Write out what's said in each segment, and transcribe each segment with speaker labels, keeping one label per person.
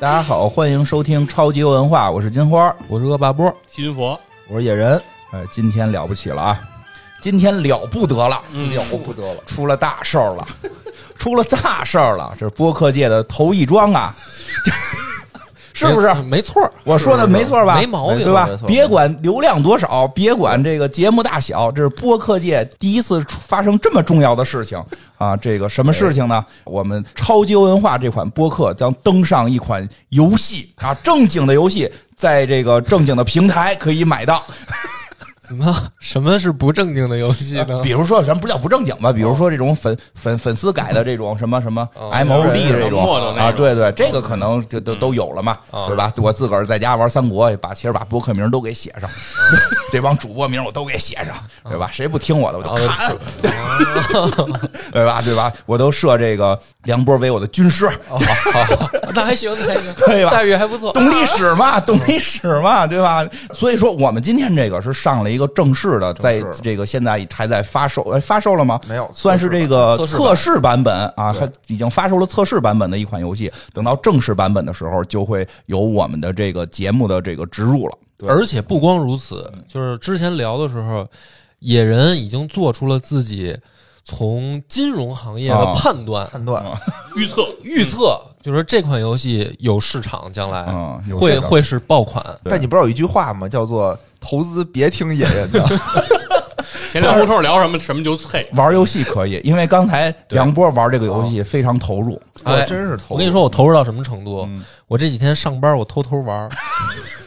Speaker 1: 大家好，欢迎收听超级文化，我是金花。
Speaker 2: 我是恶霸波，
Speaker 3: 金佛，
Speaker 4: 我是野人，
Speaker 1: 哎，今天了不起了啊！今天了不得了，
Speaker 4: 嗯了不得了，
Speaker 1: 出了大事儿了，出了大事儿了！这是播客界的头一桩 啊， 是不是？
Speaker 2: 没错儿，
Speaker 1: 我说的没错吧？
Speaker 2: 啊没毛病
Speaker 1: 对吧
Speaker 4: 没错？
Speaker 1: 别管流量多少，别管这个节目大小，这是播客界第一次出发生这么重要的事情啊！这个什么事情呢？我们超级文化这款播客将登上一款游戏啊，正经的游戏，在这个正经的平台可以买到。
Speaker 2: 怎么什么是不正经的游戏呢？
Speaker 1: 比如说，咱不叫不正经吧，比如说这种粉粉粉丝改的这种什么什么
Speaker 2: 哦
Speaker 1: M O D
Speaker 3: 有人
Speaker 1: 这种
Speaker 3: 墨的那
Speaker 1: 啊，
Speaker 3: 种
Speaker 1: 对对，这个可能就都都有了嘛，对吧？我自个儿在家玩三国，把其实把博客名都给写上， 这帮主播名我都给写上，对吧？谁不听我的，我就砍， 对吧？对吧？我都设这个梁波为我的军师，
Speaker 2: 那还行，那还行，
Speaker 1: 可以吧
Speaker 2: 待遇还不错。
Speaker 1: 懂历史嘛，懂历史嘛，对吧？ 所以说，我们今天这个是上了一个正式的，在
Speaker 4: 正式的
Speaker 1: 这个现在还在发售，哎，发售了吗？
Speaker 4: 没有
Speaker 1: 算是这个
Speaker 2: 测
Speaker 1: 测
Speaker 2: 试版
Speaker 1: 试版本啊，它已经发售了测试版本的一款游戏。等到正式版本的时候，就会有我们的这个节目的这个植入了。
Speaker 4: 对
Speaker 2: 而且不光如此，就是之前聊的时候，野人已经做出了自己从金融行业的
Speaker 1: 啊
Speaker 2: 判断、
Speaker 4: 判断
Speaker 3: 预测
Speaker 2: 预测，就说这款游戏有市场，将来、
Speaker 1: 嗯，有
Speaker 2: 会
Speaker 1: 这个
Speaker 2: 会是爆款。
Speaker 1: 对
Speaker 4: 但你不知道有一句话吗？叫做“投资别听野人 的
Speaker 3: 前两胡同聊什么什么就脆，
Speaker 1: 玩游戏可以，因为刚才梁波玩这个游戏非常投入，”，
Speaker 2: 哎
Speaker 4: 我真是投。
Speaker 2: 我跟你说，，我投入到什么程度？
Speaker 1: 嗯
Speaker 2: 我这几天上班，我偷偷玩 儿。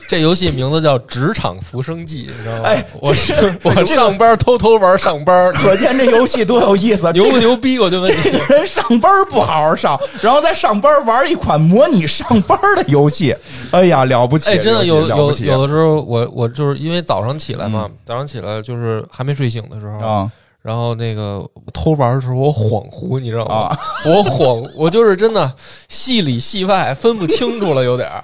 Speaker 2: 这游戏名字叫《职场浮生记》，你知道吗？
Speaker 1: 哎
Speaker 2: 我
Speaker 1: 这
Speaker 2: 我上班偷偷玩儿上班儿，
Speaker 1: 可见这游戏多有 意思啊！
Speaker 2: 牛不牛逼？我就问
Speaker 1: 这
Speaker 2: 你，
Speaker 1: 个人上班儿不好好上，然后在上班儿玩一款模拟上班儿的游戏，哎呀，了不起！
Speaker 2: 哎，真的有
Speaker 1: 了不
Speaker 2: 有
Speaker 1: 起啊嗯
Speaker 2: 有的时候，我我就是因为早上起来嘛，早上起来就是还没睡醒的时候，
Speaker 1: 啊
Speaker 2: 然后那个偷玩的时候，我恍惚，你知道吗？
Speaker 1: 啊！
Speaker 2: 我恍，我就是真的戏里戏外分不清楚了，有点儿。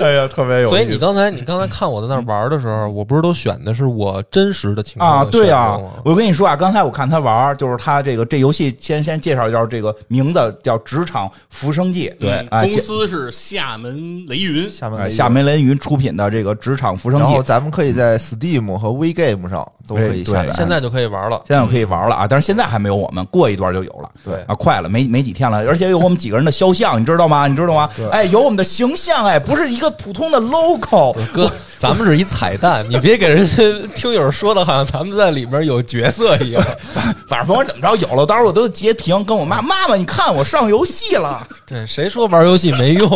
Speaker 1: 哎呀，特别有意思。
Speaker 2: 所以你刚才你刚才看我在那儿玩的时候，我不是都选的是我真实的情况
Speaker 1: 啊，对呀、
Speaker 2: 呀，
Speaker 1: 我跟你说啊，刚才我看他玩儿，就是他这个这游戏先先介绍一下，这个名字叫《职场浮生记》，
Speaker 3: 嗯
Speaker 1: 哎，
Speaker 3: 公司是厦门雷云，
Speaker 4: 下面
Speaker 1: 哎
Speaker 4: 的一个
Speaker 1: 厦，门雷云出品的这个《职场浮生
Speaker 4: 然
Speaker 1: 记》
Speaker 4: 后，咱们可以在 Steam 和 WeGame 上都可以下
Speaker 1: 哎对
Speaker 4: 载。
Speaker 2: 现在就可以玩了。
Speaker 1: 现在我可以玩了啊，但是现在还没有我们，过一段就有了。
Speaker 4: 对
Speaker 1: 啊，快了，没没几天了，而且有我们几个人的肖像，你知道吗？你知道吗
Speaker 4: 对？
Speaker 1: 哎，有我们的形象，哎，不是一个普通的 logo，
Speaker 2: 哥，咱们是一彩蛋，你别给人家听友说的好像咱们在里面有角色 一样。
Speaker 1: 反正甭管怎么着，有了，到时候我都截屏，跟我妈妈妈，你看我上游戏了，
Speaker 2: 对，谁说玩游戏没用？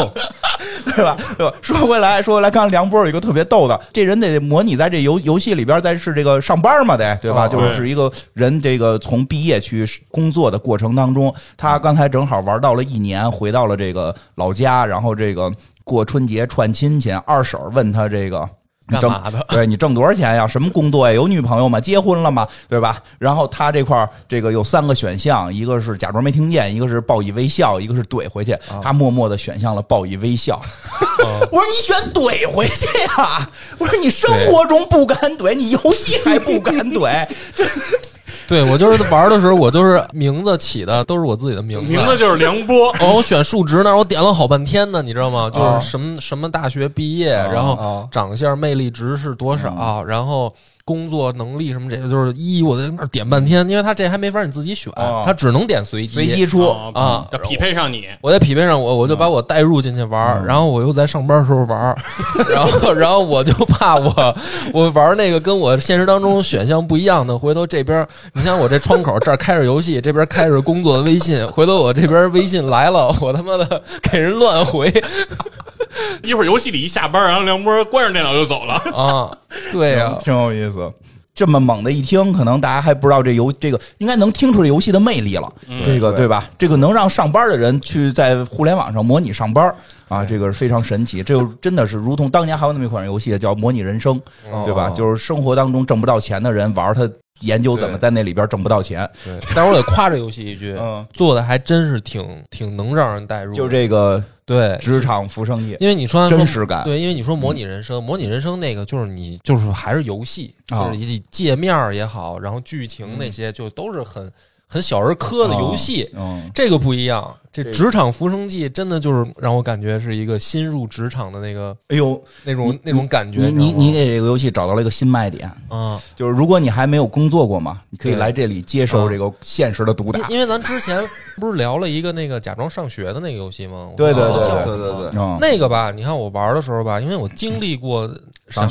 Speaker 1: 对吧？对吧？说回来，说回来，刚才梁波有一个特别逗的，这人得模拟在这游游戏里边，在是这个上班嘛，得对吧？
Speaker 4: 哦
Speaker 1: 就是是一个人这个从毕业去工作的过程当中，他刚才正好玩到了一年，回到了这个老家，然后这个过春节串亲戚，二婶儿问他这个。你
Speaker 2: 干
Speaker 1: 挣
Speaker 2: 嘛的？
Speaker 1: 对你挣多少钱呀？什么工作呀？有女朋友吗？结婚了吗？对吧？然后他这块儿这个有三个选项，一个是假装没听见，一个是报以微笑，一个是怼回去。他默默的选项了报以微 笑。我说你选怼回去呀？我说你生活中不敢怼，你游戏还不敢 怼，
Speaker 2: 对我就是玩的时候，我就是名字起的都是我自己的名字。
Speaker 3: 名字就是梁波，
Speaker 2: 哦，我选数值那儿，我点了好半天呢，你知道
Speaker 1: 啊
Speaker 2: 吗？就是什么什么大学毕业，然后
Speaker 4: 哦
Speaker 2: 长相、魅力值是多
Speaker 1: 嗯
Speaker 2: 少，然后工作能力什么，这些就是一我在那儿点半天，因为他这还没法你自己选，
Speaker 1: 哦
Speaker 2: 他只能点随机。
Speaker 1: 随机出。
Speaker 2: 啊
Speaker 3: 要匹配上你，
Speaker 2: 我在匹配上我我
Speaker 1: 嗯
Speaker 2: 就把我带入进去玩儿，然后我又在上班的时候 玩儿，然后然后我就怕我我玩那个跟我现实当中选项不一样的，回头这边你像我这窗口这儿开着游戏，这边开着工作的微信，回头我这边微信来了，我他妈的 给人乱回
Speaker 3: 一会儿游戏里一下班，然后梁波关上电脑就走了。
Speaker 2: 啊！对呀、
Speaker 1: 嗯挺有意思。这么猛的一听，可能大家还不知道这游这个应该能听出这游戏的魅力了，
Speaker 3: 嗯
Speaker 1: 这个对吧？这个能让上班的人去在互联网上模拟上班啊，这个是非常神奇。这就真的是如同当年还有那么一款游戏叫《模拟人生》，对吧？
Speaker 4: 哦
Speaker 1: 就是生活当中挣不到钱的人玩它，研究怎么
Speaker 2: 对
Speaker 1: 在那里边挣不到钱。
Speaker 2: 但是我得夸这游戏一句，
Speaker 1: 嗯
Speaker 2: 做的还真是挺挺能让人带入的，
Speaker 1: 就这个
Speaker 2: 对
Speaker 1: 职场浮生业
Speaker 2: 因为你说
Speaker 1: 真实感
Speaker 2: 对，因为你说
Speaker 1: 嗯
Speaker 2: 模拟人生，模拟人生那个就是你就是还是游戏，就
Speaker 1: 啊
Speaker 2: 是以界面儿也好，然后剧情那些就都是很。很小儿科的游戏，
Speaker 1: 嗯，
Speaker 2: 这个不一样。这
Speaker 1: 这个
Speaker 2: 职场浮生记真的就是让我感觉是一个新入职场的那个
Speaker 1: 哎呦，
Speaker 2: 那种
Speaker 1: 你
Speaker 2: 那种感觉。
Speaker 1: 你你你
Speaker 2: 你
Speaker 1: 给这个游戏找到了一个新卖点，
Speaker 2: 知道吗
Speaker 1: 就是如果你还没有工作过嘛，你可以
Speaker 2: 对
Speaker 1: 来这里接受这个现实的毒
Speaker 2: 啊，
Speaker 1: 打。
Speaker 2: 因因为咱之前不是聊了一个那个假装上学的那个游戏吗？我
Speaker 1: 对对
Speaker 2: 忘了
Speaker 1: 对
Speaker 2: 叫
Speaker 1: 对
Speaker 2: 什么
Speaker 4: 哦对对对
Speaker 1: 嗯，
Speaker 2: 那个吧，你看我玩的时候吧，因为我经历过上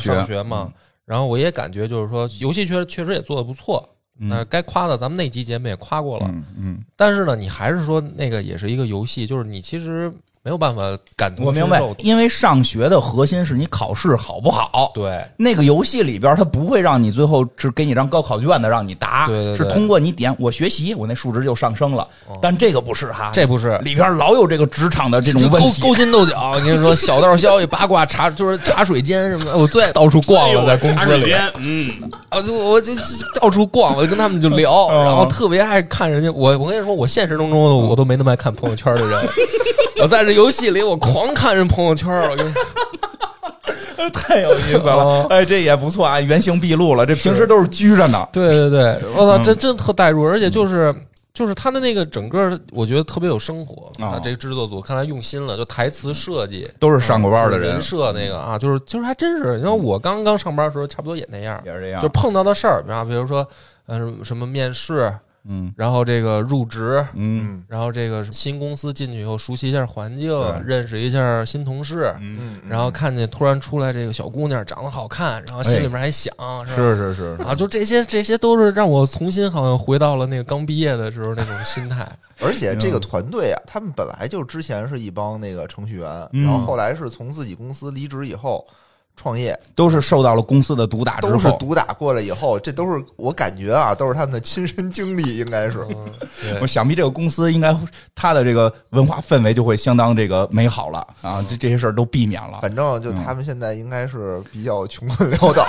Speaker 1: 上学嗯
Speaker 2: 上学嘛，然后我也感觉就是说，游戏确确实也做的不错。那该夸的，咱们那期节目也夸过了。
Speaker 1: 嗯嗯，
Speaker 2: 但是呢，你还是说那个也是一个游戏，就是你其实没有办法感同
Speaker 1: 我
Speaker 2: 身
Speaker 1: 明
Speaker 2: 受。
Speaker 1: 白，因为上学的核心是你考试好不好。
Speaker 2: 对
Speaker 1: 那个游戏里边，它不会让你最后只给你张高考卷子让你答，
Speaker 2: 对对对哦
Speaker 1: 是通过你点我学习，我那数值就上升了。但这个不是哈，
Speaker 2: 这不是
Speaker 1: 里边老有这个职场的这种
Speaker 2: 就
Speaker 1: 问
Speaker 2: 勾
Speaker 1: 题。
Speaker 2: 勾心斗角。你跟你说，小道消息、八卦、茶就是茶水间什么的，我最爱到处
Speaker 3: 哎
Speaker 2: 逛
Speaker 3: 呦
Speaker 2: 了，在公
Speaker 3: 茶
Speaker 2: 司
Speaker 3: 水
Speaker 2: 里
Speaker 3: 间，嗯，
Speaker 2: 啊，就我就就到处逛，我就跟他们就聊，
Speaker 1: 哦
Speaker 2: 然后特别爱看人家。我我跟你说，我现实当中的我都没那么爱看朋友圈的人。我在这游戏里，我狂看人朋友圈，我 跟你说
Speaker 1: 太有意思了
Speaker 2: 哦，
Speaker 1: 哎，这也不错啊，原形毕露了。这平时都是拘着呢，
Speaker 2: 对对对，我
Speaker 1: 嗯
Speaker 2: 操，这真特代入，而且就是就是他的那个整个，我觉得特别有生活。
Speaker 1: 哦
Speaker 2: 啊，这个制作组看来用心了，就台词设计，
Speaker 1: 都是上过班的人
Speaker 2: 人，设那个啊，就是就是还真是，因为我刚刚上班的时候，差不多也那样，
Speaker 1: 也是这样。
Speaker 2: 就碰到的事儿，比方比如说，嗯，什么面试，
Speaker 1: 嗯
Speaker 2: 然后这个入职，
Speaker 1: 嗯
Speaker 4: 嗯
Speaker 2: 然后这个新公司进去以后，熟悉一下环境
Speaker 1: 对，
Speaker 2: 认识一下新同事，
Speaker 1: 嗯，
Speaker 4: 嗯，
Speaker 2: 然后看见突然出来这个小姑娘长得好看，然后心里面还想、是吧
Speaker 1: 哎是是是，
Speaker 2: 啊，就这些这些都是让我重新好像回到了那个刚毕业的时候那种 心态。
Speaker 4: 而且这个团队啊，他们本来就之前是一帮那个程序员，
Speaker 1: 嗯
Speaker 4: 然后后来是从自己公司离职以后创业，
Speaker 1: 都是受到了公司的毒打之
Speaker 4: 都是
Speaker 1: 后。
Speaker 4: 毒打过来以后，这都是我感觉啊，都是他们的亲身经历，应该是。
Speaker 2: 嗯，
Speaker 1: 我
Speaker 2: 对，
Speaker 1: 想必这个公司应该，它的这个文化氛围就会相当这个美好了啊，这这些事儿都避免了。
Speaker 4: 反正就他们现在应该是比较穷困潦倒，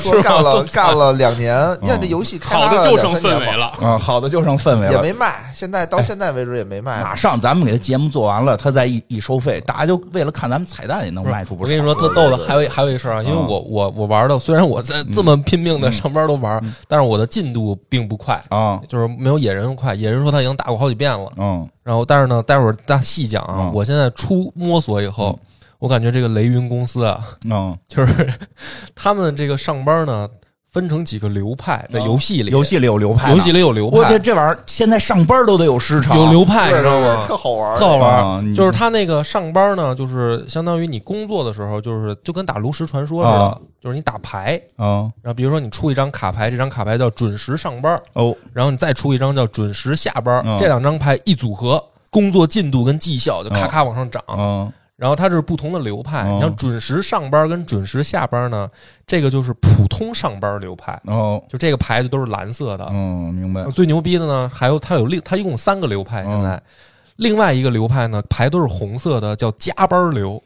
Speaker 4: 说干了干了两年，你看这游戏开
Speaker 3: 好
Speaker 4: 发
Speaker 3: 的
Speaker 4: 了
Speaker 3: 就剩
Speaker 4: 两三
Speaker 3: 氛
Speaker 4: 年
Speaker 3: 围
Speaker 4: 嘛，
Speaker 3: 了。
Speaker 1: 啊，好的就剩氛围
Speaker 4: 也
Speaker 1: 了。
Speaker 4: 没卖，现在到现在为止也没卖。
Speaker 1: 马上咱们给他节目做完了，他再一一收费，大家就为了看咱们彩蛋也能卖出不
Speaker 2: 我
Speaker 1: 少
Speaker 2: 跟你。说特逗的，还有一还有一事儿啊，因为
Speaker 1: 嗯
Speaker 2: 我我我玩的，虽然我在这么拼命的上班都玩，
Speaker 1: 嗯
Speaker 2: 但是我的进度并不快，
Speaker 1: 啊，
Speaker 2: 就是没有野人快。野人说他已经打过好几遍了。
Speaker 1: 嗯，
Speaker 2: 然后，但是呢，待会儿大细讲啊。
Speaker 1: 嗯
Speaker 2: 我现在初摸索以后，我感觉这个雷云公司啊，
Speaker 1: 嗯，
Speaker 2: 就是 他们这个上班呢，分成几个流派，在游戏里，
Speaker 1: 嗯游戏里有流派呢，
Speaker 2: 游戏里有流
Speaker 1: 我这
Speaker 2: 派，
Speaker 1: 这玩意儿现在上班都得有时长，
Speaker 2: 有流派，你
Speaker 4: 对
Speaker 2: 知道吗？
Speaker 4: 特好玩，
Speaker 2: 特好玩
Speaker 1: 啊
Speaker 2: 儿，
Speaker 1: 你
Speaker 2: 就是他那个上班呢，就是相当于你工作的时候，就是就跟打炉石传说似
Speaker 1: 啊
Speaker 2: 的，就是你打牌，
Speaker 1: 嗯
Speaker 2: 然后比如说你出一张卡牌，这张卡牌叫准时上班，
Speaker 1: 哦，
Speaker 2: 然后你再出一张叫准时下班
Speaker 1: 嗯，
Speaker 2: 这两张牌一组合，工作进度跟绩效就咔咔往上涨。
Speaker 1: 嗯
Speaker 2: 然后它这是不同的流派，
Speaker 1: 哦
Speaker 2: 你像准时上班跟准时下班呢，这个就是普通上班流派，
Speaker 1: 哦，
Speaker 2: 就这个牌就都是蓝色的。
Speaker 1: 嗯，哦明白，
Speaker 2: 最牛逼的呢，还有它有另它一共三个流派，现在、另外一个流派呢牌都是红色的，叫加班流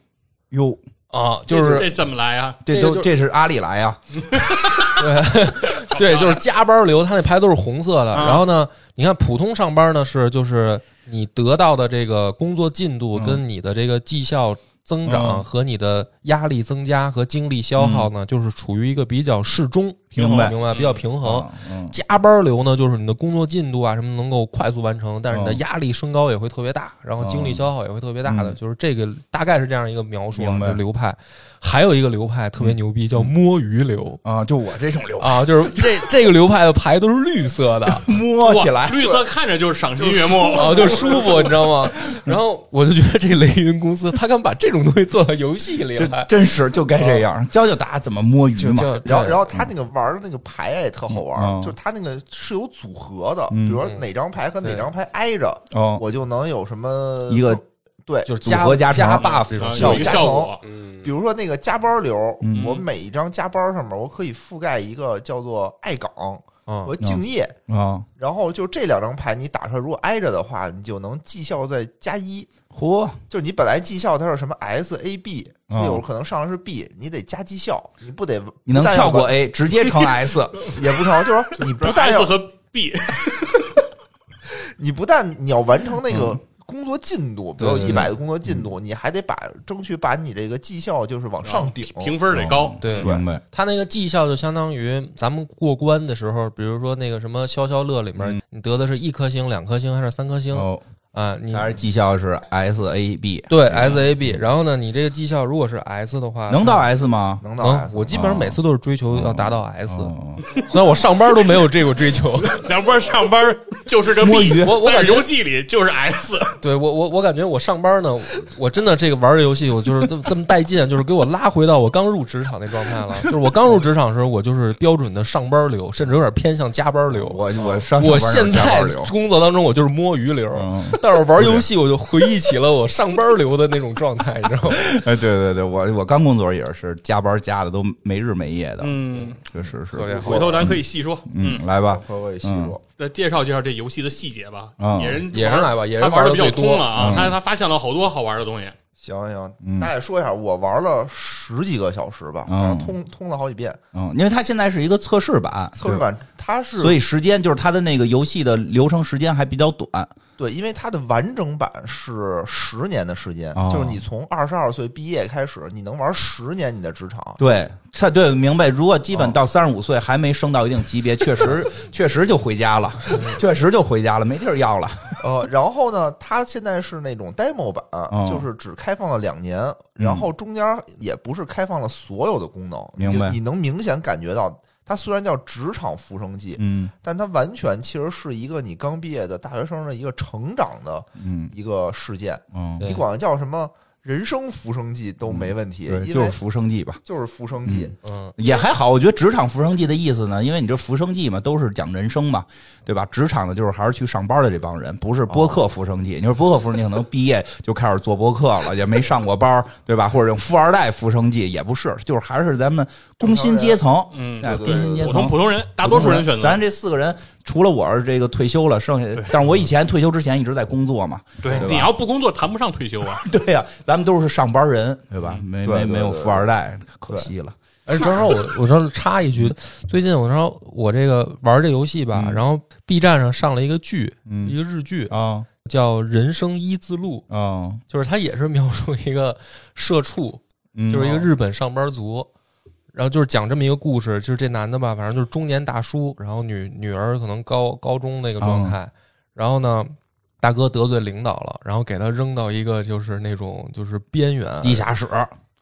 Speaker 1: 哟，
Speaker 2: 啊，就是
Speaker 3: 这这怎么来啊？
Speaker 1: 这
Speaker 2: 这个
Speaker 1: 都
Speaker 2: 就
Speaker 1: 这是阿里来呀，
Speaker 2: 对，就是加班流，它那牌都是红色的。
Speaker 3: 啊
Speaker 2: 然后呢，你看普通上班呢是就是你得到的这个工作进度
Speaker 1: 嗯
Speaker 2: 跟你的这个绩效。增
Speaker 1: 嗯
Speaker 2: 长和你的压力增加和精力消耗呢，就是处于一个比较适中，
Speaker 1: 平衡
Speaker 2: 明白？比较平衡。
Speaker 1: 啊嗯
Speaker 2: 加班流呢，就是你的工作进度啊什么能够快速完成，但是你的
Speaker 1: 嗯
Speaker 2: 压力升高也会特别大，然后精力消耗也会特别大的，
Speaker 1: 嗯
Speaker 2: 就是这个大概是这样一个描述啊。
Speaker 1: 明白嗯
Speaker 2: 这流派，还有一个流派特别牛逼，叫摸鱼流。
Speaker 1: 啊，就我这种流派
Speaker 2: 啊，就是这这个流派的牌都是绿色的，
Speaker 1: 摸起
Speaker 3: 哇
Speaker 1: 来，
Speaker 3: 绿色看着就是赏心悦目。
Speaker 2: 啊，就舒服，你知道吗？然后我就觉得这个雷云公司，他敢把这种东西做到游戏里
Speaker 1: 这
Speaker 2: 来，哦
Speaker 1: 真是就该这样，教教大家怎么摸鱼
Speaker 2: 就
Speaker 1: 嘛，
Speaker 2: 就
Speaker 4: 然后，然
Speaker 2: 后
Speaker 4: 后他那个玩儿的那个牌也特好玩儿，
Speaker 1: 嗯嗯
Speaker 4: 就是他那个是有组合的，
Speaker 1: 嗯
Speaker 4: 比如说哪张牌和哪张牌挨着，
Speaker 1: 哦，
Speaker 4: 我就能有什么
Speaker 1: 一个
Speaker 4: 对，
Speaker 2: 就是
Speaker 1: 组合加
Speaker 2: 加
Speaker 1: 成
Speaker 2: buff 这种
Speaker 3: 啊
Speaker 2: 效
Speaker 3: 有
Speaker 2: 果
Speaker 3: 一个
Speaker 4: 小加
Speaker 3: 效
Speaker 4: 藤
Speaker 3: 果，
Speaker 2: 嗯
Speaker 4: 比如说那个加班流，
Speaker 1: 嗯
Speaker 4: 我每一张加班上面我可以覆盖一个叫做爱岗
Speaker 2: 啊
Speaker 4: 和敬业，
Speaker 1: 啊，
Speaker 4: 然后就这两张牌你打出来，如果挨着的话，你就能绩效再加一。
Speaker 1: 嚯，
Speaker 4: 就是你本来绩效它是什么 S A B，
Speaker 1: 哦
Speaker 4: 它有可能上的是 B，你得加绩效，你不得
Speaker 1: 你能
Speaker 4: 不但
Speaker 1: 跳
Speaker 4: 要
Speaker 1: 过
Speaker 4: 把
Speaker 1: A 直接 成 S，
Speaker 4: 也不成，就是说你
Speaker 3: 不
Speaker 4: 不
Speaker 3: 是
Speaker 4: 但
Speaker 3: S
Speaker 4: 要
Speaker 3: 和 B，
Speaker 1: 嗯
Speaker 4: 你不但你要完成那个工作进度，比
Speaker 2: 对
Speaker 4: 如
Speaker 2: 对
Speaker 4: 一百的工作进度，你还得把争取把你这个绩效就是往上顶。
Speaker 3: 嗯评分得高，
Speaker 2: 对
Speaker 1: 明白。
Speaker 2: 他那个绩效就相当于咱们过关的时候，比如说那个什么消消乐里面，
Speaker 1: 嗯
Speaker 2: 你得的是一颗星、两颗星还是三颗星、
Speaker 1: 哦，
Speaker 2: 啊？你
Speaker 1: 还是绩效是 S A B，
Speaker 2: 对 S A B，然后呢，你这个绩效如果是 S 的话，
Speaker 1: 能到 S 吗？
Speaker 4: 能到
Speaker 2: 能
Speaker 4: S
Speaker 2: 我基本上每次都是追求要达到 S，
Speaker 1: 哦
Speaker 2: 虽然我上班都没有这个追求。
Speaker 3: 梁波上班就是个
Speaker 1: 摸
Speaker 3: B，
Speaker 1: 鱼
Speaker 2: 我我
Speaker 3: 但
Speaker 2: 感
Speaker 3: 是
Speaker 2: 觉
Speaker 3: 游戏里就是 S，
Speaker 2: 对我我我感觉我上班呢，我我真的这个玩这游戏，我就是这么这么带劲，啊就是给我拉回到我刚入职场那状态了。就是我刚入职场的时候，我就是标准的上班流，甚至有点偏向加班流。
Speaker 1: 我我哦上
Speaker 2: 哎我
Speaker 1: 上班
Speaker 2: 现
Speaker 1: 儿加班
Speaker 2: 在
Speaker 1: 儿流
Speaker 2: 工作当中我就是摸鱼流，
Speaker 1: 嗯
Speaker 2: 但是玩游戏我就回忆起了我上班流的那种状态，你知道吗？
Speaker 1: 哎，对对对，我我刚工作也是加班加的都没日没夜的，
Speaker 3: 嗯，
Speaker 1: 确实是
Speaker 2: 特。别好
Speaker 3: 回头咱可以细说，
Speaker 1: 嗯，来吧，
Speaker 4: 和我也细
Speaker 1: 嗯
Speaker 4: 说，
Speaker 3: 再介绍介绍这游戏的细节吧
Speaker 1: 嗯。
Speaker 4: 啊
Speaker 3: 野人
Speaker 2: 野人来啊吧，野
Speaker 3: 他
Speaker 2: 人
Speaker 3: 玩
Speaker 2: 的
Speaker 3: 的比较
Speaker 2: 最
Speaker 3: 通了
Speaker 2: 多，
Speaker 3: 啊
Speaker 1: 嗯，
Speaker 3: 他他发现了好多好玩的东西。
Speaker 4: 行行，
Speaker 1: 嗯
Speaker 4: 那也说一下，我玩了十几个小时吧，
Speaker 1: 嗯
Speaker 4: 然后通通了好几遍。
Speaker 1: 嗯，因为它现在是一个测试版，
Speaker 4: 测试版它是
Speaker 1: 对吧，所以时间就是它的那个游戏的流程时间还比较短。
Speaker 4: 对，因为它的完整版是十年的时间，
Speaker 1: 哦
Speaker 4: 就是你从二十二岁毕业开始，你能玩十年你的职场。
Speaker 1: 对，这对明白。如果基本到三十五岁还没升到一定级别，确 实确实就回家了，确实就回家了，没地儿要了。
Speaker 4: 呃，然后呢，它现在是那种 demo 版，
Speaker 1: 哦
Speaker 4: 就是只开放了两年，然后中间也不是开放了所有的功能，
Speaker 1: 嗯明白
Speaker 4: 就你能明显感觉到。它虽然叫职场复生剂，
Speaker 1: 嗯
Speaker 4: 但它完全其实是一个你刚毕业的大学生的一个成长的
Speaker 1: 嗯
Speaker 4: 一个事件。
Speaker 1: 嗯，
Speaker 2: 对
Speaker 4: 你管它叫什么人生复生剂都没问题，
Speaker 1: 嗯对，就
Speaker 4: 因
Speaker 1: 是
Speaker 4: 为
Speaker 1: 浮生剂吧。
Speaker 4: 就是复生剂。
Speaker 2: 嗯，
Speaker 1: 也还好，我觉得职场浮生记的意思呢，因为你这浮生记嘛，都是讲人生嘛，对吧？职场的就是还是去上班的这帮人，不是播客浮生记。你说播客浮生记，可能毕业就开始做播客了，也没上过班，对吧？或者用富二代浮生记也不是，就是还是咱们工薪阶层，
Speaker 3: 嗯，
Speaker 1: 哎，工
Speaker 4: 对对
Speaker 1: 薪阶
Speaker 3: 普通
Speaker 1: 层
Speaker 3: 普。通人，大多
Speaker 4: 嗯
Speaker 3: 数人选择
Speaker 1: 咱这四个人，除了我是这个退休了，剩下，但是我以前退休之前一直在工作嘛，
Speaker 3: 对
Speaker 1: 对吧
Speaker 3: 你要不工作，谈不上退休 啊。
Speaker 1: 对呀、咱们都是上班人，对吧？没
Speaker 4: 对
Speaker 1: 没
Speaker 4: 对
Speaker 1: 没有
Speaker 4: 对
Speaker 1: 富二代，可惜了。
Speaker 2: 哎，正好我我正插 一句，最近我说我这个玩这游戏吧，
Speaker 1: 嗯
Speaker 2: 然后 B 站上上了一个剧，一
Speaker 1: 嗯
Speaker 2: 个日剧
Speaker 1: 啊
Speaker 2: 叫《人生一字路
Speaker 1: 啊》，
Speaker 2: 就是它也是描述一个社畜，
Speaker 1: 嗯
Speaker 2: 就是一个日本上班族，然后就是讲这么一个故事，就是这男的吧，反正就是中年大叔，然后女女儿可能高高中那个状态，
Speaker 1: 哦
Speaker 2: 然后呢，大哥得罪领导了，然后给他扔到一个就是那种就是边缘，
Speaker 1: 地哦下室，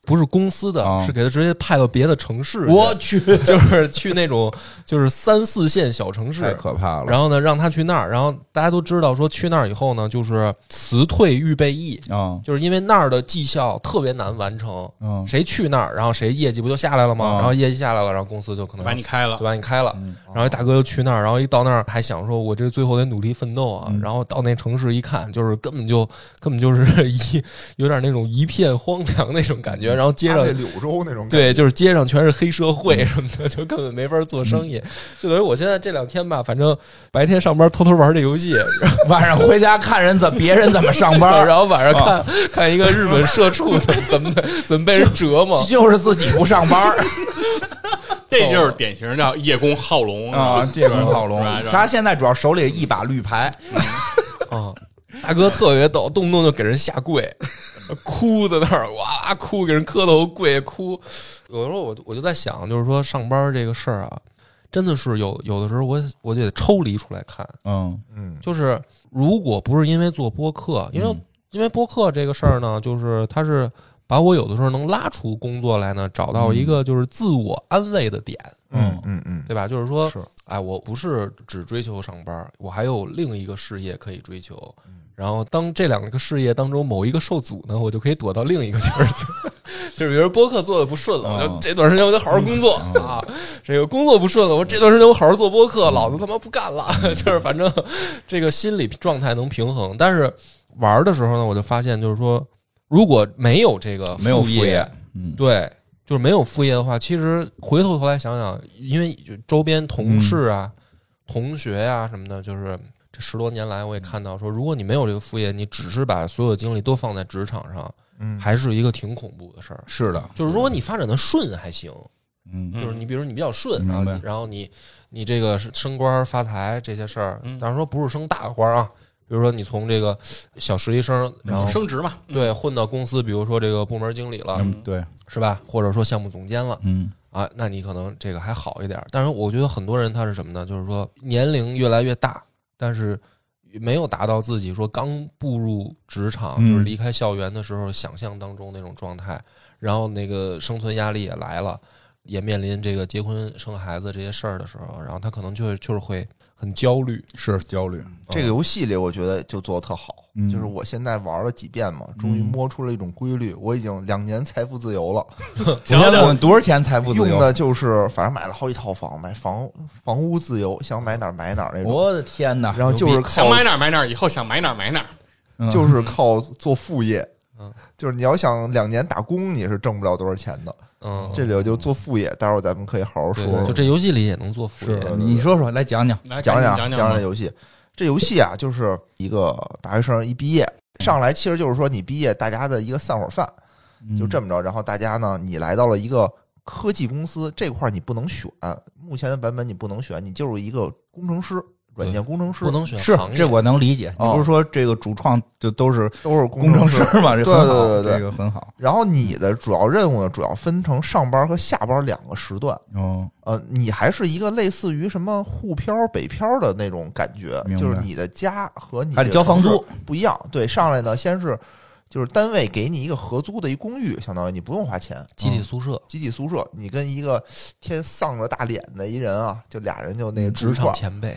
Speaker 2: 不是公司的，
Speaker 1: 啊
Speaker 2: 是给他直接派到别的城市去，
Speaker 1: 我去，
Speaker 2: 就是去那种就是三四线小城
Speaker 1: 太
Speaker 2: 市。
Speaker 1: 可怕了。
Speaker 2: 然后呢，让他去那儿，然后大家都知道说去那儿以后呢，就是辞退预备役，
Speaker 1: 啊，
Speaker 2: 就是因为那儿的绩效特别难完成，
Speaker 1: 嗯
Speaker 2: 谁去那儿，然后谁业绩不就下来了吗？
Speaker 1: 啊
Speaker 2: 然后业绩下来了，然后公司就可能
Speaker 3: 把你开了
Speaker 2: 就，把你开了。
Speaker 1: 嗯
Speaker 2: 然后一大哥又去那儿，然后一到那儿还想说，我这最后得努力奋斗啊。
Speaker 1: 嗯
Speaker 2: 然后到那城市一看，就是根本就根本就是 一有点那种一片荒凉那种感觉。然后街
Speaker 4: 搭
Speaker 2: 上
Speaker 3: 嗯
Speaker 4: 配柳州那种感觉，
Speaker 2: 对，就是街上全是黑社会什么的，就根本没法做生意。
Speaker 1: 嗯
Speaker 2: 就等于我现在这两天吧，反正白天上班偷偷玩这游戏，
Speaker 1: 晚上回家看人怎别人怎么上班，
Speaker 2: 然后晚上看 看一个日本社畜怎么怎么的怎么被 人折磨。
Speaker 1: 就是自己不上班
Speaker 3: 这就是典型叫叶公好龙
Speaker 1: 啊。这个老龙
Speaker 3: 是吧是，吧
Speaker 1: 他现在主要手里一把绿牌，
Speaker 2: 啊，大哥特别逗，动不动就给人下跪，哭在那儿哇哭，给人磕头跪哭。有时候我我就在想，就是说上班这个事儿啊，真的是有有的时候我我就得抽离出来看，
Speaker 1: 嗯
Speaker 4: 嗯，
Speaker 2: 就是如果不是因为做播客，因为、
Speaker 1: 嗯
Speaker 2: 因为播客这个事儿呢，就是它是。把我有的时候能拉出工作来呢，找到一个就是自我安慰的点，
Speaker 1: 嗯
Speaker 4: 嗯嗯，
Speaker 2: 对吧？就是说，
Speaker 4: 是
Speaker 2: 哎，我不是只追求上班儿，我还有另一个事业可以追求。
Speaker 1: 嗯
Speaker 2: 然后当这两个事业当中某一个受阻呢，我就可以躲到另一个地儿去。 就是比如播客做的不顺了，我
Speaker 1: 哦
Speaker 2: 就这段时间我得好好工作
Speaker 1: 嗯
Speaker 2: 啊。这个工作不顺了，我这段时间我好好做播客，老子他妈不干了。
Speaker 1: 嗯
Speaker 2: 就是反正这个心理状态能平衡，但是玩儿的时候呢，我就发现就是说，如果没有这个
Speaker 1: 没有
Speaker 2: 副
Speaker 1: 副业，嗯
Speaker 2: 对，就是没有副业的话，其实回头头来想想，因为周边同事啊、同学啊什么的，就是这十多年来，我也看到说，如果你没有这个副业，你只是把所有精力都放在职场上，
Speaker 4: 嗯，
Speaker 2: 还是一个挺恐怖的事儿。
Speaker 1: 是的，
Speaker 2: 就是如果你发展的顺还行，
Speaker 1: 嗯
Speaker 3: 嗯
Speaker 2: 就是你比如你比较顺，
Speaker 1: 明
Speaker 2: 然后
Speaker 1: 白
Speaker 2: 你然后你你这个是升官发财这些事儿
Speaker 3: 嗯，
Speaker 2: 当然说不是升大官啊，比如说你从这个小实习生，然
Speaker 4: 啊
Speaker 2: 后
Speaker 3: 嗯升职嘛，
Speaker 2: 对混到公司，比如说这个部门经理了，
Speaker 1: 嗯，对，
Speaker 2: 是吧？或者说项目总监了。
Speaker 1: 嗯
Speaker 2: 啊，那你可能这个还好一点儿。但是我觉得很多人他是什么呢？就是说年龄越来越大，但是没有达到自己说刚步入职场，
Speaker 1: 嗯
Speaker 2: 就是离开校园的时候想象当中那种状态。然后那个生存压力也来了，也面临这个结婚生孩子这些事儿的时候，然后他可能就会就是会很焦虑。
Speaker 1: 是焦虑，
Speaker 4: 这个游戏里，我觉得就做的特好
Speaker 1: 嗯。
Speaker 4: 就是我现在玩了几遍嘛，终于摸出了一种规律。我已经两年财富自由了，
Speaker 1: 我先问问多少钱财富自
Speaker 4: 用
Speaker 1: 由？
Speaker 4: 的就是反正买了好几套房，买房房屋自由，想买哪儿买哪儿那种。
Speaker 1: 我的天哪！
Speaker 4: 然后就是靠
Speaker 3: 想买哪儿买哪儿，以后想买哪儿买哪儿。
Speaker 1: 嗯
Speaker 4: 就是靠做副业
Speaker 2: 嗯，
Speaker 4: 就是你要想两年打工，你是挣不了多少钱的。
Speaker 2: 嗯，
Speaker 4: 这里我就做副业，待会儿咱们可以好好
Speaker 2: 对
Speaker 4: 说。
Speaker 2: 就这游戏里也能做副业
Speaker 4: 是。
Speaker 1: 你说说来讲讲，
Speaker 3: 来
Speaker 4: 讲
Speaker 3: 讲
Speaker 4: 讲
Speaker 3: 讲
Speaker 4: 这
Speaker 3: 吧，
Speaker 4: 游戏。这游戏啊，就是一个大学生一毕业上来，其实就是说你毕业大家的一个散伙饭，就这
Speaker 1: 么
Speaker 4: 么着。然后大家呢，你来到了一个科技公司这块，你不能选，目前的版本你不能选，你就是一个工程师，软件工程师
Speaker 2: 不，能选
Speaker 1: 是
Speaker 2: 行业
Speaker 1: 这我能理解。你
Speaker 4: 哦
Speaker 1: 不是说这个主创就都是
Speaker 4: 都是
Speaker 1: 工程师
Speaker 4: 师。
Speaker 1: 嘛，这很好，
Speaker 4: 对对对对
Speaker 1: 这个很好。
Speaker 4: 然后你的主要任务呢，主要分成上班和下班两个时段。
Speaker 1: 哦，
Speaker 4: 呃，你还是一个类似于什么沪漂、北漂的那种感觉，
Speaker 1: 明白
Speaker 4: 就是你的家和你
Speaker 1: 嗯还得交房
Speaker 4: 这个
Speaker 1: 租
Speaker 4: 城市，不一样。对，上来呢，先是就是单位给你一个合租的一公寓，相当于你不用花钱，
Speaker 2: 集体宿舍，
Speaker 4: 集体宿舍，你跟一个天丧着大脸的一人啊，就俩人就那个
Speaker 2: 职场
Speaker 4: 块，
Speaker 2: 前辈，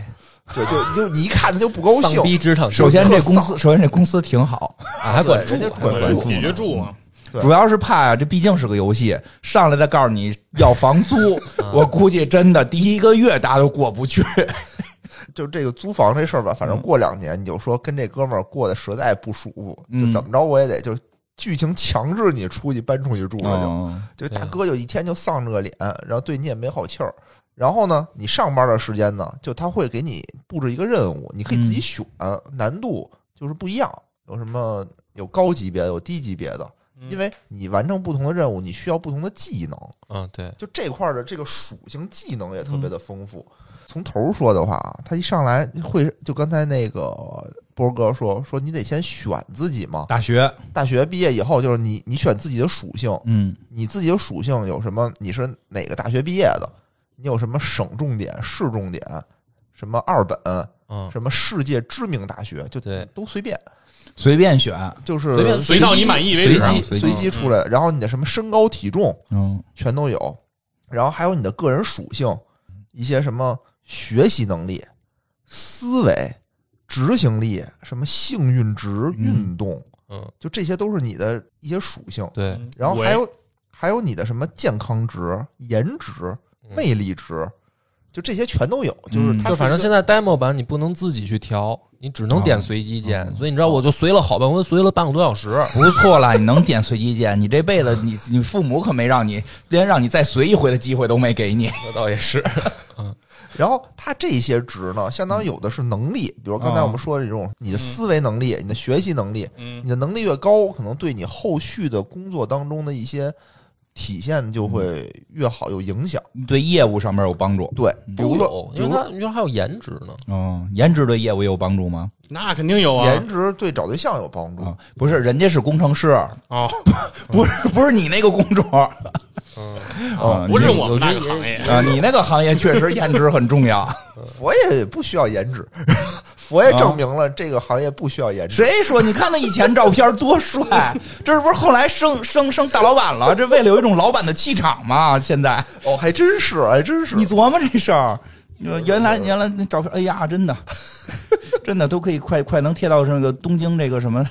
Speaker 4: 对，就就你一看他就不高兴
Speaker 2: 丧，逼职场前
Speaker 1: 首
Speaker 2: 辈
Speaker 1: 先
Speaker 4: 特
Speaker 1: 这公
Speaker 4: 丧
Speaker 1: 司，首先这公司挺好，
Speaker 2: 啊还管住
Speaker 4: 对人家
Speaker 2: 啊，
Speaker 4: 管
Speaker 1: 管
Speaker 3: 住
Speaker 1: 住
Speaker 3: 解决住啊嘛，
Speaker 4: 对
Speaker 1: 主要是怕呀，这毕竟是个游戏，上来再告诉你要房 租，我估计真的第一个月大家都过不去。
Speaker 4: 就这个租房这事儿吧，反正过两年你就说跟这哥们儿过得实在不舒服，
Speaker 1: 嗯
Speaker 4: 就怎么着我也得就剧情强制你出去搬出去住了就。
Speaker 1: 哦
Speaker 4: 就
Speaker 2: 对啊
Speaker 4: 大哥有一天就丧着个脸，然后对你也没好气儿。然后呢，你上班的时间呢，就他会给你布置一个任务，你可以自己
Speaker 2: 嗯
Speaker 4: 选，难度就是不一样，有什么有高级别的，有低级别的。因为你完成不同的任务，你需要不同的技能，
Speaker 2: 嗯，对，
Speaker 4: 就这块儿的这个属性技能也特
Speaker 2: 嗯
Speaker 4: 别的丰富。从头儿说的话啊，他一上来会就刚才那个波哥说说，你得先选自己嘛。
Speaker 1: 大学，
Speaker 4: 大学毕业以后，就是你你选自己的属性，
Speaker 1: 嗯
Speaker 4: 你自己的属性有什么？你是哪个大学毕业的？你有什么省重点、市重点？什么二本？
Speaker 2: 嗯，
Speaker 4: 什么世界知名大学？就
Speaker 2: 对
Speaker 4: 都随便，
Speaker 1: 随便选，
Speaker 4: 就是
Speaker 2: 随便
Speaker 4: 机
Speaker 3: 随到你满意为止啊
Speaker 4: 随机
Speaker 1: 随机
Speaker 4: 随机出
Speaker 3: 嗯
Speaker 4: 来。然后你的什么身高体重
Speaker 1: 嗯
Speaker 4: 全都有，然后还有你的个人属性，一些什么学习能力、思维、执行力、什么幸运值、运动，
Speaker 2: 嗯，
Speaker 4: 就这些都是你的一些属性。
Speaker 2: 对，
Speaker 3: 嗯
Speaker 4: 然后还有还有你的什么健康值、颜值、
Speaker 2: 嗯
Speaker 4: 魅力值，就这些全都有。就是
Speaker 1: 嗯
Speaker 4: 它
Speaker 2: 就反正
Speaker 4: 是一
Speaker 2: 现
Speaker 4: 个
Speaker 2: 在 demo 版你不能自己去调，你只能点随机键，所以你知道我就随了好半，我随了半个多小时。
Speaker 1: 不错啦，你能点随机键，你这辈子你你父母可没让你连让你再随一回的机会都没给你。
Speaker 2: 那倒也是，
Speaker 4: 然后它这些值呢，相当于有的是能力，比如刚
Speaker 1: 啊
Speaker 4: 才我们说的这种你的思维能力、你的学习能力，
Speaker 3: 嗯
Speaker 4: 你的能力越高，可能对你后续的工作当中的一些体现就会越好，有影响。
Speaker 1: 对业务上面有帮助。
Speaker 4: 对，比如
Speaker 2: 有
Speaker 4: 说，，比
Speaker 2: 因为
Speaker 4: 如
Speaker 2: 它
Speaker 4: 说
Speaker 2: 因为它还有颜值呢，
Speaker 1: 嗯，颜值对业务也有帮助吗？
Speaker 3: 那肯定有啊
Speaker 4: 颜。值对找对象有帮助
Speaker 1: 啊，，不是，人家是工程师，
Speaker 3: 哦，
Speaker 1: 不是不是你那个工种
Speaker 2: 嗯，
Speaker 1: 啊
Speaker 3: 不是
Speaker 2: 有
Speaker 3: 我们那
Speaker 2: 有
Speaker 3: 个行业，
Speaker 1: 啊，你那个行业确实颜值很重 要。
Speaker 4: 佛爷不需要颜值， 佛爷证明了这个行业不需要颜值。
Speaker 1: 啊谁说？你看他以前照片多帅，这是不是后来升升升大老板了？这为了有一种老板的气场嘛。现在
Speaker 4: 哦，还真是，还真是。
Speaker 1: 你琢磨这事儿，呃原来原来那照片，哎呀，真的， 真的都可以快快能贴到这个东京这个什么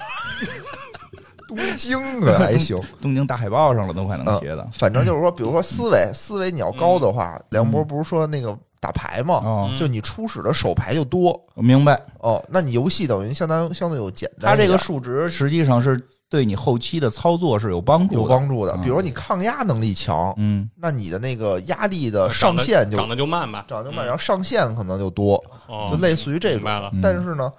Speaker 4: 东京啊，还 行。
Speaker 1: 东京大海报上了，都快能贴的
Speaker 4: 嗯，。反正就是说，比如说思
Speaker 3: 嗯
Speaker 4: 维，思维你要高的话，梁博不是说那个打牌嘛，
Speaker 1: 哦，
Speaker 4: 就你初始的手牌就多
Speaker 1: 我明白，
Speaker 4: 哦，那你游戏等于相当相对有简单
Speaker 1: 他
Speaker 4: 一
Speaker 1: 这
Speaker 4: 点，
Speaker 1: 个数值实际上是对你后期的操作是有帮助的，
Speaker 4: 有帮助的。
Speaker 1: 嗯
Speaker 4: 比如说你抗压能力强，
Speaker 1: 嗯，
Speaker 4: 那你的那个压力的
Speaker 3: 呃长
Speaker 4: 呃上
Speaker 3: 得
Speaker 4: 限就
Speaker 3: 长得就慢吧，
Speaker 4: 长得慢，然后上限可能就多，
Speaker 3: 哦
Speaker 4: 就类似于这
Speaker 3: 明白嗯了
Speaker 4: 种。但是呢。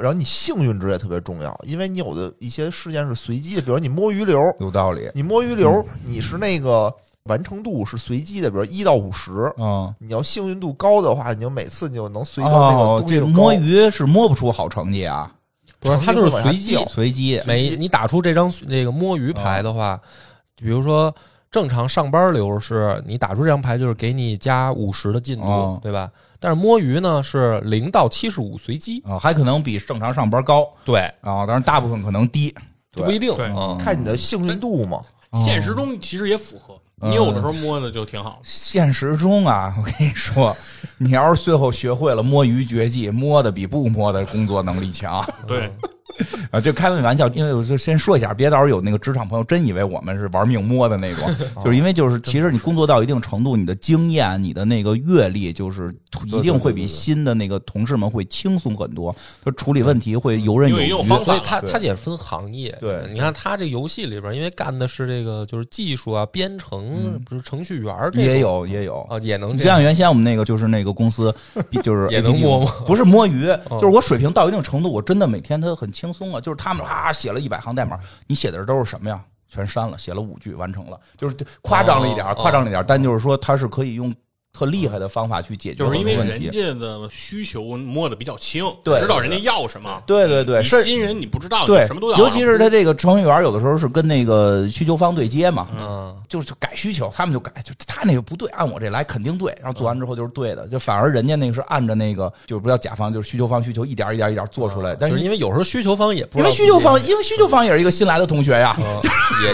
Speaker 4: 然后你幸运值也特别重要，因为你有的一些事件是随机的，比如你摸鱼流，
Speaker 1: 有道理。
Speaker 4: 你摸鱼流，
Speaker 1: 嗯
Speaker 4: 你是那个完成度是随机的，比如一到五十，
Speaker 1: 嗯，
Speaker 4: 你要幸运度高的话，你就每次你就能随到那
Speaker 1: 哦
Speaker 4: 个，东西
Speaker 1: 这
Speaker 4: 就高
Speaker 1: 摸鱼是摸不出好成绩啊。
Speaker 2: 不是，
Speaker 4: 长
Speaker 2: 它
Speaker 4: 时间
Speaker 2: 就是
Speaker 4: 往下
Speaker 2: 随机
Speaker 4: 掉，
Speaker 1: 随机
Speaker 2: 每你打出这张那个摸鱼牌的话，比如说正常上班流是，你打出这张牌就是给你加五十的进度，
Speaker 1: 哦
Speaker 2: 对吧？但是摸鱼呢是零到七十五随机，
Speaker 1: 啊，还可能比正常上班高
Speaker 2: 对，
Speaker 1: 啊，当然大部分可能低。
Speaker 2: 就不一定
Speaker 3: 对
Speaker 2: 啊。
Speaker 4: 看你的幸运度嘛。
Speaker 3: 现实中其实也符合，
Speaker 1: 嗯
Speaker 3: 你有的时候摸的就挺好。
Speaker 1: 现实中啊，我跟你说，你要是最后学会了摸鱼绝技，摸的比不摸的工作能力强。
Speaker 3: 对，
Speaker 1: 啊，这开个玩笑，因为我就先说一下，别到时候有那个职场朋友真以为我们是玩命摸的那 种，就是因为就是其实你工作到一定程度，你的经验、你的那个阅历，就是一定会比新的那个同事们会轻松很多，就处理问题会游刃
Speaker 3: 因为也
Speaker 1: 有
Speaker 3: 有
Speaker 1: 余。
Speaker 3: 方
Speaker 2: 所以
Speaker 3: 法
Speaker 2: 它
Speaker 1: 对
Speaker 2: 它也分行业，
Speaker 1: 对
Speaker 2: 你看它这游戏里边，因为干的是这个就是技术啊、编
Speaker 1: 嗯
Speaker 2: 程，不是程序员儿这种
Speaker 1: 也有也有
Speaker 2: 啊，也能
Speaker 1: 你
Speaker 2: 这
Speaker 1: 像
Speaker 2: 样，
Speaker 1: 原先我们那个就是那个公司，就是
Speaker 2: 也能
Speaker 1: APP
Speaker 2: 摸吗
Speaker 1: 不是摸鱼，
Speaker 3: 嗯
Speaker 1: 就是我水平到一定程度，我真的每天他很轻松啊。就是他们啊写了一百行代码，你写的都是什么呀？全删了，写了五句完成了，就是夸张了一点儿，
Speaker 2: 哦
Speaker 1: 夸张了一点儿，但就是说他是可以用特厉害的方法去解决
Speaker 3: 就
Speaker 1: 很多
Speaker 3: 是因为
Speaker 1: 问
Speaker 3: 人
Speaker 1: 题。
Speaker 3: 家的需求摸的比较轻，
Speaker 1: 对
Speaker 3: 知道人家要什么。
Speaker 1: 对对对，
Speaker 3: 你
Speaker 1: 是
Speaker 3: 新人你不知道，
Speaker 1: 对
Speaker 3: 你什么都，要。啊
Speaker 1: 尤其是他这个程序员有的时候是跟那个需求方对接嘛，
Speaker 2: 嗯，
Speaker 1: 就是就改需求，他们就改，就他那个不对，按我这来肯定对，然后
Speaker 2: 嗯
Speaker 1: 做完之后就是对的，就反而人家那个是按着那个，就是不叫甲方，就是需求方需求一点一点一点做出来，但
Speaker 2: 嗯就是是因为有时候需求方也不
Speaker 1: 因
Speaker 2: 知道
Speaker 1: 为
Speaker 2: 自己，
Speaker 1: 需求方，因为需求方也是一个新来的同学呀，
Speaker 2: 嗯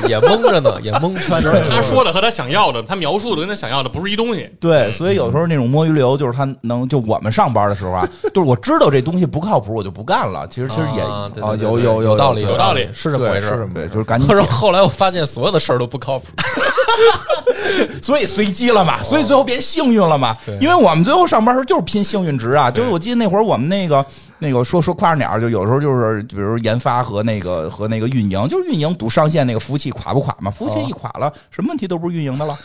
Speaker 2: 也也蒙着呢，也蒙圈着呢。
Speaker 1: 嗯
Speaker 3: 他说的和他想要的，他描述的跟他想要的不是一东 西。
Speaker 1: 对，所以有时候那种摸鱼流就是他能，就我们上班的时候啊， 就是我知道这东西不靠谱，我就不干了，其实其实也。
Speaker 2: 啊对
Speaker 4: 啊
Speaker 2: 对对
Speaker 4: 有
Speaker 2: 对
Speaker 4: 有有
Speaker 2: 有道理
Speaker 4: 有
Speaker 3: 道理
Speaker 2: 是这么
Speaker 1: 对
Speaker 2: 回事
Speaker 4: 是
Speaker 2: 儿
Speaker 4: 这。么
Speaker 1: 对，
Speaker 4: 回事
Speaker 1: 就是赶紧
Speaker 2: 可是
Speaker 1: 解，
Speaker 2: 后来我发现所有的事儿都不靠谱，
Speaker 1: 所以随机了嘛，所以最后变幸运了嘛
Speaker 2: 对。
Speaker 1: 因为我们最后上班的时候就是拼幸运值啊，就是我记得那会儿我们那个那个说说夸张点儿，就有时候就是比如研发和那个和那个运营，就是运营赌上线那个服务器垮不垮嘛，服务器一垮了，什么问题都不是运营的了，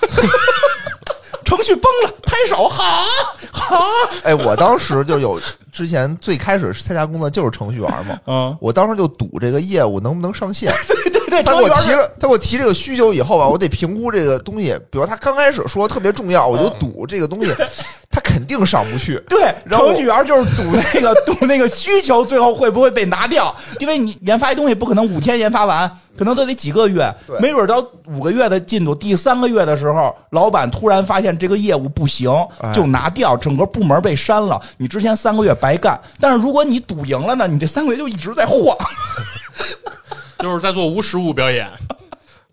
Speaker 1: 程序崩了，拍手好。
Speaker 4: 哎，我当时就有之前最开始参加工作就是程序员嘛，
Speaker 1: 嗯，
Speaker 4: 我当时就赌这个业务能不能上线。
Speaker 1: 对对，
Speaker 4: 他
Speaker 1: 程
Speaker 4: 给
Speaker 1: 序
Speaker 4: 我
Speaker 1: 员
Speaker 4: 提了，他给我提这个需求以后吧，我得评估这个东西。比如他刚开始说特别重要，我就
Speaker 1: 嗯
Speaker 4: 赌这个东西，他肯定上不去。
Speaker 1: 对，
Speaker 4: 然后
Speaker 1: 程序员就是赌那 个赌那个需求最后会不会被拿掉，因为你研发一东西不可能五天研发完，可能都得几个月
Speaker 4: 对，
Speaker 1: 没准到五个月的进度，第三个月的时候，老板突然发现这个业务不行
Speaker 4: 哎，
Speaker 1: 就拿掉，整个部门被删了，你之前三个月白干。但是如果你赌赢了呢，你这三个月就一直在晃。
Speaker 3: 就是在做无实物表演，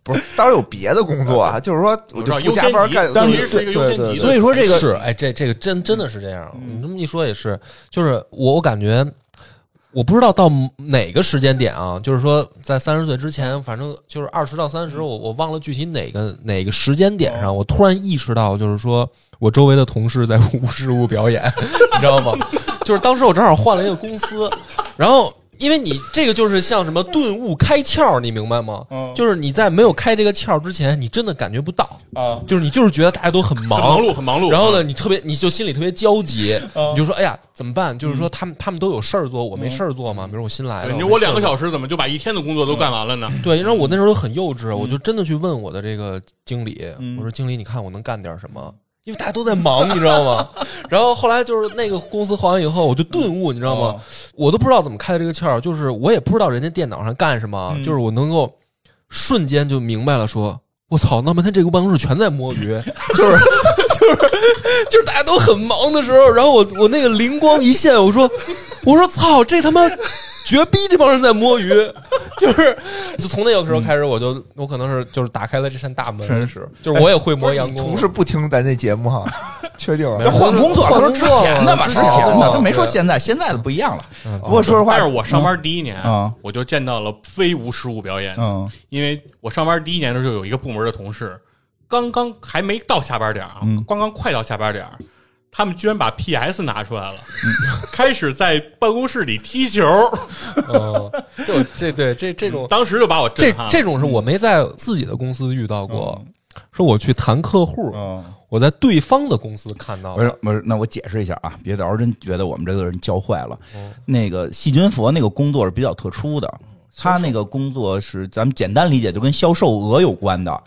Speaker 4: 不是，当然有别的工作 啊，就是说我就
Speaker 3: 我知道
Speaker 4: 不加班干。
Speaker 1: 当
Speaker 3: 优
Speaker 1: 然
Speaker 3: 先级其实是一个优先级的，
Speaker 1: 所以说这个
Speaker 2: 呃
Speaker 1: 嗯
Speaker 2: 是哎，这这个真真的是这样。你这么一说也是，就是我我感觉，我不知道到哪个时间点啊，就是说在三十岁之前，反正就是二十到三十，我我忘了具体哪个哪个时间点
Speaker 1: 哦
Speaker 2: 上，我突然意识到，就是说我周围的同事在 无实物表演， 你知道吗？就是当时我正好换了一个公司，然后。因为你这个就是像什么顿悟开窍，你明白吗？
Speaker 1: 嗯
Speaker 2: 就是你在没有开这个窍之前，你真的感觉不到，
Speaker 1: 啊，
Speaker 2: 就是你就是觉得大家都很
Speaker 3: 很
Speaker 2: 忙
Speaker 3: 忙，碌，很忙碌。嗯
Speaker 2: 然后呢，你特别，你就心里特别焦急，
Speaker 3: 啊
Speaker 2: 你就说，哎呀，怎么办？就是说，他们他们都有事儿做，我没事儿做嘛。比如我新来
Speaker 3: 嗯
Speaker 1: 哎
Speaker 3: 对？
Speaker 2: 的，
Speaker 3: 你说
Speaker 2: 没
Speaker 3: 我
Speaker 2: 事
Speaker 3: 两
Speaker 2: 儿
Speaker 3: 个
Speaker 2: 做
Speaker 3: 小时怎么就把一天的工作
Speaker 1: 嗯
Speaker 3: 都干完了呢？
Speaker 2: 对，因为我那时候很幼稚，我就
Speaker 3: 嗯
Speaker 2: 真的去问我的这个经理，我说经理，你看我能干点什么？因为大家都在忙，你知道吗？ 然后后来就是那个公司换完以后，我就顿悟，你知道吗？
Speaker 3: 哦
Speaker 2: 我都不知道怎么开的这个窍，就是我也不知道人家电脑上干什么，
Speaker 3: 嗯
Speaker 2: 就是我能够瞬间就明白了说。我操！那半天这个办公室全在摸鱼，就是就是就是大家都很忙的时候，然后我我那个灵光一现，我说我说操，这他妈绝逼这帮人在摸鱼，就是就从那个时候开始，我就我可能是就是打开了这扇大门，
Speaker 1: 真是
Speaker 2: 就是我也会摸
Speaker 4: 哎你
Speaker 2: 阳光，
Speaker 4: 同事不听咱这节目 哈，确定
Speaker 1: 这
Speaker 2: 没
Speaker 4: 啊
Speaker 2: 有？
Speaker 1: 换工作了，
Speaker 2: 换
Speaker 1: 他说
Speaker 2: 工
Speaker 1: 之
Speaker 2: 作
Speaker 1: 前的
Speaker 2: 了
Speaker 1: 嘛，之
Speaker 2: 之
Speaker 1: 前
Speaker 2: 前
Speaker 1: 的，
Speaker 2: 的
Speaker 1: 他没说
Speaker 2: 对
Speaker 1: 现在，现在的不一样了。不过说实话，
Speaker 3: 但是我上班第一年
Speaker 1: 嗯，
Speaker 3: 我就见到了非无实物表演。
Speaker 1: 嗯
Speaker 3: 因为我上班第一年的时候，有一个部门的同事，刚刚还没到下班点儿啊，刚刚快到下班点儿，他们居然把 PS 拿出来了，开始在办公室里踢球，
Speaker 2: 嗯，就这对这这 种
Speaker 3: 当时就把我
Speaker 2: 这
Speaker 3: 震撼了。
Speaker 2: 这种
Speaker 4: 嗯
Speaker 2: 是我没在自己的公司遇到过，是我去谈客户，
Speaker 1: 嗯。
Speaker 2: 我在对方的公司看到
Speaker 1: 不
Speaker 2: 的
Speaker 1: 是不是，那我解释一下啊，别到时候真觉得我们这个人教坏了。
Speaker 3: 嗯
Speaker 1: 那个细菌佛那个工作是比较特殊的，他那个工作是咱们简单理解就跟销售额有关的。
Speaker 3: 嗯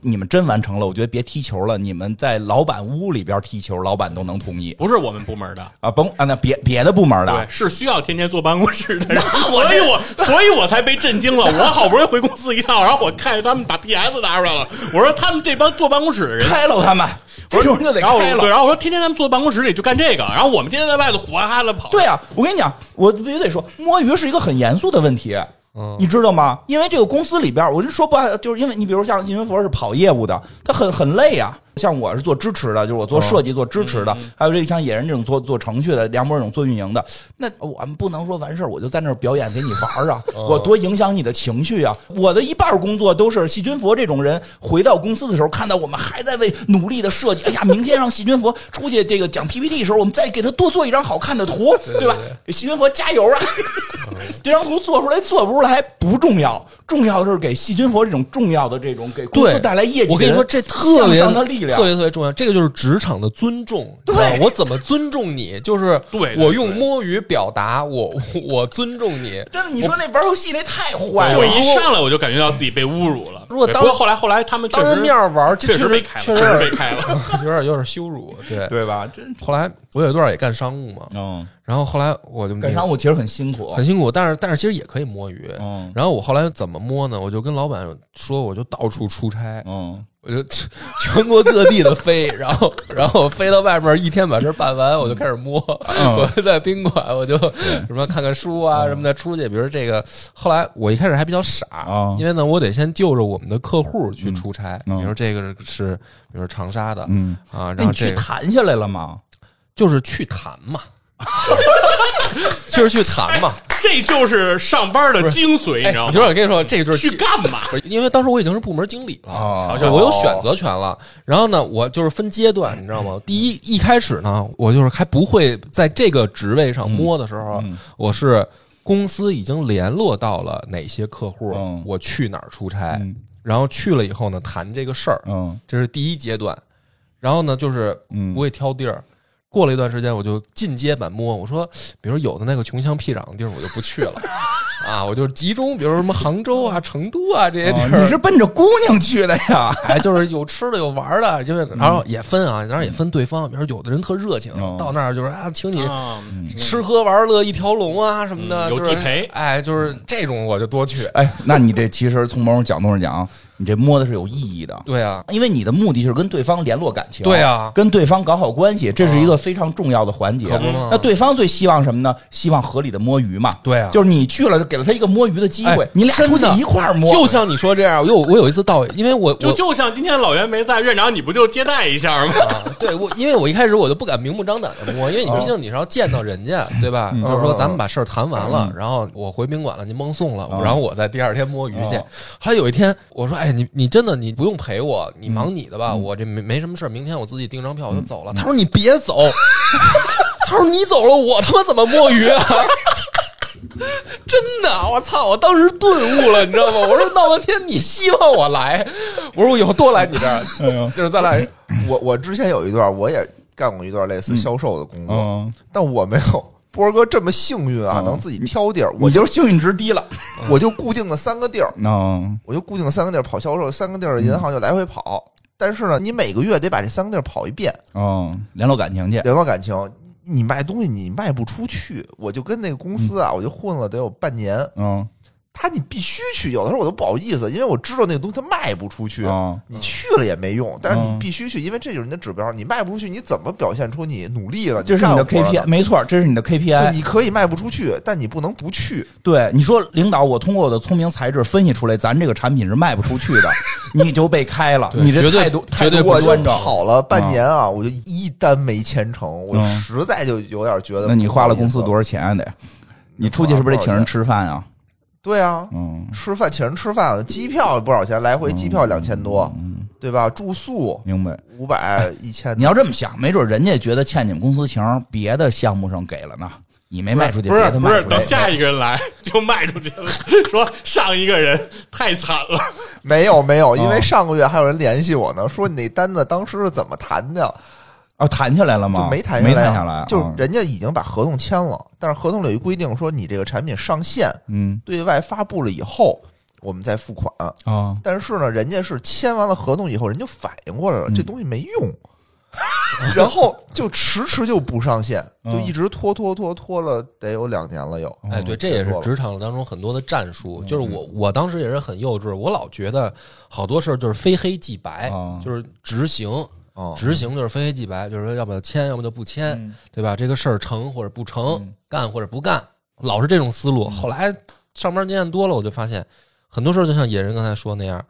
Speaker 1: 你们真完成了，我觉得别踢球了，你们在老板屋里边踢球，老板都能同意
Speaker 3: 不是我们部门的，
Speaker 1: 啊。甭啊，那别别的部门的
Speaker 3: 对，是需要天天坐办公室的人，所以我所以我才被震惊了。我好不容易回公司一趟，然后我看见他们把 PS 拿出来了，我说他们这帮坐办公室的人。
Speaker 1: 开了他们，这种人就得
Speaker 3: 然后我
Speaker 1: 开了
Speaker 3: 对，。然后啊我说天天他们坐办公室里就干这个，然后我们天天在外头苦哈哈的跑。
Speaker 1: 对啊，我跟你讲，我必须得说，摸鱼是一个很严肃的问题，
Speaker 2: 嗯
Speaker 1: 你知道吗？因为这个公司里边儿，我就说不好，就是因为你比如像金云佛是跑业务的，他很很累啊。像我是做支持的，就是我做设计、做支持的，还有这个像野人这种做做程序的，梁博这种做运营的，那我们不能说完事儿我就在那儿表演给你玩儿啊，我多影响你的情绪啊！我的一半儿工作都是细菌佛这种人回到公司的时候，看到我们还在为努力的设计，哎呀，明天让细菌佛出去这个讲 PPT 的时候，我们再给他多做一张好看的图，对吧？给细菌佛加油啊！这张图做出来做不出来不重要，重要的是给细菌佛这种重要的这种给公司
Speaker 2: 对，
Speaker 1: 带来业绩的人，
Speaker 2: 我跟你说，这特别
Speaker 1: 向上的力量
Speaker 2: 特。别特别重要。这个就是职场的尊重，
Speaker 1: 对
Speaker 2: 你知道吗我怎么尊重你？就是
Speaker 3: 对对
Speaker 2: 我用
Speaker 3: 对
Speaker 2: 摸鱼表达我我我尊重 你。
Speaker 1: 真的，你说那玩游戏那太坏
Speaker 3: 就
Speaker 1: 了，
Speaker 3: 一上来我就感觉到自己被侮辱了。
Speaker 2: 如果
Speaker 3: 对
Speaker 2: 当
Speaker 3: 不过后来后来他们确
Speaker 2: 当着
Speaker 3: 实
Speaker 2: 面玩，这
Speaker 3: 确实被开了，
Speaker 2: 确
Speaker 3: 确
Speaker 2: 实
Speaker 3: 实被开了。
Speaker 2: 有点有点羞辱。对，
Speaker 1: 对吧？真
Speaker 2: 后来我有一段也干商务嘛，
Speaker 1: 嗯，
Speaker 2: 然后后来我就
Speaker 1: 干商务其实很辛苦，
Speaker 2: 很辛苦，但是但是其实也可以摸鱼。
Speaker 1: 嗯
Speaker 2: 然后我后来怎么摸呢？我就跟老板说，我就到处出差，
Speaker 1: 嗯，
Speaker 2: 我就 全国各地的飞，然后 然后飞到外面一天把事儿办完，我就开始摸。
Speaker 1: 嗯
Speaker 2: 我就在宾馆，我就什么看看书啊什么的，出去。比如这个，后来我一开始还比较傻
Speaker 1: 啊，
Speaker 2: 因为呢，我得先就着我们的客户去出差。
Speaker 1: 嗯
Speaker 2: 比如说这个是，比如长沙的，
Speaker 1: 嗯那
Speaker 2: 啊，然后
Speaker 1: 你
Speaker 2: 这
Speaker 1: 去
Speaker 2: 个
Speaker 1: 谈下来了吗？
Speaker 2: 就是去谈嘛， 就是去谈嘛。
Speaker 3: 这就是上班的精髓，你
Speaker 2: 哎
Speaker 3: 知道，吗？
Speaker 2: 就是我跟你说，这个就是
Speaker 3: 去干嘛？
Speaker 2: 不是因为当时我已经是部门经理了，
Speaker 1: 哦
Speaker 2: 啊就我有选择权了。然后呢，我就是分阶段，你知道吗？第一一开始呢，我就是还不会在这个职位上摸的时候，
Speaker 1: 嗯
Speaker 2: 我是公司已经联络到了哪些客户，
Speaker 1: 嗯
Speaker 2: 我去哪儿出差，
Speaker 1: 嗯
Speaker 2: 然后去了以后呢，谈这个事儿，
Speaker 1: 嗯
Speaker 2: 这是第一阶段。然后呢，就是
Speaker 1: 嗯
Speaker 2: 不会挑地儿。过了一段时间，我就进阶版摸。我说，比如有的那个穷乡僻壤的地儿，我就不去了 啊，我就集中，比如什么杭州啊、成都啊这些地
Speaker 1: 哦你
Speaker 2: 儿。
Speaker 1: 是奔着姑娘去的呀？
Speaker 2: 哎，就是有吃的有玩的，就是然后也分啊，然后也分对方。比如有的人特热情
Speaker 1: 哦，
Speaker 2: 到那儿就是啊，请你
Speaker 3: 啊，
Speaker 2: 吃喝玩乐一条龙啊什么的，
Speaker 3: 嗯有
Speaker 2: 就是
Speaker 3: 地陪
Speaker 2: 哎，就是这种我就多去。
Speaker 1: 哎，那你这其实从某种角度上讲，啊你这摸的是有意义 的，
Speaker 2: 对啊，
Speaker 1: 因为你的目的就是跟对方联络感情，
Speaker 2: 对啊
Speaker 1: 跟对方搞好关系，这是一个非常重要的环节。
Speaker 2: 可不嘛
Speaker 1: 那对方最希望什么呢？希望合理的摸鱼嘛。
Speaker 2: 对啊
Speaker 1: 就是你去了，就给了他一个摸鱼的机会
Speaker 2: 哎，
Speaker 1: 你俩出
Speaker 2: 真
Speaker 1: 去
Speaker 2: 的
Speaker 1: 一块儿摸，
Speaker 2: 就像你说这样，我有我有一次到，因为我
Speaker 3: 就
Speaker 2: 我
Speaker 3: 就像今天老袁没在，院长你不就接待一下吗？
Speaker 2: 对我，因为我一开始我就不敢明目张胆的摸，因为你毕竟你是要见到人家，对吧？就是说咱们把事儿谈完了，然后我回宾馆了，您甭送了，然后我再第二天摸鱼去
Speaker 1: 哦。
Speaker 2: 后来有一天我说，哎，你你真的你不用陪我，你忙你的吧，我这没没什么事儿，明天我自己订张票我就走了。他说你别走， 他说你走了，我他妈怎么摸鱼啊？ 真的，我操！我当时顿悟了，你知道吗？我说闹半天，你希望我来，我说我以后多来你这儿，
Speaker 1: 哎
Speaker 2: 就是咱俩
Speaker 4: 我我之前有一段，我也干过一段类似销售的工作，
Speaker 1: 嗯
Speaker 4: 但我没有波哥这么幸运啊，
Speaker 1: 嗯
Speaker 4: 能自己挑地儿。我
Speaker 1: 我
Speaker 4: 就
Speaker 1: 就是幸运值低了。
Speaker 4: 我就固定了三个地儿，
Speaker 1: 嗯
Speaker 4: 我就固定了三个地儿跑销售，三个地儿银
Speaker 3: 嗯
Speaker 4: 行就来回跑。但是呢，你每个月得把这三个地儿跑一遍，
Speaker 1: 嗯，联络感情去。
Speaker 4: 联络感情。你你卖东西你卖不出去，我就跟那个公司
Speaker 3: 嗯
Speaker 4: 啊，我就混了得有半年。
Speaker 1: 嗯
Speaker 4: 他你必须去，有的时候我都不好意思，因为我知道那个东西它卖不出去。
Speaker 1: 嗯
Speaker 4: 你去了也没用，但是你
Speaker 1: 嗯
Speaker 4: 必须去，因为这就是你的指标。你卖不出去，你怎么表现出你努力了？
Speaker 1: 这是你的
Speaker 4: 干活了
Speaker 1: KPI，没错，这是你的
Speaker 4: 对
Speaker 1: KPI。
Speaker 4: 你可以卖不出去，但你不能不去。
Speaker 1: 对，你说领导，我通过我的聪明才智分析出来，咱这个产品是卖不出去 的，你就被开了。
Speaker 2: 对
Speaker 1: 你这
Speaker 2: 绝对
Speaker 1: 态度态
Speaker 2: 绝对
Speaker 1: 度
Speaker 2: 不
Speaker 1: 过
Speaker 4: 我就
Speaker 1: 端正，
Speaker 4: 跑了
Speaker 1: 嗯
Speaker 4: 半年啊，我就一单没签成，我实在就有点觉得。
Speaker 1: 那你花了公司多？少钱啊？得，你出去是不是得请人吃饭啊？
Speaker 4: 对啊，
Speaker 1: 嗯
Speaker 4: 吃饭请人吃饭，机票多少钱？来回机票两千多，对吧？住宿
Speaker 1: 嗯明白。
Speaker 4: 五百一千。
Speaker 1: 你要这么想，没准人家觉得欠你们公司情，别的项目上给了呢，你没卖出去，
Speaker 3: 不是
Speaker 1: 别的
Speaker 3: 不
Speaker 1: 卖
Speaker 3: 是，
Speaker 1: 出
Speaker 3: 等
Speaker 1: 去。
Speaker 3: 下一个人来就卖出去了，说上一个人太惨了，
Speaker 4: 没有没有，因
Speaker 1: 哦
Speaker 4: 为上个月还有人联系我呢，说你那单子当时是怎么谈的？
Speaker 1: 啊，谈下来了吗？
Speaker 4: 就
Speaker 1: 没
Speaker 4: 没谈
Speaker 1: 下
Speaker 4: 下来啊，
Speaker 1: 来，
Speaker 4: 就是
Speaker 1: 啊
Speaker 4: 人家已经把合同签了，但是合同里有一规定说，你这个产品上线
Speaker 1: 嗯
Speaker 4: 对外发布了以后，我们再付款。
Speaker 1: 啊，
Speaker 4: 但是呢，人家是签完了合同以后，人就反应过来了，这东西没用， 然后就迟迟就不上线，
Speaker 1: 嗯
Speaker 4: 就一直拖拖拖拖了，得有两年了又。
Speaker 2: 哎，对，这也是职场当中很多的战术。
Speaker 1: 嗯
Speaker 2: 就是我，我当时也是很幼稚，我老觉得好多事儿就是非黑即白
Speaker 1: 哦，
Speaker 2: 就是执行，
Speaker 4: 哦，
Speaker 2: 执行就是非黑即白，就是说要不要签，要么就不签，
Speaker 1: 啊嗯
Speaker 2: 对吧？这个事儿成或者不成
Speaker 1: 嗯，
Speaker 2: 干或者不干，老是这种思路。后来上班经验多了，我就发现很多事儿就像野人刚才说那样。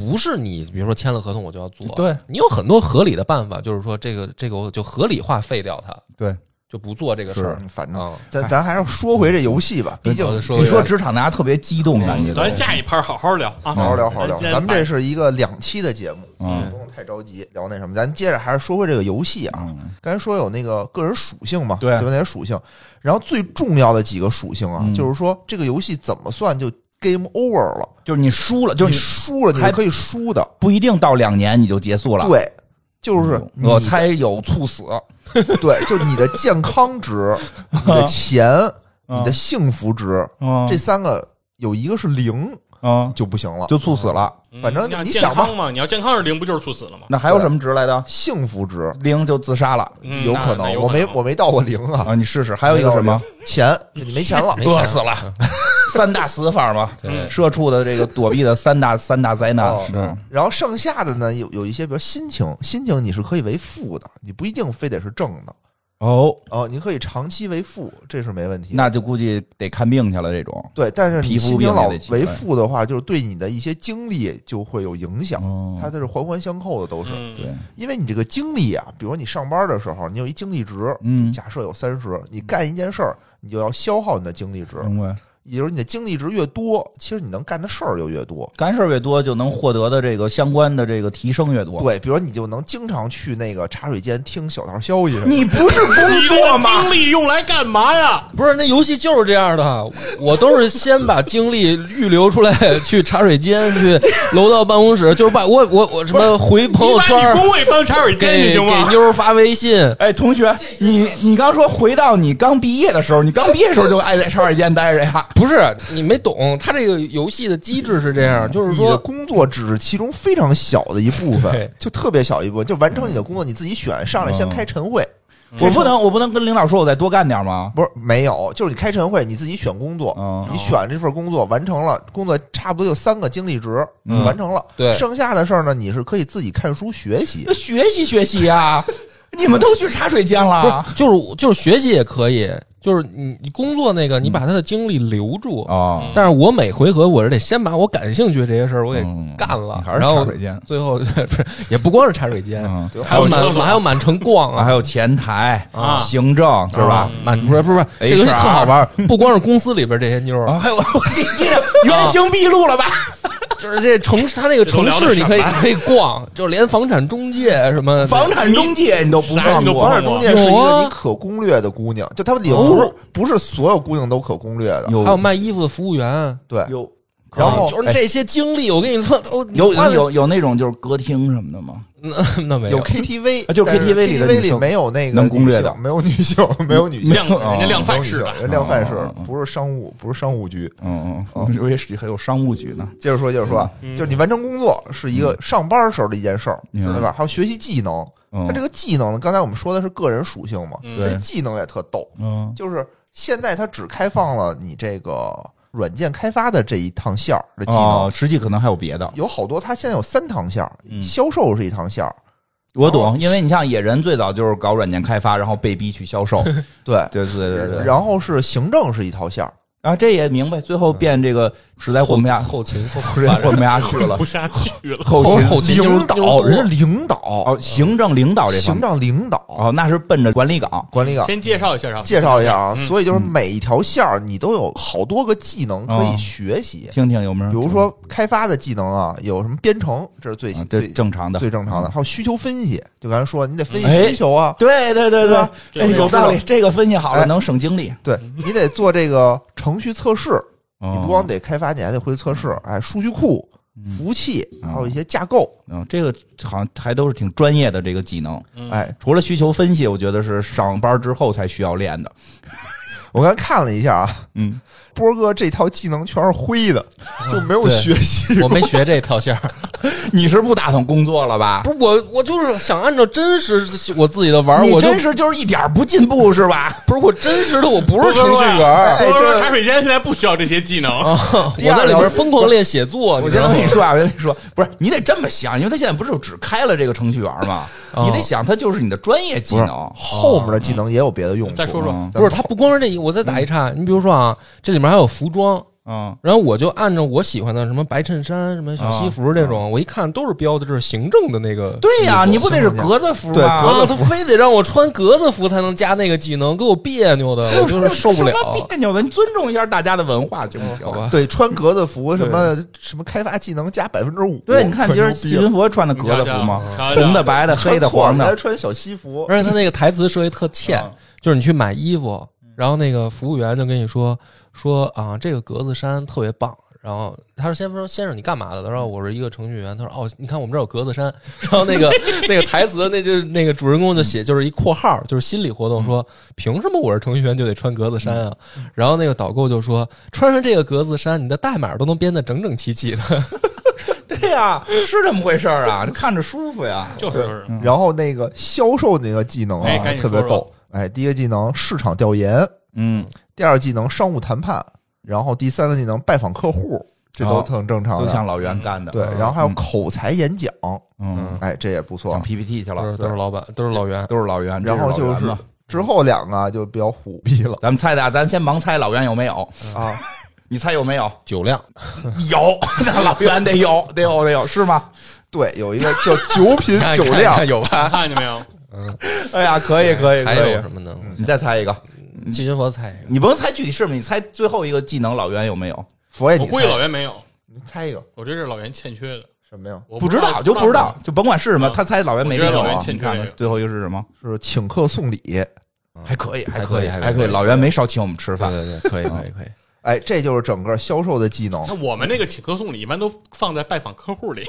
Speaker 2: 不是你，比如说签了合同我就要做，
Speaker 1: 对
Speaker 2: 你有很多合理的办法，就是说这个这个我就合理化废掉它，
Speaker 1: 对，
Speaker 2: 就不做这个事儿
Speaker 4: 嗯反正
Speaker 2: 啊。
Speaker 4: 咱咱还是说回这游戏吧，毕竟
Speaker 2: 我说
Speaker 1: 你说职场大家特别激动，感觉都嗯
Speaker 3: 咱下一盘好好聊
Speaker 4: 好
Speaker 3: 啊，
Speaker 4: 好聊，好好聊。
Speaker 3: 今天
Speaker 4: 咱们这是一个两期的节目，
Speaker 1: 嗯
Speaker 4: 不用太着急聊那什么。咱接着还是说回这个游戏啊，
Speaker 1: 嗯
Speaker 4: 刚才说有那个个人属性嘛，
Speaker 1: 对
Speaker 4: 吧？那些属性，然后最重要的几个属性啊，
Speaker 1: 嗯
Speaker 4: 就是说这个游戏怎么算就 game over 了，
Speaker 1: 就是你输了，就
Speaker 4: 你
Speaker 1: 是你
Speaker 4: 输了你
Speaker 1: 还
Speaker 4: 是可以输的，
Speaker 1: 不一定到两年你就结束了。
Speaker 4: 对，就是
Speaker 1: 嗯
Speaker 4: 你
Speaker 1: 我猜有猝死，
Speaker 4: 对，就是你的健 康值、你的钱、你的幸福值，
Speaker 1: 嗯
Speaker 4: 这三个有一个是零
Speaker 1: 嗯
Speaker 4: 就不行了，
Speaker 1: 就猝死了。
Speaker 3: 嗯
Speaker 4: 反正
Speaker 3: 你要
Speaker 4: 你
Speaker 3: 健
Speaker 4: 想吧
Speaker 3: 康嘛，你要健康是零，不就是猝死了吗？
Speaker 1: 那还有什么值来的？
Speaker 4: 幸福值
Speaker 1: 零就自杀了
Speaker 3: 嗯
Speaker 4: 有
Speaker 3: 那
Speaker 4: 可
Speaker 3: 那
Speaker 4: 能，
Speaker 3: 有
Speaker 4: 我没我没到过零啊，
Speaker 1: 啊！你试试，还有一个什么？
Speaker 4: 钱你没钱了，
Speaker 2: 没 钱
Speaker 1: 饿死了，三大死法 嘛，
Speaker 3: 对
Speaker 1: 社畜的这个躲避的三大三大灾难
Speaker 4: 哦然后剩下的呢，有有一些，比如心情，心情你是可以为负的，你不一定非得是正的
Speaker 1: 哦，
Speaker 4: 哦，你可以长期为负，这是没问题的。
Speaker 1: 那就估计得看病去了这种。
Speaker 4: 对，但是
Speaker 1: 皮
Speaker 4: 你
Speaker 1: 肤
Speaker 4: 心
Speaker 1: 病
Speaker 4: 情
Speaker 1: 也
Speaker 4: 老
Speaker 1: 得起
Speaker 4: 为
Speaker 1: 来
Speaker 4: 负的话，就是对你的一些精力就会有影响，
Speaker 1: 哦
Speaker 4: 它这是环环相扣的，都是、
Speaker 3: 嗯，
Speaker 1: 对，
Speaker 4: 因为你这个精力啊，比如你上班的时候，你有一精力值，
Speaker 1: 嗯，
Speaker 4: 假设有三十，你干一件事儿，你就要消耗你的精力值，
Speaker 1: 明白。
Speaker 4: 也就是你的精力值越多，其实你能干的事儿就越多。
Speaker 1: 干事儿越多，就能获得的这个相关的这个提升越多。
Speaker 4: 对，比如你就能经常去那个茶水间听小道消息什么的，
Speaker 1: 你不是工
Speaker 3: 你
Speaker 1: 作
Speaker 3: 的
Speaker 1: 吗？
Speaker 3: 精力用来干嘛呀？
Speaker 2: 不是，那游戏就是这样的，我都是先把精力预留出来，去茶水间，去楼道办公室，就是把我我我什么回朋友
Speaker 3: 你把
Speaker 2: 圈
Speaker 3: 你，工位搬茶水间去
Speaker 2: 给
Speaker 3: 行
Speaker 2: 给
Speaker 3: 吗？
Speaker 2: 妞儿发微信。
Speaker 1: 哎，同学，你你刚说回到你刚毕业的时候，你刚毕业的时候就爱在茶水间待着呀？
Speaker 2: 不是你没懂，它这个游戏的机制是这样，就是
Speaker 4: 你的
Speaker 2: 说，
Speaker 4: 工作只是其中非常小的一部
Speaker 2: 对嗯
Speaker 4: 分，就特别小一部分，就完成你的工作，你自己选上来先开晨会，
Speaker 1: 我不能，我不能跟领导说我再多干点吗？
Speaker 4: 不是没有，就是你开晨会，你自己选工作，
Speaker 1: 嗯
Speaker 4: 你选这份工作完成了，工作差不多就三个精力值，
Speaker 2: 嗯
Speaker 4: 完成了，
Speaker 2: 对
Speaker 4: 剩下的事儿呢，你是可以自己看书学习
Speaker 1: 就， 学习学习呀！ 你们都去茶水间了
Speaker 2: 就是就是学习也可以，就是你你工作那个，你把他的精力留住。
Speaker 1: 哦，
Speaker 2: 但是我每回合我是得先把我感兴趣这些事儿我给干了
Speaker 1: 嗯，还是
Speaker 2: 然后
Speaker 1: 茶水间
Speaker 2: 最后 不是也不光是茶水间，
Speaker 1: 嗯
Speaker 4: 对
Speaker 2: 还有
Speaker 3: 还有
Speaker 2: 满
Speaker 3: 厕所
Speaker 2: 还有满城逛
Speaker 1: 啊，
Speaker 2: 啊
Speaker 1: 还，有前台
Speaker 3: 啊
Speaker 1: 行政是吧？
Speaker 2: 满不是不是不是，这个游戏
Speaker 1: HR
Speaker 2: 特好玩儿， 不光是公司里边这些妞儿，
Speaker 1: 啊，还有 我第一张原形毕露了吧？
Speaker 2: 就是这城市，它那个城市你可以
Speaker 3: 这都聊的什么呀
Speaker 2: 可以逛，就是连房产中介什么的
Speaker 1: 房产中介你都不
Speaker 3: 啥
Speaker 1: 放
Speaker 3: 你都不
Speaker 1: 过
Speaker 4: 王
Speaker 3: 放
Speaker 4: 者中介是一
Speaker 2: 有
Speaker 4: 个
Speaker 2: 啊
Speaker 4: 你可攻略的姑娘，就她里头不是不是所有姑娘都可攻略的，
Speaker 1: 有
Speaker 2: 还有卖衣服的服务员，啊
Speaker 4: 对，
Speaker 1: 有哎
Speaker 4: 然后
Speaker 2: 就是这些经历，我跟你说都
Speaker 1: 有
Speaker 2: 花
Speaker 1: 有
Speaker 2: 了
Speaker 1: 有有那种就是歌厅什么的吗？
Speaker 2: 那那没
Speaker 4: 有
Speaker 2: 有
Speaker 4: KTV，
Speaker 1: 啊就是
Speaker 4: 但
Speaker 1: KTV 里的
Speaker 4: KTV
Speaker 1: 女
Speaker 4: 里
Speaker 1: 生
Speaker 4: 没有那个
Speaker 1: 能攻略的
Speaker 4: 女性没有女性，没有 女性。
Speaker 3: 量
Speaker 1: 哦
Speaker 3: 人家量贩式的，
Speaker 4: 人量贩式
Speaker 1: 哦哦哦，
Speaker 4: 不是商务，不是商务局。
Speaker 1: 嗯嗯，我以为是还有商务局呢。
Speaker 4: 接着说，接着说啊，
Speaker 3: 嗯
Speaker 4: 就是你完成工作是一个上班时候的一件事儿，
Speaker 1: 嗯
Speaker 4: 对吧？还有学习技能，
Speaker 1: 嗯
Speaker 4: 它这个技能呢，刚才我们说的是个人属性嘛，
Speaker 3: 嗯
Speaker 4: 这技能也特逗，
Speaker 1: 嗯
Speaker 4: 就是现在它只开放了你这个软件开发的这一趟线儿的技
Speaker 1: 哦
Speaker 4: 能，，
Speaker 1: 实际可能还有别的。
Speaker 4: 有好多它现在有三趟线儿，
Speaker 1: 嗯
Speaker 4: 销售是一趟线儿，
Speaker 1: 我懂，因为你像野人最早就是搞软件开发，然后被逼去销售，
Speaker 4: 对，
Speaker 1: 对对对对对。
Speaker 4: 然后是行政是一套线儿，
Speaker 1: 啊，这也明白，最后变这个实在混不下，
Speaker 2: 后勤啊后
Speaker 1: 实在 混不下去了
Speaker 3: 不。下 去了。
Speaker 1: 后勤
Speaker 2: 后勤
Speaker 4: 领
Speaker 2: 妞儿
Speaker 4: 导
Speaker 2: 多
Speaker 4: 人家领导，
Speaker 1: 哦，行政领导这方
Speaker 4: 行
Speaker 1: 面
Speaker 4: 政领导，
Speaker 1: 哦，那是奔着管理岗。
Speaker 4: 管理岗。
Speaker 3: 先介绍一下啊，
Speaker 4: 介绍一下啊，
Speaker 3: 嗯
Speaker 4: 所以就是每一条线儿，你都有好多个技能可以
Speaker 1: 哦
Speaker 4: 学习。
Speaker 1: 听听有没有？
Speaker 4: 比如说开发的技能啊，有什么编程，这是最
Speaker 1: 啊，这
Speaker 4: 最
Speaker 1: 正常的，
Speaker 4: 最正常的，。还有需求分析，就刚才说，你得分析
Speaker 1: 哎
Speaker 4: 需求啊，
Speaker 1: 对对对
Speaker 4: 对吧
Speaker 1: 对，哎，有道理，这个分析好了
Speaker 4: 哎
Speaker 1: 能省精力。
Speaker 4: 对你得做这个程序测试，
Speaker 1: 你
Speaker 4: 你不光得开发，你还得会测试，哎，数据库、服务器，
Speaker 1: 哦
Speaker 4: 还有一些架构，
Speaker 1: 嗯，这个好像还都是挺专业的这个技能，
Speaker 3: 嗯
Speaker 4: 哎，
Speaker 1: 除了需求分析，我觉得是上班之后才需要练的。
Speaker 4: 我刚才看了一下啊，
Speaker 1: 嗯，
Speaker 4: 波哥这套技能全是灰的，
Speaker 3: 嗯
Speaker 4: 就没有
Speaker 2: 对
Speaker 4: 学习
Speaker 2: 我没学这套线儿，
Speaker 1: 你是不打算工作了吧？
Speaker 2: 不是我，我就是想按照真实我自己的玩儿，
Speaker 1: 你
Speaker 2: 我就
Speaker 1: 真是就是一点儿不进步是 吧？
Speaker 2: 不是我真实的，我不是程序员儿，
Speaker 4: 哎这
Speaker 3: 波哥茶水间现在不需要这些技能，
Speaker 2: 我在里边疯狂练写作，
Speaker 1: 我
Speaker 2: 你知
Speaker 1: 先
Speaker 2: 道
Speaker 1: 跟你
Speaker 2: 吗？
Speaker 1: 说啊，我跟你说，不是你得这么想，因为他现在不是只开了这个程序员吗？
Speaker 2: 哦
Speaker 1: 你得想，他就是你的专业技能。
Speaker 4: 后面的技能也有别的用处。啊
Speaker 3: 再说说
Speaker 1: 嗯
Speaker 4: 咱
Speaker 2: 不是，它不光是这一，我再打一岔，你比如说啊，这里面还有服装，
Speaker 1: 嗯，
Speaker 2: 然后我就按照我喜欢的什么白衬衫、什么小西服这种，我一看都是标的这是行政的那个衣服。
Speaker 1: 对呀，你不得是格子服
Speaker 4: 对格
Speaker 1: 吗？
Speaker 2: 啊，他非得让我穿格子服才能加那个技能，给我别扭的，我就是受不了 哎
Speaker 1: 什。么别扭的，你尊重一下大家的文化行不行？
Speaker 2: 好吧，
Speaker 4: 对穿格子服什么什么开发技能加百分之五，
Speaker 1: 对，你看今儿
Speaker 4: 可
Speaker 1: 季
Speaker 4: 牛逼了
Speaker 1: 云佛穿的格子服吗
Speaker 3: 你瞧瞧？
Speaker 1: 红的、白的、黑的、
Speaker 4: 穿错了
Speaker 1: 黄
Speaker 4: 人
Speaker 1: 的
Speaker 4: 家，穿小西服，
Speaker 2: 而且他那个台词设计特欠
Speaker 1: 啊，
Speaker 2: 就是你去买衣服，
Speaker 1: 嗯
Speaker 2: 然后那个服务员就跟你说说啊，这个格子衫特别棒。然后他说：“先生，先生，你干嘛的？”他说：“我是一个程序员。”他说：“哦，你看我们这儿有格子衫。”然后那个那个台词，那就是那个主人公就写就是一括号，就是心理
Speaker 1: 嗯
Speaker 2: 活动，说凭什么我是程序员就得穿格子衫啊？然后那个导购就说：“穿上这个格子衫，你的代码都能编得整整齐齐的。
Speaker 1: 对呀，是这么回事儿啊，看着舒服呀。
Speaker 3: 就是就是
Speaker 1: 嗯
Speaker 4: 然后那个销售那个技能
Speaker 3: 哎
Speaker 4: 啊
Speaker 3: 赶紧
Speaker 4: 特别
Speaker 3: 说
Speaker 4: 逗
Speaker 3: 说，
Speaker 4: 哎，第一个技能市场调研，
Speaker 1: 嗯，
Speaker 4: 第二技能商务谈判，然后第三个技能拜访客户，这都
Speaker 1: 哦
Speaker 4: 挺正常
Speaker 1: 都
Speaker 4: 的。
Speaker 1: 像老袁干的。
Speaker 4: 对，然后还有
Speaker 1: 嗯
Speaker 4: 口才演讲，
Speaker 1: 嗯，
Speaker 4: 哎，这也不错
Speaker 1: 讲。PPT 去”
Speaker 2: 都
Speaker 1: 了
Speaker 2: 是，都是老板，都是老袁。
Speaker 1: 都是老袁。
Speaker 4: 然后
Speaker 1: 这
Speaker 4: 就
Speaker 1: 老袁
Speaker 4: 是
Speaker 1: 嘛
Speaker 4: 之后两个就比较虎逼了
Speaker 1: 咱们猜的啊，咱先盲猜老袁有没有？
Speaker 4: 啊，
Speaker 1: 你猜有没有？
Speaker 2: 酒量，
Speaker 1: 有，那老袁得有，得有，得有，是吗？
Speaker 4: 对，有一个叫九品
Speaker 2: 看
Speaker 4: 酒
Speaker 2: 看
Speaker 4: 量
Speaker 2: 看，有吧？
Speaker 3: 看见没有？
Speaker 1: 哎呀，可以，可以，
Speaker 2: 还
Speaker 1: 可以
Speaker 2: 有
Speaker 1: 嗯
Speaker 2: 什。么呢？
Speaker 1: 你再猜一个，
Speaker 2: 季云佛猜一个，
Speaker 1: 你不用猜具体是不是，你猜最后一个技能老袁有没有？
Speaker 4: 佛爷
Speaker 3: 我
Speaker 4: 哎你
Speaker 3: 估计老
Speaker 4: 猜，
Speaker 3: 袁没有，
Speaker 4: 你猜一个
Speaker 3: 我觉得这是老袁欠缺的，
Speaker 4: 什么呀？
Speaker 3: 我
Speaker 1: 不知道就不知道，就甭管是什么，
Speaker 3: 嗯
Speaker 1: 他猜老袁没
Speaker 3: 我觉
Speaker 1: 这
Speaker 3: 得
Speaker 1: 种
Speaker 3: 老袁
Speaker 1: 啊。
Speaker 3: 欠
Speaker 1: 你
Speaker 3: 缺
Speaker 1: 看
Speaker 3: 这
Speaker 1: 看
Speaker 3: 个
Speaker 1: 最后一个是什么？
Speaker 4: 是请客送礼，
Speaker 1: 还可以，
Speaker 2: 还
Speaker 1: 可
Speaker 2: 可
Speaker 1: 以，
Speaker 2: 以
Speaker 1: 还
Speaker 2: 还可以
Speaker 1: 老袁没少请我们吃
Speaker 2: 对
Speaker 1: 饭。
Speaker 2: 对对，可以可以可以。
Speaker 4: 哎，这就是整个销售的技能。
Speaker 3: 那我们那个请客送礼一般都放在拜访客户里，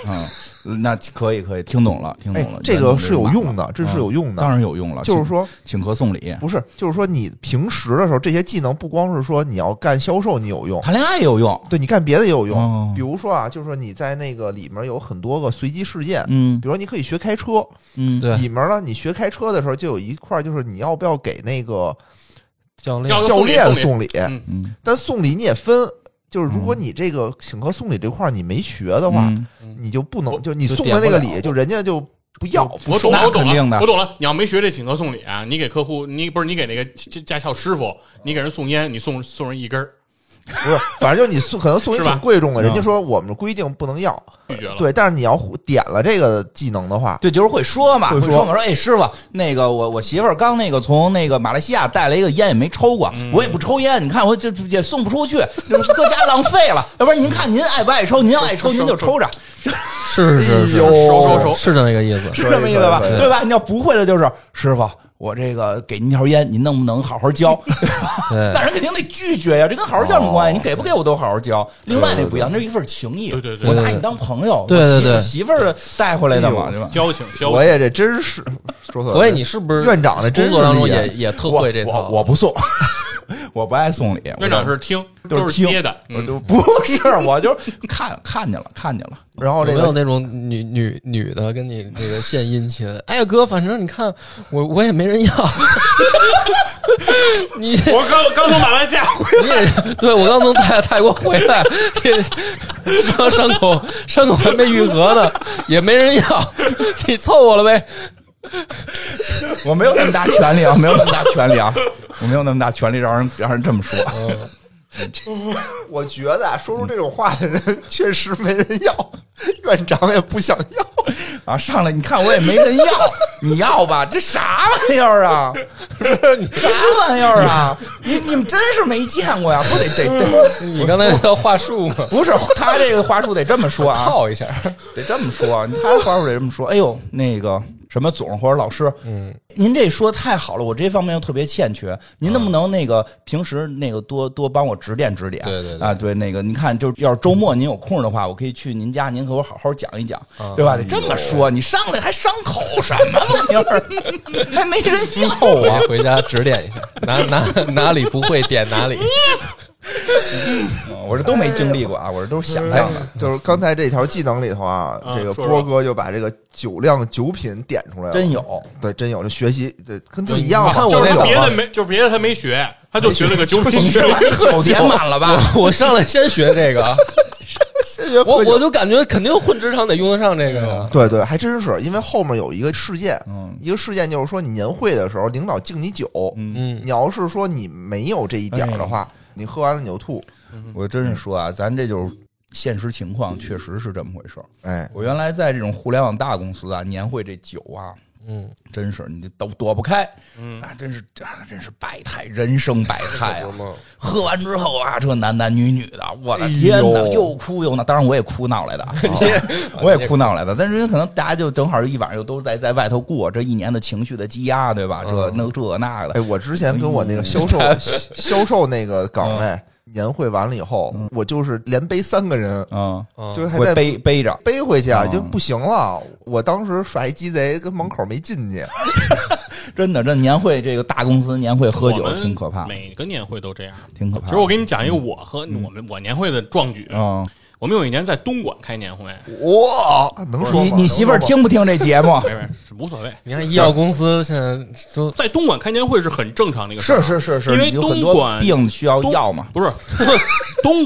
Speaker 1: 嗯，那可以，可以，听懂了，听
Speaker 4: 哎
Speaker 1: 懂了。，
Speaker 4: 这个是有用的，这
Speaker 1: 嗯
Speaker 4: 是有用的
Speaker 1: 当。然有用了。
Speaker 4: 就是
Speaker 1: 请
Speaker 4: 说，
Speaker 1: 请客送礼，
Speaker 4: 不是，就是说，你平时的时候，这些技能不光是说你要干销售你有用，
Speaker 1: 谈恋爱也有用。
Speaker 4: 对你干别的也有用。
Speaker 1: 哦
Speaker 4: 比如说啊，就是说你在那个里面有很多个随机事件，
Speaker 1: 嗯
Speaker 4: 比如说你可以学开车，
Speaker 1: 嗯，
Speaker 2: 对，
Speaker 4: 里面呢，你学开车的时候就有一块，就是你要不要给那个
Speaker 2: 教
Speaker 3: 要
Speaker 2: 练
Speaker 3: 个
Speaker 4: 教
Speaker 3: 送礼
Speaker 4: 练
Speaker 3: 送
Speaker 4: 送礼？
Speaker 3: 嗯
Speaker 1: 嗯
Speaker 4: 但送礼你也分，就是如果你这个请客送礼这块儿你没学的话，
Speaker 1: 嗯
Speaker 4: 你就不能
Speaker 3: 我
Speaker 4: 就你
Speaker 2: 就
Speaker 4: 送
Speaker 2: 点
Speaker 4: 的那
Speaker 2: 不
Speaker 4: 个
Speaker 2: 了
Speaker 4: 礼，就人家就不要不
Speaker 3: 我
Speaker 4: 收
Speaker 3: 懂了，
Speaker 1: 那
Speaker 3: 我懂
Speaker 1: 肯定的
Speaker 3: 了，我懂了。你要没学这请客送礼啊，你给客户，你不是你给那个驾驾校师傅，你给人送烟，你送送人一根儿，
Speaker 4: 不是，反正就你送可能送一
Speaker 3: 是吧
Speaker 4: 挺贵重的，人家
Speaker 1: 嗯
Speaker 4: 说我们规定不能要，
Speaker 3: 拒绝了。
Speaker 4: 对，但是你要点了这个技能的话，
Speaker 1: 对，就是会说嘛，
Speaker 4: 会
Speaker 1: 会
Speaker 4: 说
Speaker 1: 说嘛，说哎，师傅，那个我我媳妇儿刚那个从那个马来西亚带来一个烟，也没抽过，我也不抽烟，你看我这这也送不出去，就是搁家浪费了。要不然您看您爱不爱抽，您要爱抽您就抽着，
Speaker 2: 是是是，
Speaker 4: 哎呦
Speaker 2: 是是这么一个意思。
Speaker 1: 是这么意思吧？
Speaker 4: 对对对
Speaker 1: 对吧？你要不会的就是师傅，我这个给您条烟，您能不能好好教？
Speaker 2: 对哦
Speaker 1: 那人肯定得拒绝呀，这跟好好教有什么关系？你给不给我都好好教。另外那不一样，那是一份情谊，
Speaker 3: 对对对
Speaker 1: 我拿你当朋友，
Speaker 2: 对对对
Speaker 1: 我媳妇儿媳妇儿带回来的嘛，
Speaker 4: 哎呦
Speaker 1: 对吧？
Speaker 3: 交情交
Speaker 4: 我
Speaker 3: 情，
Speaker 4: 也这真是说错了。
Speaker 2: 所以你是不是
Speaker 4: 院长这真
Speaker 2: 工
Speaker 4: 是
Speaker 2: 作当中
Speaker 4: 厉害
Speaker 2: 也也特
Speaker 1: 我
Speaker 2: 会这
Speaker 1: 我
Speaker 2: 套？
Speaker 1: 我不送， 我不爱送礼。我
Speaker 3: 院长是听，
Speaker 1: 都
Speaker 3: 都
Speaker 1: 是
Speaker 3: 是
Speaker 1: 听
Speaker 3: 接的，
Speaker 1: 我
Speaker 3: 嗯
Speaker 1: 就不是，我就看看见了，看见了。
Speaker 4: 然后
Speaker 2: 有
Speaker 4: 这
Speaker 2: 没
Speaker 4: 个
Speaker 2: 有那种女女女的跟你那个献殷勤？哎呀哥，反正你看我我也没人要， 你
Speaker 3: 我刚刚从马来西亚回
Speaker 2: 你也对我刚从泰泰国回来，也伤伤口伤口还没愈合呢，也没人要，你凑合了呗。
Speaker 1: 我没有那么大权利啊，没有那么大权利啊，我没有那么大权利让人让人这么说。
Speaker 4: 我觉得啊，说出这种话的人确实没人要， 院长也不想要。
Speaker 1: 啊，上来你看我也没人要，你要吧？这啥玩意儿啊？啥玩意儿啊？你你们真是没见过呀？不得得得，
Speaker 2: 你刚才要话术吗？
Speaker 1: 不是他这个话术得这么说 啊，
Speaker 2: 套一下，
Speaker 1: 得这么说，啊他话术得这么说。哎呦，那个什么总或者老师，
Speaker 2: 嗯，
Speaker 1: 您这说太好了，我这方面又特别欠缺，您能不能那个平时那个多多帮我指点指点？
Speaker 2: 对对对
Speaker 1: 啊，对那个，您看，就要是周末您有空的话，我可以去您家，您和我好好讲一讲，对吧？得这么说，你上来还伤口什么玩意儿， 还没人要啊！
Speaker 2: 回家指点一下，哪哪哪里不会点哪里。
Speaker 1: 嗯我这都没经历过啊，我这都是想
Speaker 4: 哎
Speaker 1: 象的。，
Speaker 4: 就是刚才这条技能里头啊，
Speaker 3: 啊
Speaker 4: 这个
Speaker 3: 说
Speaker 4: 波哥就把这个酒量酒品点出来了，
Speaker 1: 真有，
Speaker 4: 对，真有，这学习这跟自己一样啊嘛，
Speaker 1: 看我啊
Speaker 3: 就
Speaker 1: 这
Speaker 3: 是
Speaker 1: 个
Speaker 4: 个
Speaker 3: 别的没，就是别的他没学，他就学了个九品
Speaker 1: 你
Speaker 3: 芝
Speaker 1: 这
Speaker 3: 麻
Speaker 1: 玩意九点哦满了吧？
Speaker 2: 我我上来先学这 个，我我就感觉肯定混职场得用得上这个呀。
Speaker 4: 对对，还真是，因为后面有一个事件，
Speaker 1: 嗯
Speaker 4: 一个事件就是说你年会的时候，领导敬你酒，
Speaker 1: 嗯，哎
Speaker 2: 嗯
Speaker 4: 你，要是说你没有这一点儿的话，你喝完了你就吐，
Speaker 1: 我真是说啊，咱这就是现实情况，确实是这么回事儿。
Speaker 4: 哎，
Speaker 1: 我原来在这种互联网大公司啊，年会这酒啊，
Speaker 2: 嗯，
Speaker 1: 真是你都躲不开，
Speaker 3: 嗯
Speaker 1: 啊，真是啊，真是百态，人生百
Speaker 3: 哎
Speaker 1: 态 啊
Speaker 2: 可不嘛！
Speaker 1: 喝完之后啊，这男男女女的，我的天哪
Speaker 4: 哎，呦
Speaker 1: 又哭又闹，当然我也哭闹来的啊，我也哭闹来的，但是因为可能大家就正好一晚上又都在在外头过，这一年的情绪的积压，对吧？这
Speaker 2: 嗯
Speaker 1: 那这那个的，
Speaker 4: 哎，我之前跟我那个销
Speaker 1: 哎
Speaker 4: 售销售那个岗
Speaker 1: 嗯
Speaker 4: 位年会完了以后，我就是连背三个人，
Speaker 1: 嗯，
Speaker 2: 嗯
Speaker 4: 就是还
Speaker 1: 会
Speaker 4: 在
Speaker 1: 背背着。
Speaker 4: 背回去啊，
Speaker 1: 嗯
Speaker 4: 就不行了。我当时耍一鸡贼，跟门口没进去，
Speaker 1: 真的，这年会这个大公司年会喝酒
Speaker 3: 我们
Speaker 1: 挺可怕的，
Speaker 3: 每个年会都这样。
Speaker 1: 挺可怕
Speaker 3: 其
Speaker 1: 的。
Speaker 3: 实我给你们讲一个我和我们我年会的壮举。
Speaker 1: 嗯，
Speaker 3: 我们有一年在东莞开年会，
Speaker 4: 哇，能说
Speaker 1: 你
Speaker 4: 吗
Speaker 1: 你媳妇儿
Speaker 4: 能说吗
Speaker 1: 听不听这节目？
Speaker 3: 没没是无所谓。
Speaker 2: 你看医药公司现在 都
Speaker 3: 在东莞开年会是很正常的一个事儿
Speaker 1: 是，是是是，
Speaker 3: 因为
Speaker 1: 有很多
Speaker 3: 东莞
Speaker 1: 病需要
Speaker 3: 东
Speaker 1: 药嘛。
Speaker 3: 不是 东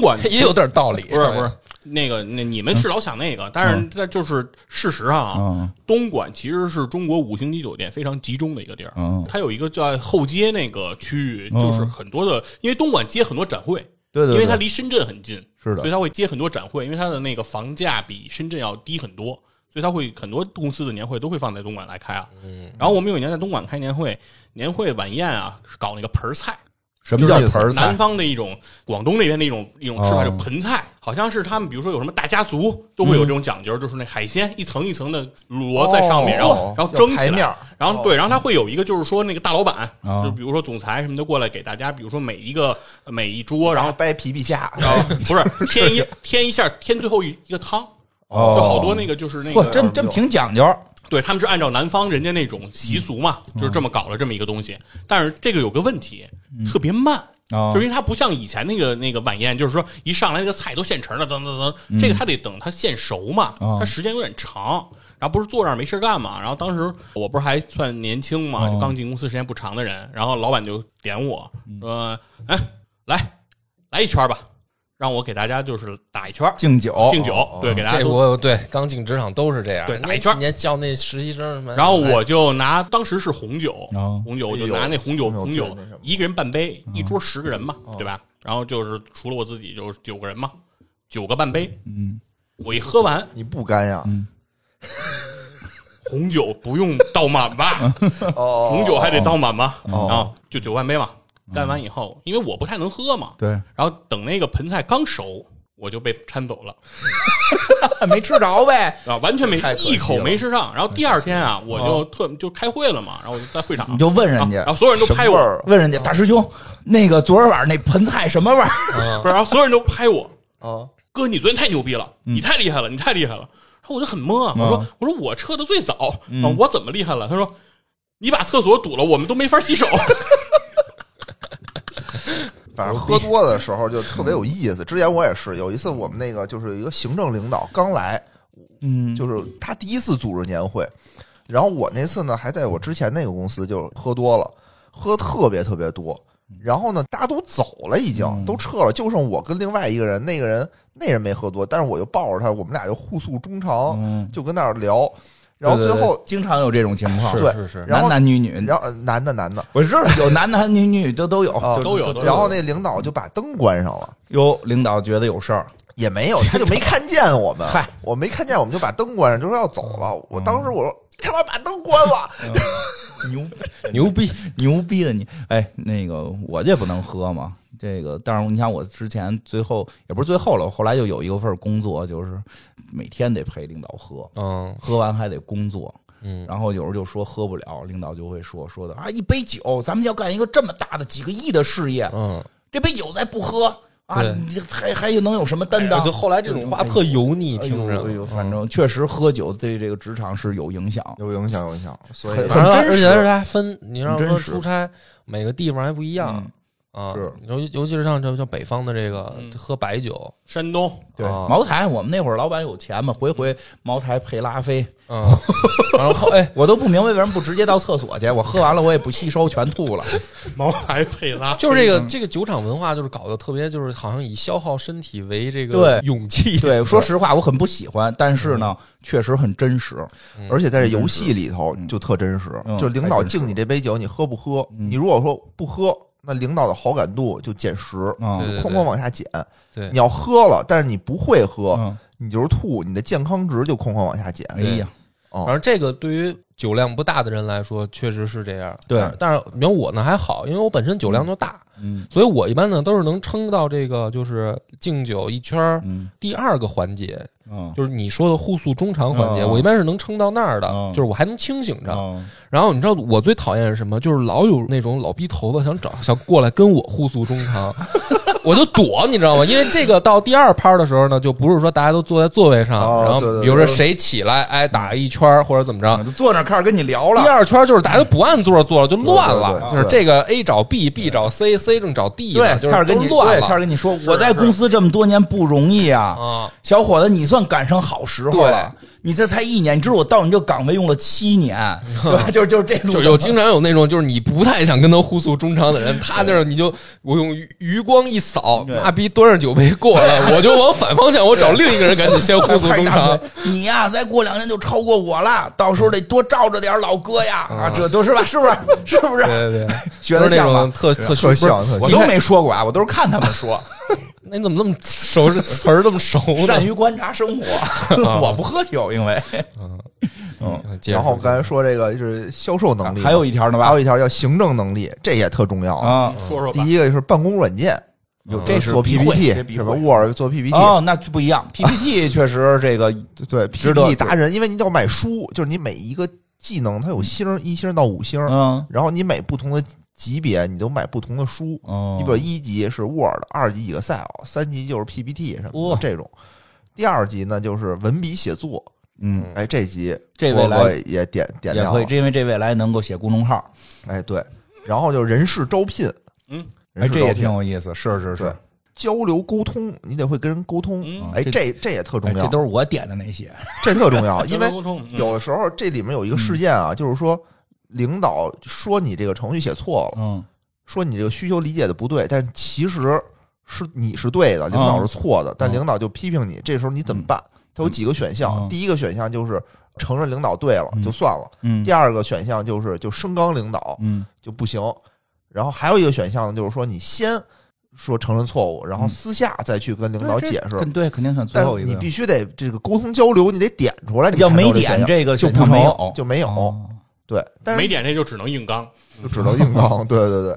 Speaker 3: 莞
Speaker 2: 也有点道理，
Speaker 3: 不是不是那个那你们是老想那个，但是那就是事实上啊，
Speaker 1: 嗯
Speaker 3: 东莞其实是中国五星级酒店非常集中的一个地儿。
Speaker 1: 嗯，
Speaker 3: 它有一个叫后街那个区域，
Speaker 1: 嗯
Speaker 3: 就是很多的，因为东莞接很多展会，
Speaker 1: 对对，
Speaker 3: 因为它
Speaker 1: 对
Speaker 3: 离深圳很近，
Speaker 1: 是
Speaker 3: 所以
Speaker 1: 的，
Speaker 3: 它会接很多展会，因为它的那个房价比深圳要低很多，所以它会很多公司的年会都会放在东莞来开啊。
Speaker 2: 嗯，
Speaker 3: 然后我们有一年在东莞开年会，年会晚宴啊，是搞那个盆儿菜，
Speaker 1: 什么叫盆儿菜
Speaker 3: 南？方的一种，广东那边的一种一种吃
Speaker 1: 哦
Speaker 3: 法，就盆菜，好像是他们比如说有什么大家族都会有这种讲究，就是那海鲜一层一层的摞在上面，然后
Speaker 4: 哦
Speaker 3: 然后蒸起
Speaker 4: 要排面
Speaker 3: 来
Speaker 4: 儿，
Speaker 3: 然后对，然后他会有一个就是说那个大老板，
Speaker 1: 哦
Speaker 3: 就比如说总裁什么的过来给大家，比如说每一个每一桌，然后
Speaker 4: 掰皮皮虾，
Speaker 1: 啊
Speaker 3: 然后哦 不是添一添一下添最后一一个汤，就
Speaker 1: 哦
Speaker 3: 好多那个就是那
Speaker 1: 嚯，
Speaker 3: 个
Speaker 1: 真真挺讲究。
Speaker 3: 对，他们是按照南方人家那种习俗嘛，就是这么搞了这么一个东西。但是这个有个问题，
Speaker 1: 嗯
Speaker 3: 特别慢，
Speaker 1: 哦
Speaker 3: 就是因为它不像以前那个那个晚宴，就是说一上来那个菜都现成的，等等等，这个它得等它现熟嘛，
Speaker 1: 哦
Speaker 3: 它时间有点长。然后不是坐那儿没事干嘛？然后当时我不是还算年轻嘛，
Speaker 1: 哦
Speaker 3: 就刚进公司时间不长的人。然后老板就点我说：“哎，来来一圈吧，让我给大家就是打一圈儿
Speaker 1: 敬酒，
Speaker 3: 敬酒，对，给大家
Speaker 2: 这
Speaker 3: 都
Speaker 2: 我对刚进职场都是这样，
Speaker 3: 对打一
Speaker 2: 那
Speaker 3: 圈
Speaker 2: 几年叫那实习生什么，哎
Speaker 3: 然后我就拿当时是红酒
Speaker 1: 哦，
Speaker 3: 红酒我就
Speaker 4: 哎呦
Speaker 3: 拿那红酒，
Speaker 4: 红酒
Speaker 3: 红酒
Speaker 4: 真的是
Speaker 3: 一个人半杯，
Speaker 1: 嗯
Speaker 3: 一桌十个人嘛，
Speaker 1: 哦
Speaker 3: 对吧？然后就是除了我自己就是九个人嘛，九个半杯，
Speaker 1: 嗯，
Speaker 3: 我一喝完
Speaker 4: 你不干呀？
Speaker 3: 红酒不用倒满 吧，
Speaker 4: 哦，
Speaker 3: 红酒还得倒满吧，然
Speaker 4: 哦
Speaker 3: 后就九半杯嘛。干完以后，因为我不太能喝嘛，
Speaker 1: 对，
Speaker 3: 然后等那个盆菜刚熟，我就被搀走了。
Speaker 1: 没吃着呗，
Speaker 3: 啊，完全没
Speaker 4: 太可惜了
Speaker 3: 一口没吃上。然后第二天啊，我就特就开会了嘛，然后我就在会场，
Speaker 1: 嗯你就问人
Speaker 3: 啊然后然
Speaker 1: 家
Speaker 3: 后，所有人都
Speaker 4: 什么
Speaker 3: 拍
Speaker 4: 味
Speaker 3: 我，
Speaker 4: 儿？
Speaker 1: 问人家大师兄，那个昨儿晚上那盆菜什么味儿？
Speaker 3: 不是，然后所有人都拍我，
Speaker 1: 哦
Speaker 4: 啊，
Speaker 3: 哥，你昨天太牛逼了，
Speaker 4: 嗯
Speaker 3: 你太厉害了，你太厉害了。然后我就很懵啊，我说、我说我撤的最早、
Speaker 4: 嗯
Speaker 3: 啊，我怎么厉害了？他说你把厕所堵了，我们都没 法洗手。
Speaker 4: 反正喝多了的时候就特别有意思。之前我也是，有一次我们那个就是一个行政领导刚来，
Speaker 1: 嗯，
Speaker 4: 就是他第一次组织年会，然后我那次呢还在我之前那个公司就喝多了，喝特别特别多，
Speaker 1: 嗯
Speaker 4: 然后呢大家都走了，已经都撤了，就剩我跟另外一个人，那个人那人没喝多，但是我就抱着他，我们俩就互诉衷肠，就跟那儿聊，然
Speaker 1: 嗯
Speaker 4: 后
Speaker 1: 对
Speaker 4: 最
Speaker 1: 对对
Speaker 4: 后
Speaker 1: 经常有这种情况，
Speaker 4: 对
Speaker 2: 是是是
Speaker 4: 然
Speaker 1: 男
Speaker 4: 后
Speaker 1: 男女女，
Speaker 4: 然后呃男的男的。
Speaker 1: 我知道有男男女女都都有，
Speaker 4: 啊
Speaker 1: 就
Speaker 3: 都有
Speaker 1: 就
Speaker 3: 都有
Speaker 4: 然后那领导就把灯关上了，
Speaker 1: 有领导觉得有事儿，
Speaker 4: 也 没有，他就没看见我们。
Speaker 1: 嗨，嗯
Speaker 4: 我没看见，我们就把灯关上，就说要走了。我当时我说干嘛把灯关了？
Speaker 1: 牛
Speaker 2: 牛逼，
Speaker 1: 牛逼的你！哎，那个我这不能喝嘛。这个，但是你想，我之前最后也不是最后了，我后来就有一个份儿工作，就是每天得陪领导喝，
Speaker 2: 嗯
Speaker 1: 喝完还得工作。
Speaker 2: 嗯，
Speaker 1: 然后有时候就说喝不了，领导就会说说的啊，一杯酒，咱们要干一个这么大的几个亿的事业，
Speaker 2: 嗯，
Speaker 1: 这杯酒再不喝啊，
Speaker 2: 对
Speaker 1: 你这还还能有什么担
Speaker 2: 我
Speaker 1: 当
Speaker 2: 就？后来这种话特油腻，听
Speaker 1: 哎呦哎
Speaker 2: 着嗯
Speaker 1: 呦，，反正确实喝酒对这个职场是有影响。
Speaker 4: 有影响，有影响。所以
Speaker 1: 很
Speaker 2: 反正
Speaker 1: 真
Speaker 2: 而且
Speaker 1: 实
Speaker 2: 而且还分，你让
Speaker 1: 真
Speaker 2: 说
Speaker 1: 实嗯
Speaker 2: 出差每个地方还不一样，啊
Speaker 4: 是，
Speaker 2: 尤尤其是像这像北方的这个
Speaker 3: 嗯
Speaker 2: 喝白酒，
Speaker 3: 山东
Speaker 4: 对
Speaker 2: 啊
Speaker 1: 茅台，我们那会儿老板有钱嘛，回回茅台配拉菲，
Speaker 2: 嗯，然后后哎，
Speaker 1: 我都不明白为什么不直接到厕所去，我喝完了我也不吸收，全吐了。
Speaker 3: 茅台配拉，
Speaker 2: 就是这个这个酒厂文化，就是搞得特别，就是好像以消耗身体为这个
Speaker 1: 对
Speaker 2: 勇气。
Speaker 1: 对， 说实话我很不喜欢，但是呢，确实很真实。
Speaker 4: 而且在这游戏里头就特真实，
Speaker 1: 嗯
Speaker 4: 就领导
Speaker 1: 太真实
Speaker 4: 敬你这杯酒，你喝不喝？
Speaker 1: 嗯
Speaker 4: 你如果说不喝，那领导的好感度就减十，
Speaker 1: 啊
Speaker 2: 对对对
Speaker 4: 哐哐往下减。
Speaker 2: 对
Speaker 4: 你要喝了，但是你不会喝，
Speaker 1: 嗯，
Speaker 4: 你就是吐，你的健康值就哐哐往下减。
Speaker 1: 哎呀，
Speaker 4: 哦
Speaker 2: 反正这个对于酒量不大的人来说，确实是这样。
Speaker 1: 对
Speaker 2: 但是但是你看我呢还好，因为我本身酒量就大，
Speaker 1: 嗯
Speaker 2: 所以我一般呢都是能撑到这个就是敬酒一圈儿
Speaker 1: 嗯
Speaker 2: 第二个环节，
Speaker 1: 嗯，
Speaker 2: 就是你说的互诉衷肠环节，
Speaker 1: 嗯
Speaker 2: 我一般是能撑到那儿的，
Speaker 1: 嗯
Speaker 2: 就是我还能清醒着。
Speaker 1: 嗯
Speaker 2: 然后你知道我最讨厌是什么？就是老有那种老逼头子想找想过来跟我互诉衷肠， 我就躲，你知道吗？因为这个到第二拍的时候呢，就不是说大家都坐在座位上，
Speaker 4: 哦
Speaker 2: 然
Speaker 4: 对对
Speaker 2: 后
Speaker 4: 对
Speaker 2: 比如说谁起来，哎，打一圈儿或者怎么着。
Speaker 1: 就坐那儿开始跟你聊
Speaker 2: 第
Speaker 1: 嗯了。
Speaker 2: 二圈就是大家都不按座坐了，就乱
Speaker 4: 对
Speaker 2: 了
Speaker 4: 对。对
Speaker 2: 就是
Speaker 4: 对
Speaker 2: 这个 A 找 B，B 找 C，C 正找 D，
Speaker 1: 对
Speaker 2: 呢，，就
Speaker 1: 开
Speaker 2: 是
Speaker 1: 始
Speaker 2: 都
Speaker 1: 跟你
Speaker 2: 乱
Speaker 1: 对，开始
Speaker 2: 了
Speaker 1: 跟你说，我在公司这么多年不容易啊，
Speaker 2: 啊！
Speaker 1: 小伙子，你算赶上好时候了。你这才一年，你知道我到你这岗位用了七 年，对吧？就是就是这路
Speaker 2: 就
Speaker 1: 怎
Speaker 2: 有
Speaker 1: 么，
Speaker 2: 经常有那种就是你不太想跟他互诉衷肠的人，他那儿你就我用余余光一扫，
Speaker 1: 对
Speaker 2: 妈逼端上酒杯过 来，我就往反方向，我找另一个人赶紧先互诉衷肠。
Speaker 1: 你呀、再过两年就超过我了，到时候得多照着点儿老哥呀！
Speaker 2: 嗯
Speaker 1: 啊，这都是吧？是不是？是不是？
Speaker 2: 对对对，
Speaker 1: 学
Speaker 2: 都
Speaker 1: 的
Speaker 2: 是那
Speaker 1: 像
Speaker 2: 种
Speaker 1: 吗？
Speaker 2: 特特
Speaker 4: 特
Speaker 2: 不是
Speaker 4: 像特像
Speaker 1: 我
Speaker 2: 你
Speaker 1: 都
Speaker 2: 看
Speaker 1: 没说过啊，我都是看他们 说，
Speaker 2: 那你怎么那么熟？这词儿这么熟呢？
Speaker 1: 善于观察生活。
Speaker 4: 啊
Speaker 1: 我不喝酒，因为
Speaker 2: 嗯接着
Speaker 4: 然后
Speaker 2: 说
Speaker 4: 刚才说这个就是销售能力，
Speaker 1: 还有一条呢
Speaker 4: 还
Speaker 1: 吧
Speaker 4: 有？一条叫行政能力，这也特重要。
Speaker 1: 啊，
Speaker 3: 说说吧
Speaker 4: 第，一个就是办公软件，
Speaker 1: 有
Speaker 2: 嗯
Speaker 1: 这是
Speaker 4: 做
Speaker 1: 必会
Speaker 4: PPT
Speaker 1: 这必
Speaker 4: 什么
Speaker 1: 会
Speaker 4: Word 做 PPT，
Speaker 1: 哦，那就不一样。PPT 确实这个
Speaker 4: 对
Speaker 1: 值得
Speaker 4: PPT 达人，因为你要买书，就是你每一个技能它有星儿一星儿到五星儿，
Speaker 1: 嗯
Speaker 4: 然后你每不同的级别你都买不同的书。
Speaker 1: 哦
Speaker 4: 你比如一级是 Word，二级 Excel，三级就是 PPT 什么
Speaker 1: 哇
Speaker 4: 的这种。第二级呢就是文笔写作，
Speaker 1: 嗯，
Speaker 4: 哎，这集
Speaker 1: 这
Speaker 4: 波
Speaker 1: 未
Speaker 4: 哥
Speaker 1: 来
Speaker 4: 也点点
Speaker 1: 也
Speaker 4: 亮
Speaker 1: 可以，
Speaker 4: 了，
Speaker 1: 这因为这未来能够写公众号，
Speaker 4: 哎对，然后就是人事招聘，
Speaker 3: 嗯，
Speaker 1: 哎，
Speaker 4: 人事
Speaker 1: 这
Speaker 4: 招
Speaker 1: 也
Speaker 4: 聘
Speaker 1: 挺有意思，是是是
Speaker 4: 对，交流沟通，你得会跟人沟通，
Speaker 3: 嗯，
Speaker 4: 哎，
Speaker 1: 这
Speaker 4: 这这也特重
Speaker 1: 哎，
Speaker 4: 要
Speaker 1: 这，都是我点的那些，
Speaker 4: 这特重要，因为
Speaker 3: 沟通
Speaker 1: 嗯
Speaker 3: 嗯
Speaker 4: 有的时候这里面有一个事件啊，就是说领导说你这个程序写错了，
Speaker 1: 嗯
Speaker 4: 说你这个需求理解的不对，但其实是你是对
Speaker 1: 啊
Speaker 4: 的，领导是错的，但领导就批评你，这时候你怎么办？他有几个选项，
Speaker 1: 嗯
Speaker 4: 第一个选项就是承认领导对了
Speaker 1: 嗯
Speaker 4: 就算了，
Speaker 1: 嗯
Speaker 4: 第二个选项就是就升纲领导
Speaker 1: 嗯
Speaker 4: 就不行，然后还有一个选项呢，就是说你先说承认错误，然后
Speaker 1: 嗯
Speaker 4: 私下再去跟领导解释。
Speaker 1: 跟对，肯定算最
Speaker 4: 但
Speaker 1: 后
Speaker 4: 是
Speaker 1: 一
Speaker 4: 你
Speaker 1: 个。
Speaker 4: 必须得这个沟通交流，你得点出来，你
Speaker 1: 要
Speaker 4: 才知
Speaker 1: 没
Speaker 4: 道这选
Speaker 1: 点
Speaker 4: 项
Speaker 1: 这个
Speaker 4: 就
Speaker 1: 选
Speaker 4: 不
Speaker 1: 项
Speaker 4: 成
Speaker 1: 没有，
Speaker 4: 就没有。
Speaker 1: 哦
Speaker 4: 对，但
Speaker 3: 没
Speaker 4: 是
Speaker 3: 点这就只能硬刚，
Speaker 4: 就只能硬刚。对对对。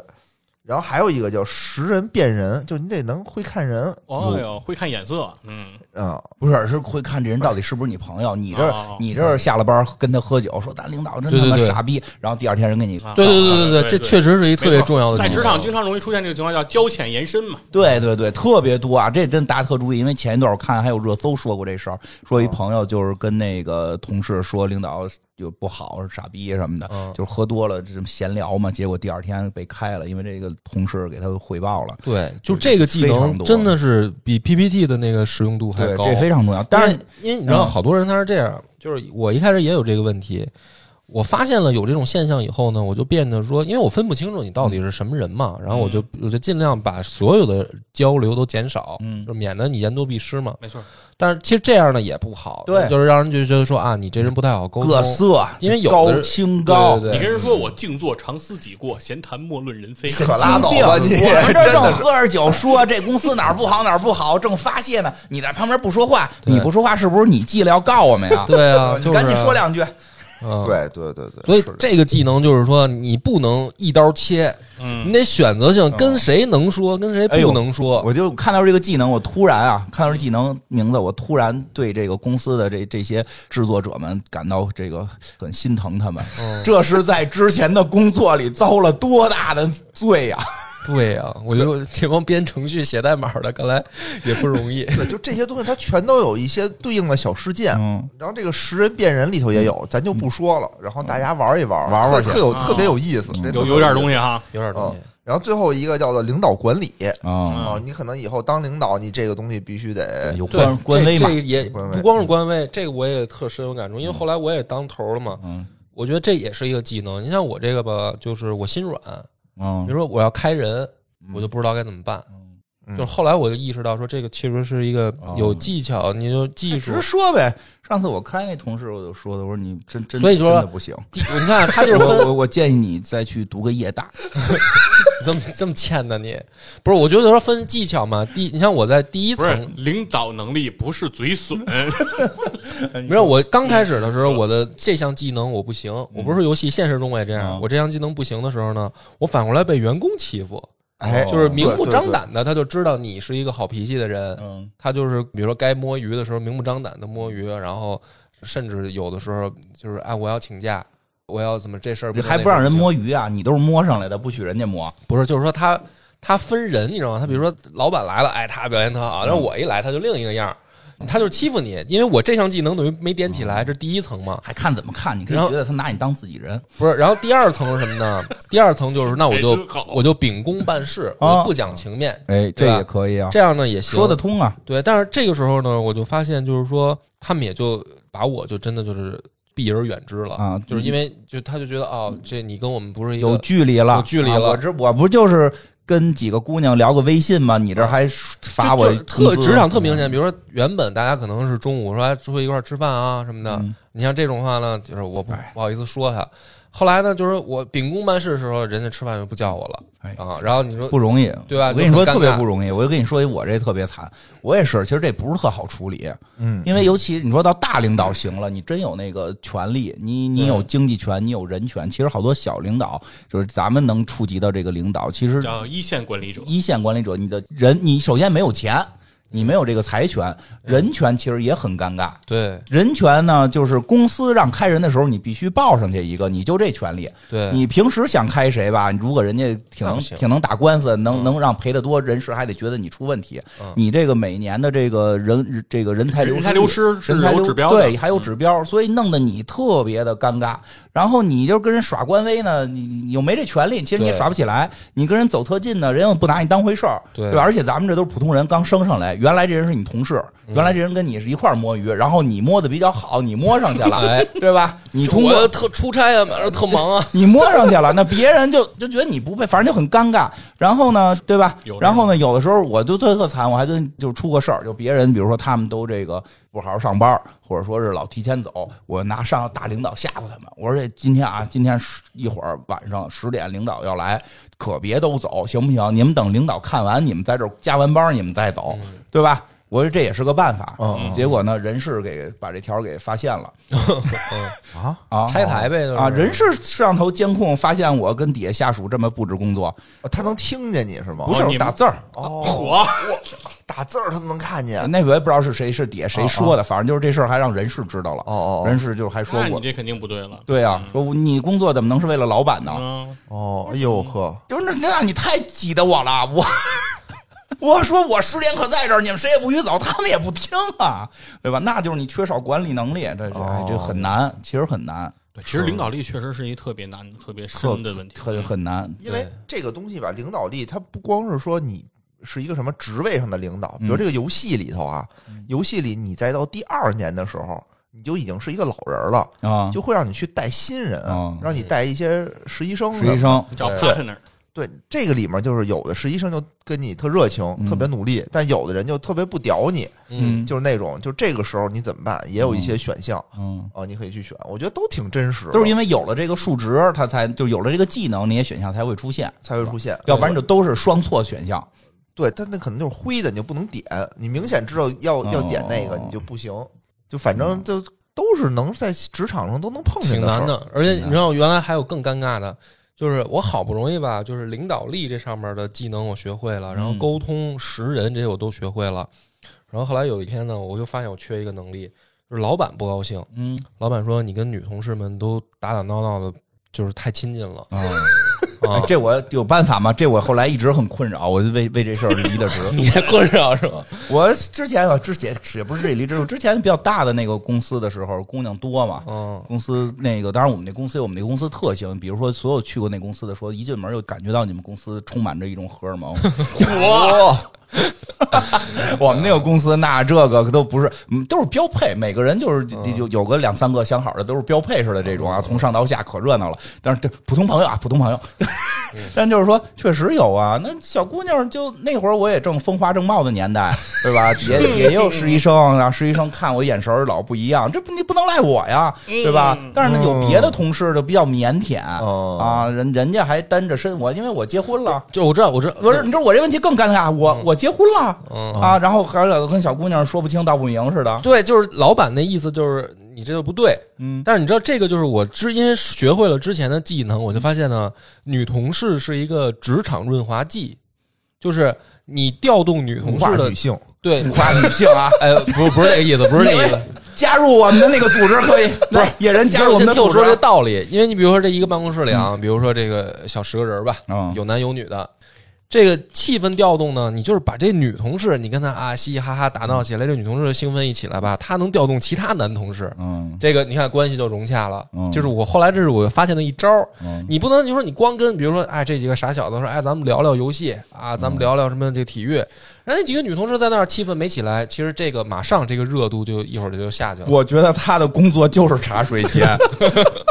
Speaker 4: 然后还有一个叫识人辨人，就你得能会看人
Speaker 3: 哦哟，会看眼色，嗯，
Speaker 4: 啊。
Speaker 1: 不是，是会看这人到底是不是你朋友。你这
Speaker 3: 哦
Speaker 1: 你这下了班跟他喝酒，说咱领导真
Speaker 2: 对
Speaker 1: 他妈
Speaker 2: 对对
Speaker 1: 傻逼，然后第二天人给你
Speaker 3: 啊
Speaker 2: 对对对对
Speaker 3: 对
Speaker 2: 这确实是一特别
Speaker 3: 没错
Speaker 2: 重要的
Speaker 3: 在
Speaker 2: 技
Speaker 3: 职
Speaker 2: 能
Speaker 3: 场经常容易出现这个情况，叫交浅言深嘛。
Speaker 1: 对对对，特别多啊！这真大家特注意，因为前一段我看还有热搜说过这事儿，说
Speaker 2: 哦
Speaker 1: 一朋友就是跟那个同事说领导就不好，是傻逼什么的，
Speaker 2: 嗯
Speaker 1: 就是喝多了这么闲聊嘛，结果第二天被开了，因为这个同事给他汇报了。
Speaker 2: 对，就这个技
Speaker 1: 非常
Speaker 2: 能
Speaker 1: 多
Speaker 2: 真的是比 PPT 的那个使用度还
Speaker 1: 对，
Speaker 2: 高，
Speaker 1: 这非常重要。但是，
Speaker 2: 因为因为你知道，
Speaker 1: 嗯
Speaker 2: 好多人他是这样，就是我一开始也有这个问题。我发现了有这种现象以后呢，我就变得说，因为我分不清楚你到底是什么人嘛，然后我就我就尽量把所有的交流都减少，
Speaker 1: 嗯
Speaker 2: 就免得你言多必失嘛。
Speaker 3: 没错，
Speaker 2: 但是其实这样呢也不好，
Speaker 1: 对
Speaker 2: 就是让人就觉得说啊，你这人不太好沟通，
Speaker 1: 各色，
Speaker 2: 因为有的
Speaker 1: 高
Speaker 2: 人
Speaker 1: 清高，
Speaker 2: 对对
Speaker 3: 你
Speaker 2: 对
Speaker 3: 跟人
Speaker 4: 嗯
Speaker 3: 说我静坐常思己过，闲谈莫论人非。
Speaker 4: 可拉倒
Speaker 1: 病
Speaker 4: 吧你
Speaker 1: 我们这儿
Speaker 4: 真
Speaker 1: 正
Speaker 4: 的是
Speaker 1: 喝着酒说这公司哪儿不好哪儿不好，正发泄呢，你在旁边不说话，
Speaker 2: 对
Speaker 1: 你不说话是不是你记了要告我们呀？呃
Speaker 2: 对啊，
Speaker 1: 你
Speaker 2: 就是
Speaker 1: 赶紧说，两句。
Speaker 2: 嗯，
Speaker 4: 对对对对。
Speaker 2: 所以
Speaker 4: 是的
Speaker 2: 这个技能就是说，你不能一刀切，
Speaker 3: 嗯
Speaker 2: 你得选择性跟谁能说，跟谁不能说。
Speaker 1: 我就看到这个技能，我突然啊，看到这技能名字，我突然对这个公司的这这些制作者们感到这个很心疼，他们、
Speaker 2: 哦
Speaker 1: 这是在之前的工作里遭了多大的罪啊呀、
Speaker 2: 对呀、我觉得这帮编程序、写代码的，看来也不容易。
Speaker 4: 对，就这些东西，它全都有一些对应的小事件。
Speaker 1: 嗯，
Speaker 4: 然后这个识人辨人里头也有，咱就不说了。然后大家玩一玩，
Speaker 1: 玩玩去
Speaker 4: 特
Speaker 1: 嗯
Speaker 4: 特有
Speaker 3: 啊
Speaker 4: 特别有意思，这特
Speaker 3: 有
Speaker 4: 别
Speaker 3: 有点
Speaker 4: 意思
Speaker 3: 东西哈，
Speaker 1: 哦
Speaker 2: 有点东西，
Speaker 4: 然后最后一个叫做领导管理
Speaker 3: 嗯
Speaker 1: 啊，
Speaker 4: 啊，你可能以后当领导，你这个东西必须得
Speaker 1: 有
Speaker 2: 嗯对
Speaker 1: 官，官嗯
Speaker 2: 这
Speaker 1: 威嘛
Speaker 2: 这，也
Speaker 4: 官威
Speaker 2: 不光是官威，这个我也特深有感触，因为后来我也当头了嘛。
Speaker 1: 嗯
Speaker 2: 我觉得这也是一个技能。你像我这个吧，就是我心软，比
Speaker 1: 嗯
Speaker 2: 如说我要开人，
Speaker 1: 嗯
Speaker 2: 我就不知道该怎么办。
Speaker 1: 嗯
Speaker 4: 嗯
Speaker 2: 就是后来我就意识到，说这个其实是一个
Speaker 1: 哦
Speaker 2: 有技巧，你就技术
Speaker 1: 直。说呗。上次我开那同事，我就说的，我说你真真，
Speaker 2: 所以说
Speaker 1: 真的不行。
Speaker 2: 第你看他就是
Speaker 1: 我
Speaker 2: 分
Speaker 1: 我我建议你再去读个夜大，
Speaker 2: 这么这么欠的你，不是？我觉得说分技巧嘛。第你像我在第一
Speaker 3: 不是
Speaker 2: 层，
Speaker 3: 领导能力不是嘴损，
Speaker 2: 没有，我刚开始的时候，
Speaker 1: 嗯
Speaker 2: 我的这项技能我不行，我不是游戏，现实中我也这样。
Speaker 1: 嗯
Speaker 2: 我这项技能不行的时候呢，我反过来被员工欺负，
Speaker 4: 哎，
Speaker 1: 哦
Speaker 2: 就是明目
Speaker 4: 对
Speaker 2: 张。胆的，他就知道你是一个好脾气的人，
Speaker 1: 嗯
Speaker 2: 他就是比如说该摸鱼的时候明目张胆的摸鱼，然后甚至有的时候就是哎我要请假，我要怎么这事儿能
Speaker 1: 还不让人，摸鱼啊？你都是摸上来的，不许人家摸。
Speaker 2: 那什么不是就是说他他分人你知道吗？他比如说老板来了，哎他表现特好，
Speaker 1: 嗯
Speaker 2: 然后我一来他就另一个样儿。他就是欺负你，因为我这项技能等于没点起
Speaker 1: 嗯
Speaker 2: 来，这是第一层嘛。
Speaker 1: 还看怎么看？你可以
Speaker 2: 然后
Speaker 1: 觉得他拿你当自己人，
Speaker 2: 不是，然后第二层是什么呢？第二层就是那我
Speaker 3: 哎
Speaker 2: 就
Speaker 3: 真好
Speaker 2: 我就秉公办事，
Speaker 1: 啊
Speaker 2: 我不讲情面，
Speaker 1: 哎，这
Speaker 2: 对吧
Speaker 1: 也可以啊，
Speaker 2: 这样呢也行。
Speaker 1: 说得通啊。
Speaker 2: 对，但是这个时候呢，我就发现就是说，他们也就把我就真的就是避而远之了
Speaker 1: 啊
Speaker 2: 就是因为就他就觉得哦，这你跟我们不是一个
Speaker 1: 有距离了，
Speaker 2: 有距离
Speaker 1: 啊
Speaker 2: 了
Speaker 1: 我这我不就是跟几个姑娘聊个微信吗？你这还罚
Speaker 2: 啊就
Speaker 1: 我
Speaker 2: 就特
Speaker 1: 工资嗯
Speaker 2: 职场特明显，比如说原本大家可能是中午说哎出去一块儿吃饭啊什么的，
Speaker 1: 嗯
Speaker 2: 你像这种话呢，就是我不
Speaker 1: 哎
Speaker 2: 不好意思说他。后来呢，就是我秉公办事的时候，人家吃饭就不叫我了、
Speaker 1: 哎
Speaker 2: 啊。然后你说
Speaker 1: 不容易，
Speaker 2: 对吧
Speaker 1: 我跟你说
Speaker 2: 就很
Speaker 1: 特
Speaker 2: 尴尬
Speaker 1: 别不容易，我就跟你说一我这特别惨，我也是，其实这不是特好处理，
Speaker 4: 嗯，
Speaker 1: 因为尤其你说到大领导行了，你真有那个权利，你你有经济权，你有人权，其实好多小领导就是咱们能触及到这个领导，其实
Speaker 3: 叫一线管理者。
Speaker 1: 一线管理者，你的人你首先没有钱，你没有这个财权，人权其实也很尴尬。
Speaker 2: 对
Speaker 1: 人权呢，就是公司让开人的时候，你必须报上去一个，你就这权利。
Speaker 2: 对，
Speaker 1: 你平时想开谁吧，如果人家挺
Speaker 2: 那
Speaker 1: 能
Speaker 2: 不行
Speaker 1: 挺能打官司，能
Speaker 2: 嗯
Speaker 1: 能让赔得多，人事还得觉得你出问题
Speaker 2: 嗯。
Speaker 1: 你这个每年的这个人这个人才流
Speaker 3: 人才
Speaker 1: 率
Speaker 3: 流失是
Speaker 1: 人才
Speaker 3: 有
Speaker 1: 流
Speaker 3: 指标的，嗯
Speaker 1: 对，还有指标，所以弄得你特别的尴尬。然后你就跟人耍官威呢，你你又没这权利，其实你也
Speaker 2: 对
Speaker 1: 耍不起来。你跟人走特近呢，人又不拿你当回事儿，
Speaker 2: 对
Speaker 1: 对吧？而且咱们这都是普通人，刚升上来，原来这人是你同事，
Speaker 3: 嗯
Speaker 1: 原来这人跟你是一块儿摸鱼，然后你摸的比较好，你摸上去了
Speaker 2: 哎，
Speaker 1: 对吧？你通过
Speaker 2: 我特出差啊，晚上特忙啊，
Speaker 1: 你摸上去了，那别人就就觉得你不配，反正就很尴尬。然后呢，对吧
Speaker 3: 有？这
Speaker 1: 然后呢，有的时候我就特特惨，我还跟就出过事儿，就别人比如说他们都这个不好好上班，或者说是老提前走，我拿上大领导吓唬他们，我说这今天啊，今天十一会儿晚上十点领导要来，可别都走，行不行？你们等领导看完，你们在这儿加完班，你们再走，
Speaker 3: 嗯
Speaker 1: 对吧？我说这也是个办法。
Speaker 4: 嗯
Speaker 1: 结果呢，人事给把这条儿给发现了
Speaker 3: 嗯
Speaker 4: 啊
Speaker 1: 啊，
Speaker 2: 拆台呗，就是
Speaker 1: 啊，人事摄像头监控发现我跟底下下属这么布置工作，
Speaker 4: 哦他能听见你是吗？
Speaker 1: 不是
Speaker 3: 哦
Speaker 1: 我
Speaker 3: 你们
Speaker 1: 打字儿。
Speaker 4: 哦，
Speaker 3: 火，
Speaker 4: 打字儿他都能看见。
Speaker 1: 那个也不知道是谁是底下谁说的，反正就是这事儿还让人事知道了。
Speaker 4: 哦哦
Speaker 1: 人事就还说
Speaker 3: 那你
Speaker 1: 我，
Speaker 3: 这肯定不对了。
Speaker 1: 对啊，说你工作怎么能是为了老板呢？
Speaker 3: 嗯，
Speaker 4: 哦，哎呦呵，
Speaker 1: 就是那那你太挤得我了，我我说我十点可在这儿，你们谁也不许走，他们也不听啊，对吧？那就是你缺少管理能力，这这哎这
Speaker 4: 哦
Speaker 1: 很难，其实很难，
Speaker 3: 对，其实领导力确实是一特别难、特别
Speaker 1: 特
Speaker 3: 深的问题。嗯
Speaker 1: 很很难。
Speaker 4: 因为
Speaker 2: 对
Speaker 4: 这个东西吧，领导力它不光是说你是一个什么职位上的领导，
Speaker 1: 嗯
Speaker 4: 比如这个游戏里头啊，游戏里你再到第二年的时候，你就已经是一个老人了，
Speaker 1: 啊，
Speaker 4: 就会让你去带新人啊
Speaker 1: 哦，
Speaker 4: 让你带一些实习生什
Speaker 1: 实
Speaker 4: 么的。
Speaker 1: 习生
Speaker 3: 叫
Speaker 1: 对
Speaker 3: partner，
Speaker 4: 对，这个里面就是有的实习生就跟你特热情
Speaker 1: 嗯，
Speaker 4: 特别努力，但有的人就特别不屌你，
Speaker 1: 嗯
Speaker 4: 就是那种，就这个时候你怎么办？也有一些选项
Speaker 1: 嗯。
Speaker 4: 啊，你可以去选，我觉得都挺真实的，
Speaker 1: 都是因为有了这个数值，它才就有了这个技能，那些选项才会出现，
Speaker 4: 才会出现，
Speaker 1: 要不然就都是双错选项。
Speaker 4: 对，但那可能就是灰的，你就不能点，你明显知道要要点那个，
Speaker 1: 哦
Speaker 4: 你就不行，就反正就都是能在职场上都能碰见
Speaker 2: 挺难
Speaker 4: 的事儿，
Speaker 2: 的。而且你知道，原来还有更尴尬的，就是我好不容易吧，就是领导力这上面的技能我学会了，然后
Speaker 1: 嗯
Speaker 2: 沟通、识人这些我都学会了。然后后来有一天呢，我就发现我缺一个能力，就是老板不高兴，
Speaker 1: 嗯
Speaker 2: 老板说你跟女同事们都打打闹闹的，就是太亲近了。
Speaker 1: 啊，哎
Speaker 2: 啊，
Speaker 1: 这我有办法吗？这我后来一直很困扰，我就为为这事儿离的 职。
Speaker 2: 你还困扰是吧？
Speaker 1: 我之前啊，之前也不是这里离职，我之前比较大的那个公司的时候，姑娘多嘛。
Speaker 2: 嗯，
Speaker 1: 公司那个，当然我们那公司有我们那公司特性，比如说所有去过那公司的说，一进门就感觉到你们公司充满着一种荷尔蒙。
Speaker 4: 哇，
Speaker 1: 我们那个公司那这个都不是，嗯都是标配，每个人就是有有个两三个相好的，都是标配似的这种啊，从上到下可热闹了。但是这普通朋友啊，普通朋友， 但就是说确实有啊。那小姑娘就那会儿我也正风华正茂的年代，对吧？也也有实习生啊，实习生看我眼神儿老不一样，这不你不能赖我呀，对吧？
Speaker 3: 嗯
Speaker 1: 但是呢，有别的同事就比较腼腆
Speaker 4: 哦
Speaker 1: 啊，人人家还单着身，我因为我结婚了。
Speaker 2: 就我知道，我知道，
Speaker 1: 不是，你知道我这问题更尴尬，我我结婚了，
Speaker 2: 嗯
Speaker 1: 啊，然后还有跟小姑娘说不清道不明似的，
Speaker 2: 对，就是老板那意思就是你这就不对，
Speaker 1: 嗯，
Speaker 2: 但是你知道这个就是我之因为学会了之前的技能，我就发现呢，女同事是一个职场润滑剂，就是你调动女同
Speaker 4: 物化
Speaker 2: 事的
Speaker 4: 女性，
Speaker 2: 对，
Speaker 1: 物化女性啊，
Speaker 2: 哎，不是不是这个意思，不是这个意思，
Speaker 1: 加入我们的那个组织可以，不是野人
Speaker 2: 你
Speaker 1: 加
Speaker 2: 知道
Speaker 1: 入我
Speaker 2: 我
Speaker 1: 们
Speaker 2: 先
Speaker 1: 的
Speaker 2: 听
Speaker 1: 组
Speaker 2: 我
Speaker 1: 织
Speaker 2: 说这，道理，因为你比如说这一个办公室里啊，比如说这个小十个人吧，
Speaker 1: 嗯
Speaker 2: 有男有女的，这个气氛调动呢，你就是把这女同事，你跟她啊嘻嘻哈哈打闹起来，这女同事兴奋一起来吧，她能调动其他男同事，
Speaker 1: 嗯
Speaker 2: 这个你看关系就融洽了
Speaker 1: 嗯。
Speaker 2: 就是我后来这是我发现的一招儿，
Speaker 1: 嗯
Speaker 2: 你不能就说你光跟比如说哎这几个傻小子说哎咱们聊聊游戏啊，咱们聊聊什么这个体育，然后那几个女同事在那儿气氛没起来，其实这个马上这个热度就一会儿就下去了。
Speaker 1: 我觉得他的工作就是茶水间，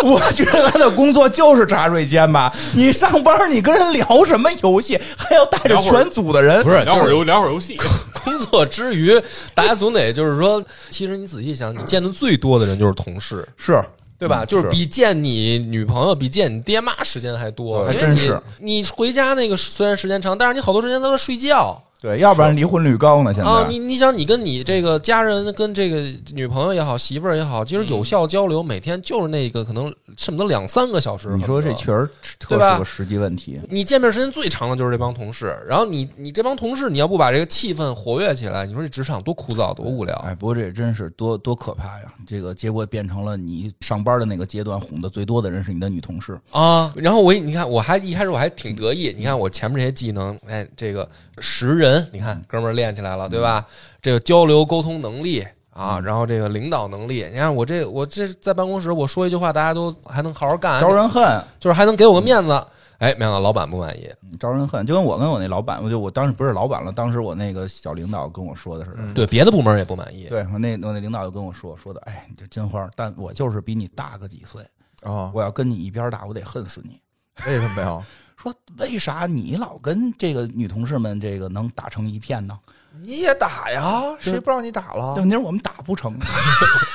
Speaker 1: 我觉得他的工作就是茶水间吧。你上班你跟人聊什么游戏，还要带着全组的人
Speaker 2: 不，是，
Speaker 3: 聊
Speaker 2: 就
Speaker 3: 会儿
Speaker 2: 是
Speaker 3: 游聊会儿游戏，
Speaker 2: 工作之余，大家总得就是说，其实你仔细想，你见的最多的人就是同事，
Speaker 1: 是
Speaker 2: 对吧？就是
Speaker 1: 是
Speaker 2: 比见你女朋友、比见你爹妈时间还多，
Speaker 1: 对
Speaker 2: 因
Speaker 1: 还真
Speaker 2: 为你
Speaker 1: 是
Speaker 2: 你回家那个虽然时间长，但是你好多时间都在睡觉
Speaker 1: 对，要不然离婚率高呢。现在
Speaker 2: 啊。你你想，你跟你这个家人、跟这个女朋友也好、媳妇儿也好，其实
Speaker 1: 嗯
Speaker 2: 有效交流，每天就是那个可能恨不得两三个小时。
Speaker 1: 你说这
Speaker 2: 恨不得
Speaker 1: 确实特
Speaker 2: 对吧
Speaker 1: 是个实际问题，啊
Speaker 2: 你见面时间最长的就是这帮同事，然后你你这帮同事，你要不把这个气氛活跃起来，你说这职场多枯燥多无聊。
Speaker 1: 哎，不过这也真是多多可怕呀！这个结果变成了你上班的那个阶段哄的最多的人是你的女同事，
Speaker 2: 啊，然后我一你看，我还一开始我还挺得意，你看我前面这些技能，哎，这个识人，你
Speaker 1: 嗯
Speaker 2: 看哥们儿练起来了，对吧？这个交流沟通能力
Speaker 1: 嗯
Speaker 2: 啊，然后这个领导能力，你看我这我这在办公室我说一句话，大家都还能好好干，
Speaker 1: 招人恨，
Speaker 2: 就是还能给我个面子。哎，没想到老板不满意，
Speaker 1: 嗯招人恨。就跟我跟我那老板，我就我当时不是老板了，当时我那个小领导跟我说的似的。
Speaker 4: 嗯
Speaker 2: 对别的部门也不满意。
Speaker 1: 对我那我那领导就跟我说说的，哎，你这金花，但我就是比你大个几岁，
Speaker 2: 哦
Speaker 4: 啊，
Speaker 1: 我要跟你一边大，我得恨死你。
Speaker 4: 为什么呀？
Speaker 1: 说为啥你老跟这个女同事们这个能打成一片呢？
Speaker 4: 你也打呀，谁不让你打了
Speaker 1: 这？问题是我们打不成，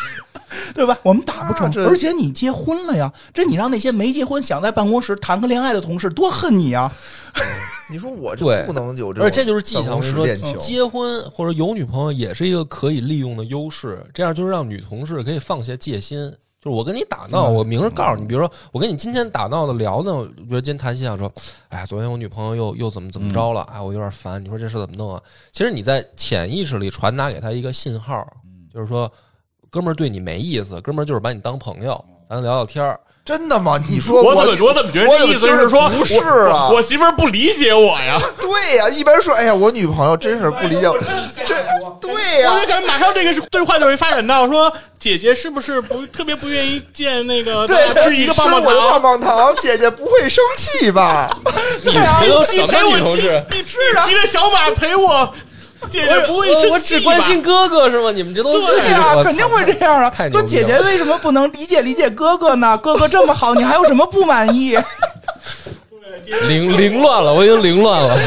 Speaker 1: 对吧？我们打不成
Speaker 4: 啊那，这
Speaker 1: 而且你结婚了呀，这你让那些没结婚想在办公室谈个恋爱的同事多恨你 啊！
Speaker 4: 你说我这
Speaker 2: 对
Speaker 4: 不能有这种，
Speaker 2: 而且这就是技巧，
Speaker 4: 办
Speaker 2: 我
Speaker 4: 公
Speaker 2: 跟
Speaker 4: 室
Speaker 2: 你说嗯
Speaker 4: 恋情，
Speaker 2: 结婚或者有女朋友也是一个可以利用的优势，这样就是让女同事可以放下戒心。就是我跟你打闹，我明着告诉你，比如说我跟你今天打闹的聊呢，比如今天谈心想说，哎呀，昨天我女朋友又又怎么怎么着了，哎，我有点烦，你说这事怎么弄啊？其实你在潜意识里传达给他一个信号，就是说，哥们儿对你没意思，哥们儿就是把你当朋友，咱聊聊天儿。
Speaker 4: 真的吗？你说
Speaker 3: 我怎么我怎么觉得
Speaker 4: 我
Speaker 3: 这意思是说
Speaker 4: 我怎么觉得不是啊
Speaker 3: 我我媳妇儿不理解我呀，
Speaker 4: 对呀、一边说，哎呀，我女朋友真是不理解我，这对呀、
Speaker 3: 我就感觉马上这个是对话就会发展到说，姐姐是不是不特别不愿意见那个
Speaker 4: 对
Speaker 3: 大，家吃一个棒棒
Speaker 4: 你吃我的棒
Speaker 3: 糖？
Speaker 4: 棒糖，姐姐不会生气吧？
Speaker 2: 女朋友什么
Speaker 3: 陪我
Speaker 2: 女同
Speaker 3: 骑
Speaker 2: 志？
Speaker 3: 你你骑着小马陪我，姐姐不会生气吧
Speaker 2: 我只关心哥哥是吗？你们这都
Speaker 1: 对呀、肯定会这样啊
Speaker 2: 太！牛
Speaker 1: 说
Speaker 2: 逼了
Speaker 1: 姐姐为什么不能理解理解哥哥呢？哥哥这么好，你还有什么不满意？
Speaker 2: 凌凌乱了，我已经凌乱了。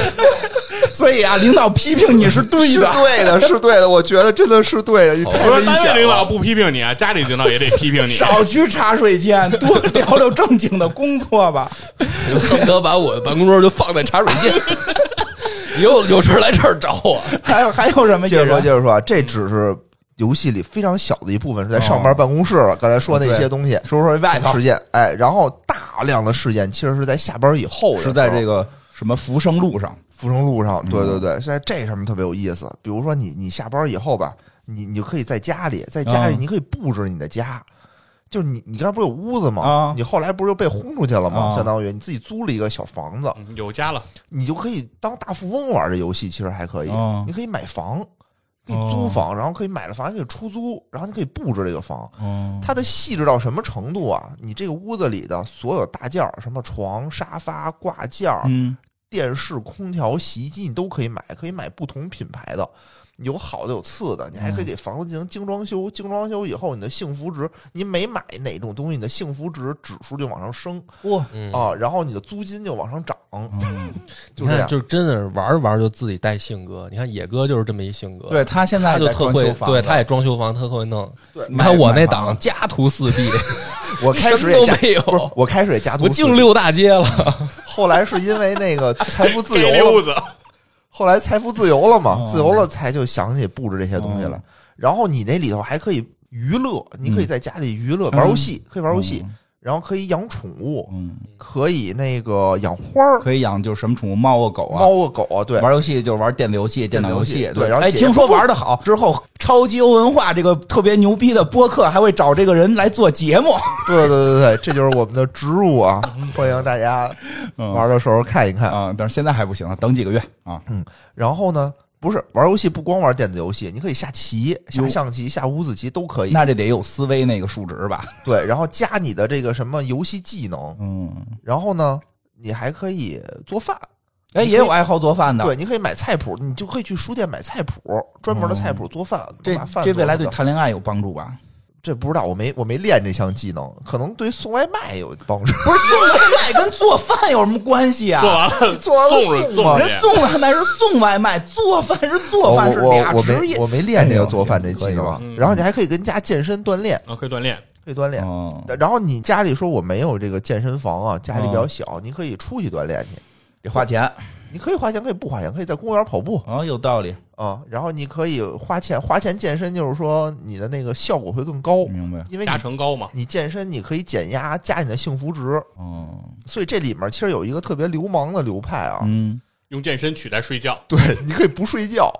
Speaker 1: 所以啊，领导批评你是对
Speaker 4: 是
Speaker 1: 的。
Speaker 4: 对的，是对的，我觉得真的是对的，你太
Speaker 3: 我说
Speaker 4: 危
Speaker 3: 单位
Speaker 4: 险
Speaker 3: 领导
Speaker 4: 了。
Speaker 3: 不批评你啊，家里领导也得批评你。
Speaker 1: 少去茶水间，多聊聊正经的工作吧。
Speaker 2: 就恨不得把我的办公桌就放在茶水 间，以后有事儿来这儿找我。
Speaker 1: 还有还有什么？
Speaker 4: 接着说，接
Speaker 1: 野人嗯
Speaker 4: 着说，啊，这只是游戏里非常小的一部分，是在上班办公室
Speaker 1: 哦
Speaker 4: 了。刚才说那些东西
Speaker 1: 说说外头
Speaker 4: 事件，哎，然后大量的事件其实是在下班以后的时
Speaker 1: 是
Speaker 4: 候，
Speaker 1: 在这个嗯什么福生路上，
Speaker 4: 阜成路上，对对对，在这上面特别有意思。比如说你你下班以后吧，你你就可以在家里，在家里
Speaker 1: 嗯
Speaker 4: 你可以布置你的家，就是你，你刚才不是有屋子吗？
Speaker 1: 啊
Speaker 4: 你后来不是又被轰出去了吗？
Speaker 1: 啊
Speaker 4: 相当于你自己租了一个小房子，
Speaker 3: 嗯有家了，
Speaker 4: 你就可以当大富翁玩这游戏，其实还可以。
Speaker 1: 啊
Speaker 4: 你可以买房，可
Speaker 1: 哦
Speaker 4: 以租房，然后可以买了房，还可以出租，然后你可以布置这个房。
Speaker 1: 哦，
Speaker 4: 它的细致到什么程度啊？你这个屋子里的所有大件儿，什么床、沙发、挂件儿、
Speaker 1: 嗯
Speaker 4: 电视、空调、洗衣机，你都可以买，可以买不同品牌的，有好的有次的，你还可
Speaker 1: 嗯
Speaker 4: 以给房子进行精装修。精装修以后，你的幸福值，你每买哪种东西，你的幸福值指数就往上升
Speaker 1: 哇，
Speaker 2: 嗯，
Speaker 4: 啊，然后你的租金就往上涨，
Speaker 1: 嗯
Speaker 4: 就
Speaker 2: 你
Speaker 4: 这
Speaker 2: 看，
Speaker 4: 样。
Speaker 2: 就真的是玩着玩着就自己带性格。你看野哥就是这么一性格，
Speaker 1: 对他现在
Speaker 2: 他就
Speaker 1: 在
Speaker 2: 特
Speaker 1: 装
Speaker 2: 会
Speaker 1: 修，房
Speaker 2: 对，
Speaker 1: 子
Speaker 2: 他也装修房，特会弄。
Speaker 4: 对
Speaker 2: 你看我那档
Speaker 1: 买
Speaker 2: 家徒四壁，
Speaker 4: 我开始
Speaker 2: 什
Speaker 4: 也
Speaker 2: 么
Speaker 4: 加
Speaker 2: 都，没
Speaker 4: 不是
Speaker 2: 有，
Speaker 4: 我开始也加图，
Speaker 2: 我净溜大街了。
Speaker 4: 后来是因为那 个财富自由
Speaker 3: 街
Speaker 4: 了嘛
Speaker 3: 溜子，
Speaker 4: 后来财富自由了嘛，
Speaker 1: 哦
Speaker 4: 自由了才就想起布置这些东西来。
Speaker 1: 哦
Speaker 4: 然后你那里头还可以娱乐，你可以在家里娱乐、玩游戏，可以玩游戏，然后可以养宠物，
Speaker 1: 嗯，
Speaker 4: 可以那个养花儿，
Speaker 1: 可以养就是什么宠物，猫啊狗啊，
Speaker 4: 猫啊狗啊，对，
Speaker 1: 玩游戏就是玩电子游戏、电
Speaker 4: 电子
Speaker 1: 脑
Speaker 4: 游戏
Speaker 1: 戏。
Speaker 4: 对然后
Speaker 1: 哎，
Speaker 4: 解决
Speaker 1: 听说玩的好之后，超级优文化这个特别牛逼的播客还会找这个人来做节目。
Speaker 4: 对对对对，这就是我们的植入啊！
Speaker 1: 嗯
Speaker 4: 欢迎大家玩的时候看一看。
Speaker 1: 啊、但是现在还不行了，等几个月啊。
Speaker 4: 然后呢，不是玩游戏不光玩电子游戏，你可以下棋、下
Speaker 1: 哟
Speaker 4: 象棋、下五子棋都可以。
Speaker 1: 那这得有思维那个数值吧？
Speaker 4: 对，然后加你的这个什么游戏技能，
Speaker 1: 嗯，
Speaker 4: 然后呢，你还可以做饭。
Speaker 1: 哎，
Speaker 4: 你可以
Speaker 1: 也有爱好做饭的。
Speaker 4: 对，你可以买菜谱，你就可以去书店买菜谱，专门的菜谱做饭，
Speaker 1: 哦这
Speaker 4: 把饭
Speaker 1: 这
Speaker 4: 做
Speaker 1: 未来对
Speaker 4: 得到
Speaker 1: 谈恋爱有帮助吧？
Speaker 4: 这不知道，我没我没练这项技能，可能对送外卖有帮助。
Speaker 1: 不是送外卖跟做饭有什么关系啊
Speaker 3: 做？完了，
Speaker 4: 做完了
Speaker 3: 送了
Speaker 4: 送
Speaker 3: 送
Speaker 4: 吧
Speaker 1: 人
Speaker 3: 去
Speaker 1: 送外卖是送外卖，做饭是做饭，是
Speaker 4: 哦我我
Speaker 1: 俩
Speaker 4: 我
Speaker 1: 职
Speaker 4: 没
Speaker 1: 业。
Speaker 4: 我没练这个做饭这技
Speaker 1: 哎呦行可以
Speaker 4: 能
Speaker 1: 了，
Speaker 3: 嗯
Speaker 4: 然后你还可以跟家健身锻炼，
Speaker 3: 啊，可以锻炼，
Speaker 4: 可以锻炼。
Speaker 1: 哦，
Speaker 4: 然后你家里说我没有这个健身房啊，家里比较
Speaker 1: 嗯
Speaker 4: 小，你可以出去锻炼去。
Speaker 1: 得花钱啊、
Speaker 4: 你可以花钱，可以不花钱，可以在公园跑步
Speaker 1: 哦，有道理，
Speaker 4: 啊。然后你可以花钱，花钱健身就是说你的那个效果会更高，
Speaker 1: 明白。
Speaker 4: 因为你
Speaker 3: 加成高嘛，
Speaker 4: 你健身你可以减压，加你的幸福值，
Speaker 1: 哦，
Speaker 4: 所以这里面其实有一个特别流氓的流派啊，
Speaker 1: 嗯，
Speaker 3: 用健身取代睡觉，
Speaker 4: 对，你可以不睡觉，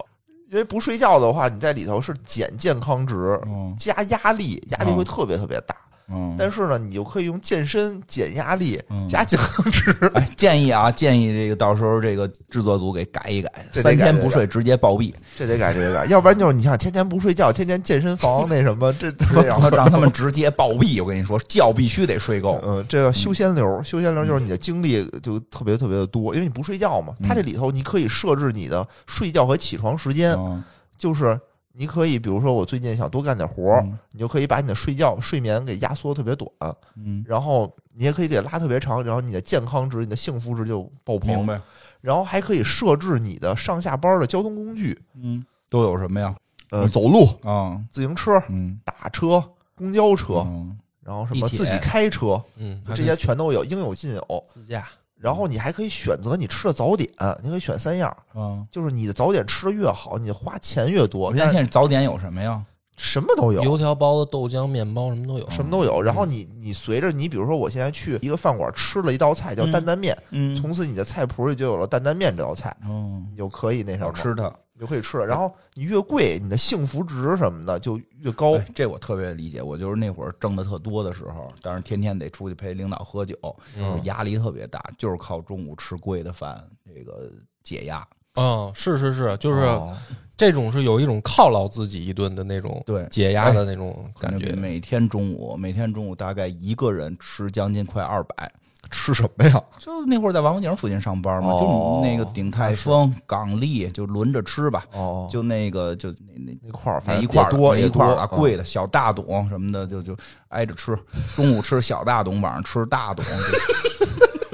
Speaker 4: 因为不睡觉的话，你在里头是减健康值
Speaker 1: 哦，
Speaker 4: 加压力，压力会特别特别大。
Speaker 1: 嗯，
Speaker 4: 但是呢，你就可以用健身减压力
Speaker 1: 嗯
Speaker 4: 加健康值，
Speaker 1: 哎，建议啊，建议这个到时候这个制作组给改一改，
Speaker 4: 这得
Speaker 1: 三
Speaker 4: 改
Speaker 1: 天
Speaker 4: 这
Speaker 1: 不
Speaker 4: 得
Speaker 1: 睡直接暴毙，
Speaker 4: 这得改这得改，要不然就是你想天天不睡觉，天天健身房那什么，这
Speaker 1: 直接让他 让他们直接暴毙。我跟你说，觉必须得睡够。
Speaker 4: 嗯，这个修仙流，修仙流就是你的精力就特别特别的多，因为你不睡觉嘛。它这里头你可以设置你的睡觉和起床时间，
Speaker 1: 嗯
Speaker 4: 就是你可以，比如说我最近想多干点活儿，
Speaker 1: 嗯
Speaker 4: 你就可以把你的睡觉睡眠给压缩得特别短，
Speaker 1: 嗯，
Speaker 4: 然后你也可以给拉特别长，然后你的健康值、你的幸福值就爆
Speaker 1: 明
Speaker 4: 棚。
Speaker 1: 白。
Speaker 4: 然后还可以设置你的上下班的交通工具，
Speaker 1: 嗯，都有什么呀？
Speaker 4: 呃，走路、
Speaker 1: 啊，
Speaker 4: 自行车、
Speaker 1: 嗯，
Speaker 4: 打车、公交车，
Speaker 1: 嗯
Speaker 4: 然后什么
Speaker 2: 地铁
Speaker 4: 自己开车，
Speaker 2: 嗯，还
Speaker 4: 这
Speaker 2: 可
Speaker 4: 些
Speaker 2: 以
Speaker 4: 全都有，应有尽有。
Speaker 2: 自驾，
Speaker 4: 然
Speaker 1: 嗯
Speaker 4: 后你还可以选择你吃的早点，你可以选三样，
Speaker 1: 啊，
Speaker 4: 就是你的早点吃的越好，你花钱越
Speaker 1: 我
Speaker 4: 多，
Speaker 1: 现
Speaker 4: 但是
Speaker 1: 在早点有什么呀？
Speaker 4: 什么都有，
Speaker 2: 油条、包子、豆浆、面包什么都有。
Speaker 4: 什么都有。然后你你随着你，比如说我现在去一个饭馆吃了一道菜叫
Speaker 1: 嗯
Speaker 4: 担担面，
Speaker 1: 嗯
Speaker 4: 从此你的菜谱里就有了担担面这道菜，
Speaker 1: 哦，
Speaker 4: 你就可以那什
Speaker 1: 少
Speaker 4: 么，
Speaker 1: 吃它。
Speaker 4: 你就可以吃了。然后你越贵，你的幸福值什么的就越高。
Speaker 1: 哎这我特别理解，我就是那会儿挣的特多的时候，但是天天得出去陪领导喝酒，
Speaker 2: 嗯
Speaker 1: 压力特别大，就是靠中午吃贵的饭这个解压。
Speaker 2: 嗯，是是是，
Speaker 1: 哎
Speaker 2: 就是
Speaker 4: 哦
Speaker 2: 这种是有一种犒劳自己一顿的那种
Speaker 1: 对哎
Speaker 2: 解压的那种感觉。
Speaker 1: 每天中午，每天中午大概一个人吃将近快二百。
Speaker 4: 吃什么呀？
Speaker 1: 就那会儿在王府井附近上班嘛，
Speaker 4: 哦
Speaker 1: 就那个鼎泰丰、港丽，就轮着吃吧。
Speaker 4: 哦，
Speaker 1: 就那个就那那
Speaker 4: 那块儿，反
Speaker 1: 那
Speaker 4: 正
Speaker 1: 一块儿
Speaker 4: 也多嗯
Speaker 1: 那一块儿啊，贵
Speaker 4: 的。
Speaker 1: 的小大董什么的，就就挨着吃。中午吃小大董，晚上吃大董。就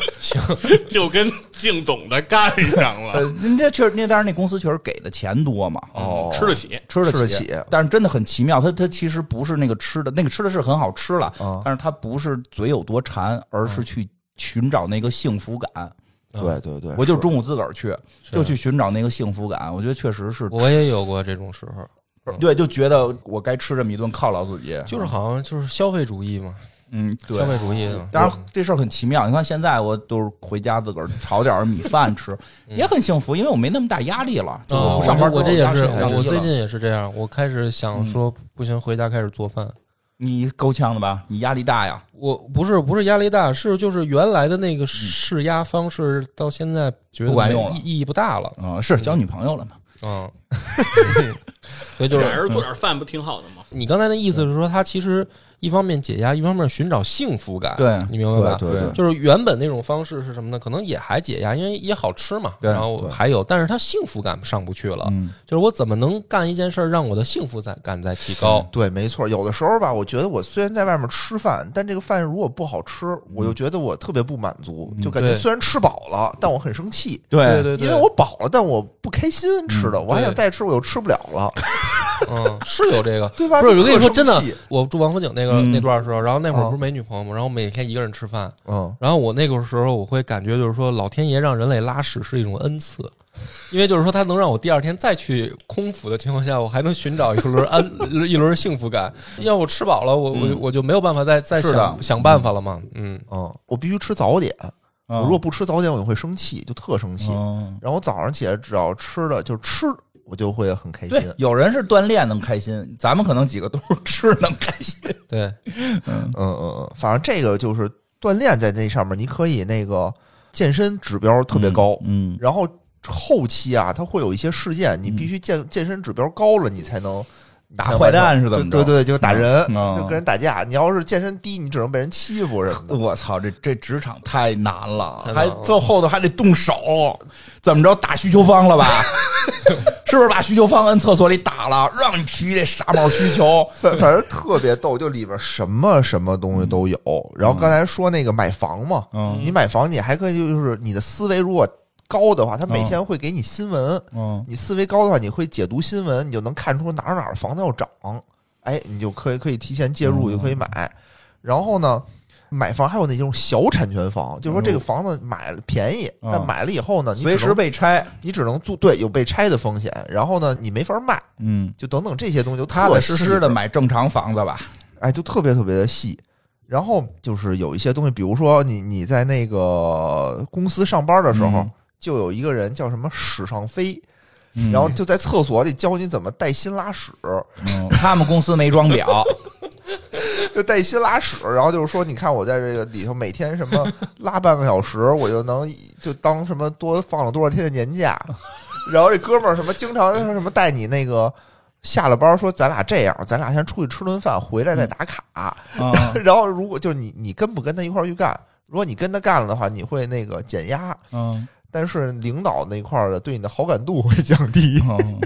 Speaker 3: 就跟净懂的干上 了，
Speaker 1: 呃，人家确实，那当然那公司确实给的钱多嘛，嗯
Speaker 4: 哦，
Speaker 3: 吃得起，
Speaker 1: 吃得
Speaker 4: 吃得
Speaker 1: 起，
Speaker 4: 起
Speaker 1: 但是真的很奇妙，它它其实不是那个吃的，那个吃的是很好吃了，
Speaker 2: 嗯
Speaker 4: 啊
Speaker 1: 但是它不是嘴有多馋，而是去寻找那个幸福感。
Speaker 4: 嗯对对对，
Speaker 1: 啊我就是中午自个儿去，就去寻找那个幸福感。我觉得确实是，
Speaker 2: 我也有过这种时候，
Speaker 1: 对，就觉得我该吃这么一顿犒劳自己。
Speaker 2: 就是好像就是消费主义嘛，
Speaker 1: 嗯，对
Speaker 2: 消。费主义嘛。
Speaker 1: 当然，这事儿很奇妙。你看，现在我都是回家自个儿炒点儿米饭吃，也很幸福，因为我没那么大压力了。就
Speaker 2: 啊
Speaker 1: 我不上班之
Speaker 2: 嗯我
Speaker 1: 后
Speaker 2: 这
Speaker 1: 压
Speaker 2: 也
Speaker 1: 力
Speaker 2: 是
Speaker 1: 很，小
Speaker 2: 我
Speaker 1: 了嗯
Speaker 2: 最近也是这样。我开始想说，不行，回家开始做饭，
Speaker 1: 你够呛的吧？你压力大呀，
Speaker 2: 我不是不是压力大，是就是原来的那个释压方式到现在觉得
Speaker 1: 不管用了
Speaker 2: 意意义不大了，
Speaker 1: 嗯、是交女朋友了嘛？
Speaker 2: 嗯，所以就是
Speaker 3: 俩人做点饭不挺好的吗？
Speaker 2: 你刚才的意思是说，他其实一方面解压，一方面寻找幸福感，
Speaker 1: 对
Speaker 2: 你明白吧？
Speaker 4: 对对对
Speaker 2: 就是原本那种方式是什么呢？可能也还解压，因为也好吃嘛，
Speaker 1: 对
Speaker 2: 然后还有，但是他幸福感上不去了。
Speaker 1: 嗯，
Speaker 2: 就是我怎么能干一件事儿让我的幸福感感再提高？
Speaker 4: 对，没错。有的时候吧，我觉得我虽然在外面吃饭，但这个饭如果不好吃，我就觉得我特别不满足，就感觉
Speaker 2: 对
Speaker 4: 虽然吃饱了，但我很生气，
Speaker 1: 对
Speaker 2: 对
Speaker 4: 因为我饱了，但我不开心吃的，我还想
Speaker 2: 对
Speaker 4: 再吃，我又吃不了了，
Speaker 2: 嗯，是有这个，
Speaker 4: 对吧？
Speaker 2: 不是，
Speaker 4: 就
Speaker 2: 我跟你
Speaker 4: 特
Speaker 2: 说真的
Speaker 4: 生气，
Speaker 2: 我住王府井那个、
Speaker 1: 嗯
Speaker 2: 那段儿时候，然后那会儿
Speaker 4: 啊
Speaker 2: 不是没女朋友嘛，然后每天一个人吃饭，
Speaker 4: 嗯，
Speaker 2: 然后我那个时候我会感觉就是说，老天爷让人类拉屎是一种恩赐，因为就是说他能让我第二天再去空腹的情况下，我还能寻找一轮安 一轮幸福感。要我吃饱了，我我我就没有办法再再
Speaker 1: 是的
Speaker 2: 想想办法了嘛。嗯，
Speaker 4: 嗯，我必须吃早点，
Speaker 1: 嗯
Speaker 4: 我如果不吃早点，我就会生气，就特生气。
Speaker 1: 嗯
Speaker 4: 然后我早上起来只要吃的就吃，我就会很开
Speaker 1: 对
Speaker 4: 心，。
Speaker 1: 有人是锻炼能开心，咱们可能几个都是吃能开心。
Speaker 2: 对，
Speaker 4: 嗯嗯嗯，反正这个就是锻炼在那上面，你可以那个健身指标特别高，
Speaker 1: 嗯，
Speaker 4: 然后后期啊，它会有一些事件，你必须健健身指标高了，你才能
Speaker 1: 打坏蛋是怎么着
Speaker 4: 对对对，就打人，
Speaker 1: 嗯
Speaker 4: 就跟人打架。你要是健身低，你只能被人欺负什么 的。
Speaker 1: 我操，这这职场太难了，
Speaker 2: 太难
Speaker 1: 还
Speaker 2: 了
Speaker 1: 最后头还得动手，怎么着打需求方了 吧？是不是把需求方摁厕所里打了，让你提这傻帽需求？
Speaker 4: 反反正特别逗，就里边什么什么东西都有。然后刚才说那个买房嘛，
Speaker 1: 嗯
Speaker 4: 你买房你还可以就是你的思维如果高的话，他每天会给你新闻，
Speaker 1: 嗯，
Speaker 4: 你思维高的话，你会解读新闻，你就能看出哪儿哪儿房子要涨，哎，你就可以可以提前介入，就
Speaker 1: 嗯
Speaker 4: 可以买。然后呢，买房还有那种小产权房，就是说这个房子买了便宜，
Speaker 1: 嗯
Speaker 4: 但买了以后呢，你
Speaker 1: 随
Speaker 4: 只
Speaker 1: 时
Speaker 4: 能
Speaker 1: 被拆。
Speaker 4: 你只能租，对，有被拆的风险。然后呢，你没法卖，
Speaker 1: 嗯，
Speaker 4: 就等等这些东西就
Speaker 1: 踏
Speaker 4: 特
Speaker 1: 踏实实的
Speaker 4: 细致，
Speaker 1: 买正常房子吧。
Speaker 4: 哎，就特别特别的细。然后就是有一些东西，比如说你你在那个公司上班的时候，
Speaker 1: 嗯
Speaker 4: 就有一个人叫什么史尚飞，
Speaker 1: 嗯
Speaker 4: 然后就在厕所里教你怎么带薪拉屎，
Speaker 1: 嗯他们公司没装表，
Speaker 4: 就带薪拉屎，然后就是说，你看我在这个里头每天什么拉半个小时，我就能就当什么多放了多少天的年假。 然后这哥们儿什么经常说什么带你那个下了班说咱俩这样，咱俩先出去吃顿饭，回来再打卡。
Speaker 1: 嗯
Speaker 4: 然后如果就是你你跟不跟他一块儿去干，如果你跟他干了的话，你会那个减压，
Speaker 1: 嗯
Speaker 4: 但是领导那块儿的对你的好感度会降低。
Speaker 1: 嗯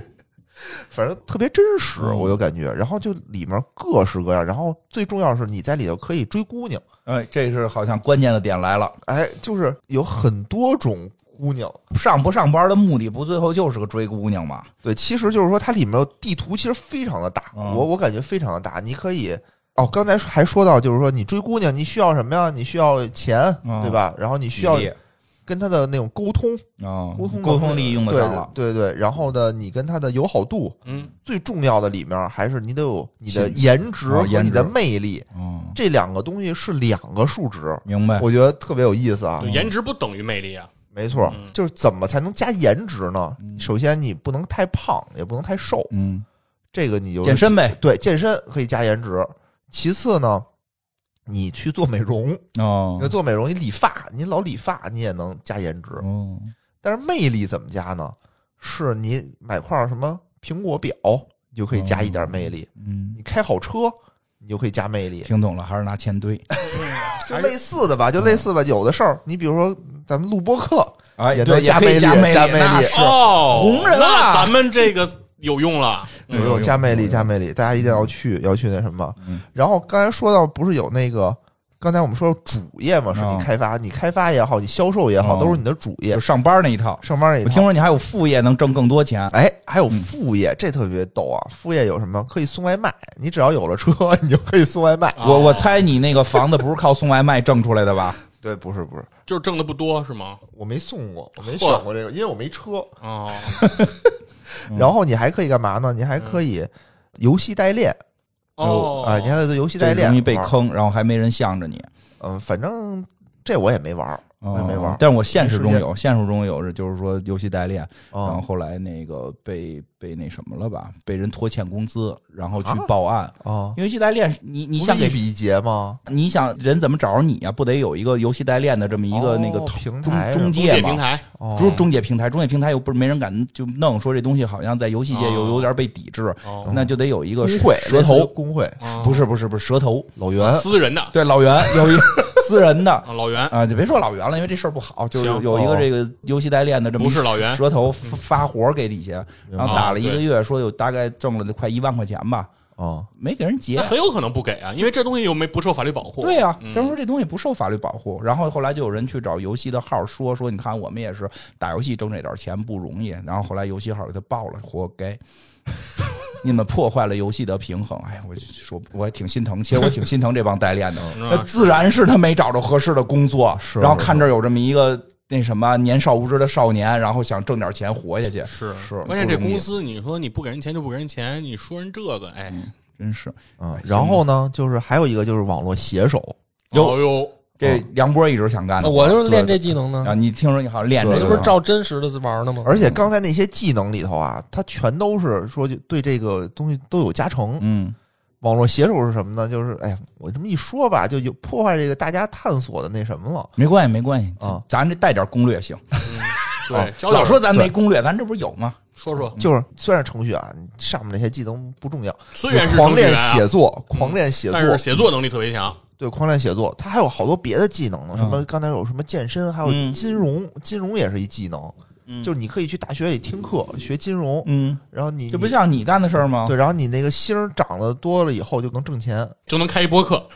Speaker 4: 反正特别真实，
Speaker 1: 嗯
Speaker 4: 我就感觉。然后就里面各式各样，然后最重要的是你在里头可以追姑娘，
Speaker 1: 哎，这是好像关键的点来了。
Speaker 4: 哎，就是有很多种姑娘。
Speaker 1: 上不上班的目的不最后就是个追姑娘吗？
Speaker 4: 对，其实就是说它里面地图其实非常的大，
Speaker 1: 嗯
Speaker 4: 我我感觉非常的大。你可以哦，刚才还说到就是说你追姑娘，你需要什么呀？你需要钱，
Speaker 1: 嗯
Speaker 4: 对吧？然后你需要
Speaker 1: 举例
Speaker 4: 跟她的那种沟通，
Speaker 1: 啊，
Speaker 4: 沟通
Speaker 1: 沟通力用得啊上了。
Speaker 4: 对对对对。然后呢，你跟她的友好度，
Speaker 3: 嗯，
Speaker 4: 最重要的里面还是你得有你的
Speaker 1: 信
Speaker 4: 颜值
Speaker 1: 哦
Speaker 4: 和
Speaker 1: 颜
Speaker 4: 你的
Speaker 1: 值
Speaker 4: 魅力。
Speaker 1: 嗯，
Speaker 4: 这两个东西是两个数值，
Speaker 1: 明白。
Speaker 4: 我觉得特别有意思啊
Speaker 3: 就。颜值不等于魅力啊。
Speaker 4: 没错
Speaker 3: 嗯，
Speaker 4: 就是怎么才能加颜值呢？首先你不能太胖，也不能太瘦，
Speaker 1: 嗯，
Speaker 4: 这个你就
Speaker 1: 健身呗。
Speaker 4: 对健身可以加颜值。其次呢，你去做美容，
Speaker 1: 哦
Speaker 4: 你做美容你理发，你老理发你也能加颜值。
Speaker 1: 哦，
Speaker 4: 但是魅力怎么加呢？是你买块什么苹果表，你就可以加一点魅力；
Speaker 1: 嗯，
Speaker 4: 你开好车，你就可以加魅力。
Speaker 1: 听懂了，还是拿钱堆。
Speaker 4: 就类似的吧，就类似
Speaker 1: 嗯
Speaker 4: 吧。有的事儿，你比如说咱们录播课，
Speaker 1: 哎
Speaker 4: 也
Speaker 1: 对，
Speaker 4: 能加
Speaker 1: 可以
Speaker 4: 魅力
Speaker 1: 加魅
Speaker 4: 加魅
Speaker 1: 那
Speaker 4: 力
Speaker 1: 是
Speaker 3: 哦，
Speaker 1: 红人
Speaker 3: 那
Speaker 1: 啊
Speaker 3: 咱们这个有用了。
Speaker 1: 嗯
Speaker 4: 有有
Speaker 1: 有
Speaker 4: 加魅力，
Speaker 1: 有
Speaker 4: 加魅力，大家一定要去，要去那什么
Speaker 1: 嗯。
Speaker 4: 然后刚才说到，不是有那个，刚才我们说主业嘛，是
Speaker 1: 哦
Speaker 4: 你开发，你开发也好，你销售也好，
Speaker 1: 哦
Speaker 4: 都是你的主业
Speaker 1: 就。上班那一套。
Speaker 4: 上班也
Speaker 1: 我听嗯说你还有副业能挣更多钱。
Speaker 4: 哎，还有副业，这特别逗啊！副业有什么？可以送外卖，你只要有了车， 你就可以送外卖。
Speaker 3: 啊
Speaker 1: 我我猜你那个房子不是靠送外卖挣出来的 吧？
Speaker 4: 对，不是不是，
Speaker 3: 就是挣的不多是吗？
Speaker 4: 我没送过，我没
Speaker 3: 嚯
Speaker 4: 选过这个，因为我没车。
Speaker 3: 哦，
Speaker 1: 嗯
Speaker 4: 然后你还可以干嘛呢？你还可以游戏代练
Speaker 3: 哦，
Speaker 4: 啊，你还可以做游戏代
Speaker 1: 这
Speaker 4: 练，
Speaker 1: 容易被
Speaker 4: 玩儿
Speaker 1: 坑，然后还没人向着你。
Speaker 4: 嗯，反正这我也没玩儿，
Speaker 1: 我
Speaker 4: 我也没玩
Speaker 1: 哦但是我现实中
Speaker 4: 没时
Speaker 1: 有，现实中有，就是说游戏代练，然后
Speaker 4: 啊
Speaker 1: 后来那个被被那什么了吧，被人拖欠工资，然后去
Speaker 4: 啊
Speaker 1: 报案。
Speaker 4: 啊，
Speaker 1: 因为游戏代练，你你
Speaker 4: 不
Speaker 1: 想
Speaker 4: 是一
Speaker 1: 给
Speaker 4: 比一结吗？
Speaker 1: 你想人怎么找着你啊？不得有一个游戏代练的这么一个
Speaker 4: 哦
Speaker 1: 那个头
Speaker 4: 平
Speaker 1: 中中
Speaker 4: 台是吧
Speaker 3: 中介
Speaker 1: 介
Speaker 3: 平
Speaker 1: 嘛？
Speaker 3: 台，
Speaker 4: 哦
Speaker 1: 就是中介平台，中介平台又不是没人敢就弄，说这东西好像在游戏界有
Speaker 3: 哦
Speaker 1: 有点被抵制，
Speaker 3: 哦
Speaker 1: 那就得有一个
Speaker 4: 工会
Speaker 1: 蛇头，啊
Speaker 4: 工会
Speaker 1: 不是不是不是蛇头，
Speaker 4: 老袁
Speaker 3: 私人的
Speaker 1: 对老袁有一 私人的
Speaker 3: 啊，老袁
Speaker 1: 啊，就别说老袁了，因为这事儿不好，就是
Speaker 3: 行哦
Speaker 1: 有一个这个游戏代练的这么一
Speaker 3: 不是老袁哦
Speaker 1: 蛇头发发活给底下，然后打了一个
Speaker 3: 对
Speaker 1: 月，说有大概挣了快一万块钱吧，
Speaker 4: 啊，
Speaker 1: 没给人结
Speaker 3: 那。很有可能不给啊，因为这东西又没不受法律保护。
Speaker 1: 对啊呀、
Speaker 3: 嗯
Speaker 1: 他们说这东西不受法律保护，然后后来就有人去找游戏的号说说，你看我们也是打游戏挣这点钱不容易，然后后来游戏号给他爆了，活该。 你们破坏了游戏的平衡，哎呀，我就说我还挺心疼，其实我挺心疼这帮代练的，
Speaker 3: 嗯
Speaker 1: 那自然是他没找着合适的工作，
Speaker 4: 是
Speaker 1: 然后看这儿有这么一个那什么年少无知的少年，然后想挣点钱活下去，
Speaker 3: 是
Speaker 1: 是
Speaker 3: 关键
Speaker 1: 不
Speaker 3: 这
Speaker 1: 容易
Speaker 3: 公司，你说你不给人钱就不给人钱，你说人这个，哎，
Speaker 1: 真是
Speaker 4: 嗯
Speaker 1: 哎，
Speaker 4: 然后呢，就是还有一个就是网络写手，
Speaker 1: 有
Speaker 3: 哦呦，
Speaker 1: 这梁波一直想
Speaker 4: 啊
Speaker 1: 干的。
Speaker 2: 我就是练
Speaker 1: 对
Speaker 2: 这技能呢，
Speaker 1: 啊啊，你听说你好像练
Speaker 4: 对
Speaker 1: 这
Speaker 2: 这
Speaker 1: 个
Speaker 2: 不
Speaker 1: 是
Speaker 2: 是照真实的玩呢吗？
Speaker 4: 而且刚才那些技能里头啊，它全都是说就对这个东西都有加成。
Speaker 1: 嗯，
Speaker 4: 网络写手是什么呢？就是哎呀，我这么一说吧，就有破坏这个大家探索的那什么了。
Speaker 1: 没关系没关系
Speaker 4: 啊，
Speaker 1: 咱这带点攻略行。
Speaker 4: 哦
Speaker 3: 对，教
Speaker 1: 老
Speaker 3: 点
Speaker 1: 说咱没攻略，咱这不是有吗？
Speaker 3: 说
Speaker 1: 嗯
Speaker 3: 说，
Speaker 4: 就是虽然程序啊，上面那些技能不重要，
Speaker 3: 虽然是
Speaker 4: 狂
Speaker 3: 程序
Speaker 4: 练
Speaker 3: 员啊
Speaker 4: 写作，
Speaker 1: 嗯
Speaker 4: 狂练写作
Speaker 3: 但，是写作能力特别强，
Speaker 4: 对，狂练写作，它还有好多别的技能呢，什么刚才有什么健身，还有
Speaker 1: 嗯
Speaker 4: 金融，金融也是一技能，就是你可以去大学里听课学金融，
Speaker 1: 嗯，
Speaker 4: 然后你
Speaker 1: 这不像你干的事儿吗？
Speaker 4: 对，然后你那个星儿长得多了以后就能挣钱，
Speaker 3: 就能开一播客。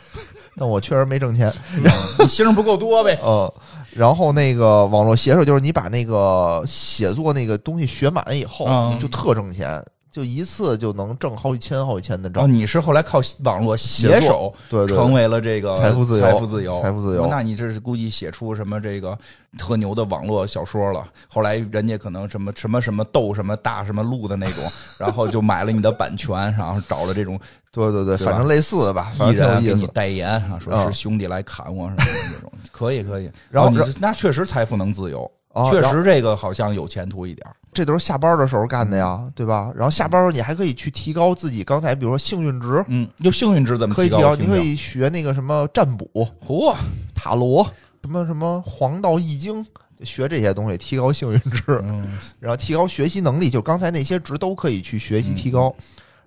Speaker 4: 但我确实没挣钱，
Speaker 1: 你心儿不够多 呗。
Speaker 4: 呃，然后那个网络写手就是你把那个写作那个东西学满以后，
Speaker 1: 嗯
Speaker 4: 就特挣钱，就一次就能挣好几千好几千的
Speaker 1: 然
Speaker 4: 挣
Speaker 1: 后，哦你是后来靠网络写手
Speaker 4: 对对
Speaker 1: 成为了这个
Speaker 4: 财富自由
Speaker 1: 财富自由、
Speaker 4: 财富自由
Speaker 1: 那你这是估计写出什么这个特牛的网络小说了？后来人家可能什么什么什么斗什么大什么路的 那种，然后就买了你的版权，然后找了这种
Speaker 4: 对对对，
Speaker 1: 对吧
Speaker 4: 反正类似的吧，
Speaker 1: 艺
Speaker 4: 反
Speaker 1: 人
Speaker 4: 正
Speaker 1: 给
Speaker 4: 挺有
Speaker 1: 你
Speaker 4: 意思。
Speaker 1: 代言啊，说
Speaker 4: 嗯
Speaker 1: 是兄弟来砍我什么的 那种，可以可以。
Speaker 4: 然后
Speaker 1: 哦你那确实财富能自由，
Speaker 4: 啊
Speaker 1: 确
Speaker 4: 然后
Speaker 1: 实这个好像有前途一点儿。
Speaker 4: 这都是下班的时候干的
Speaker 1: 嗯
Speaker 4: 呀，对吧？然后下班的时候你还可以去提高自己刚才比如说幸运值，
Speaker 1: 嗯，就幸运值怎么
Speaker 4: 可以
Speaker 1: 提
Speaker 4: 提高，
Speaker 1: 高？
Speaker 4: 你可以学那个什么占卜、
Speaker 1: 嚯，
Speaker 4: 塔罗，什么什么黄道易经，学这些东西提高幸运值。
Speaker 1: 嗯
Speaker 4: 然后提高学习能力，就刚才那些值都可以去学习提高。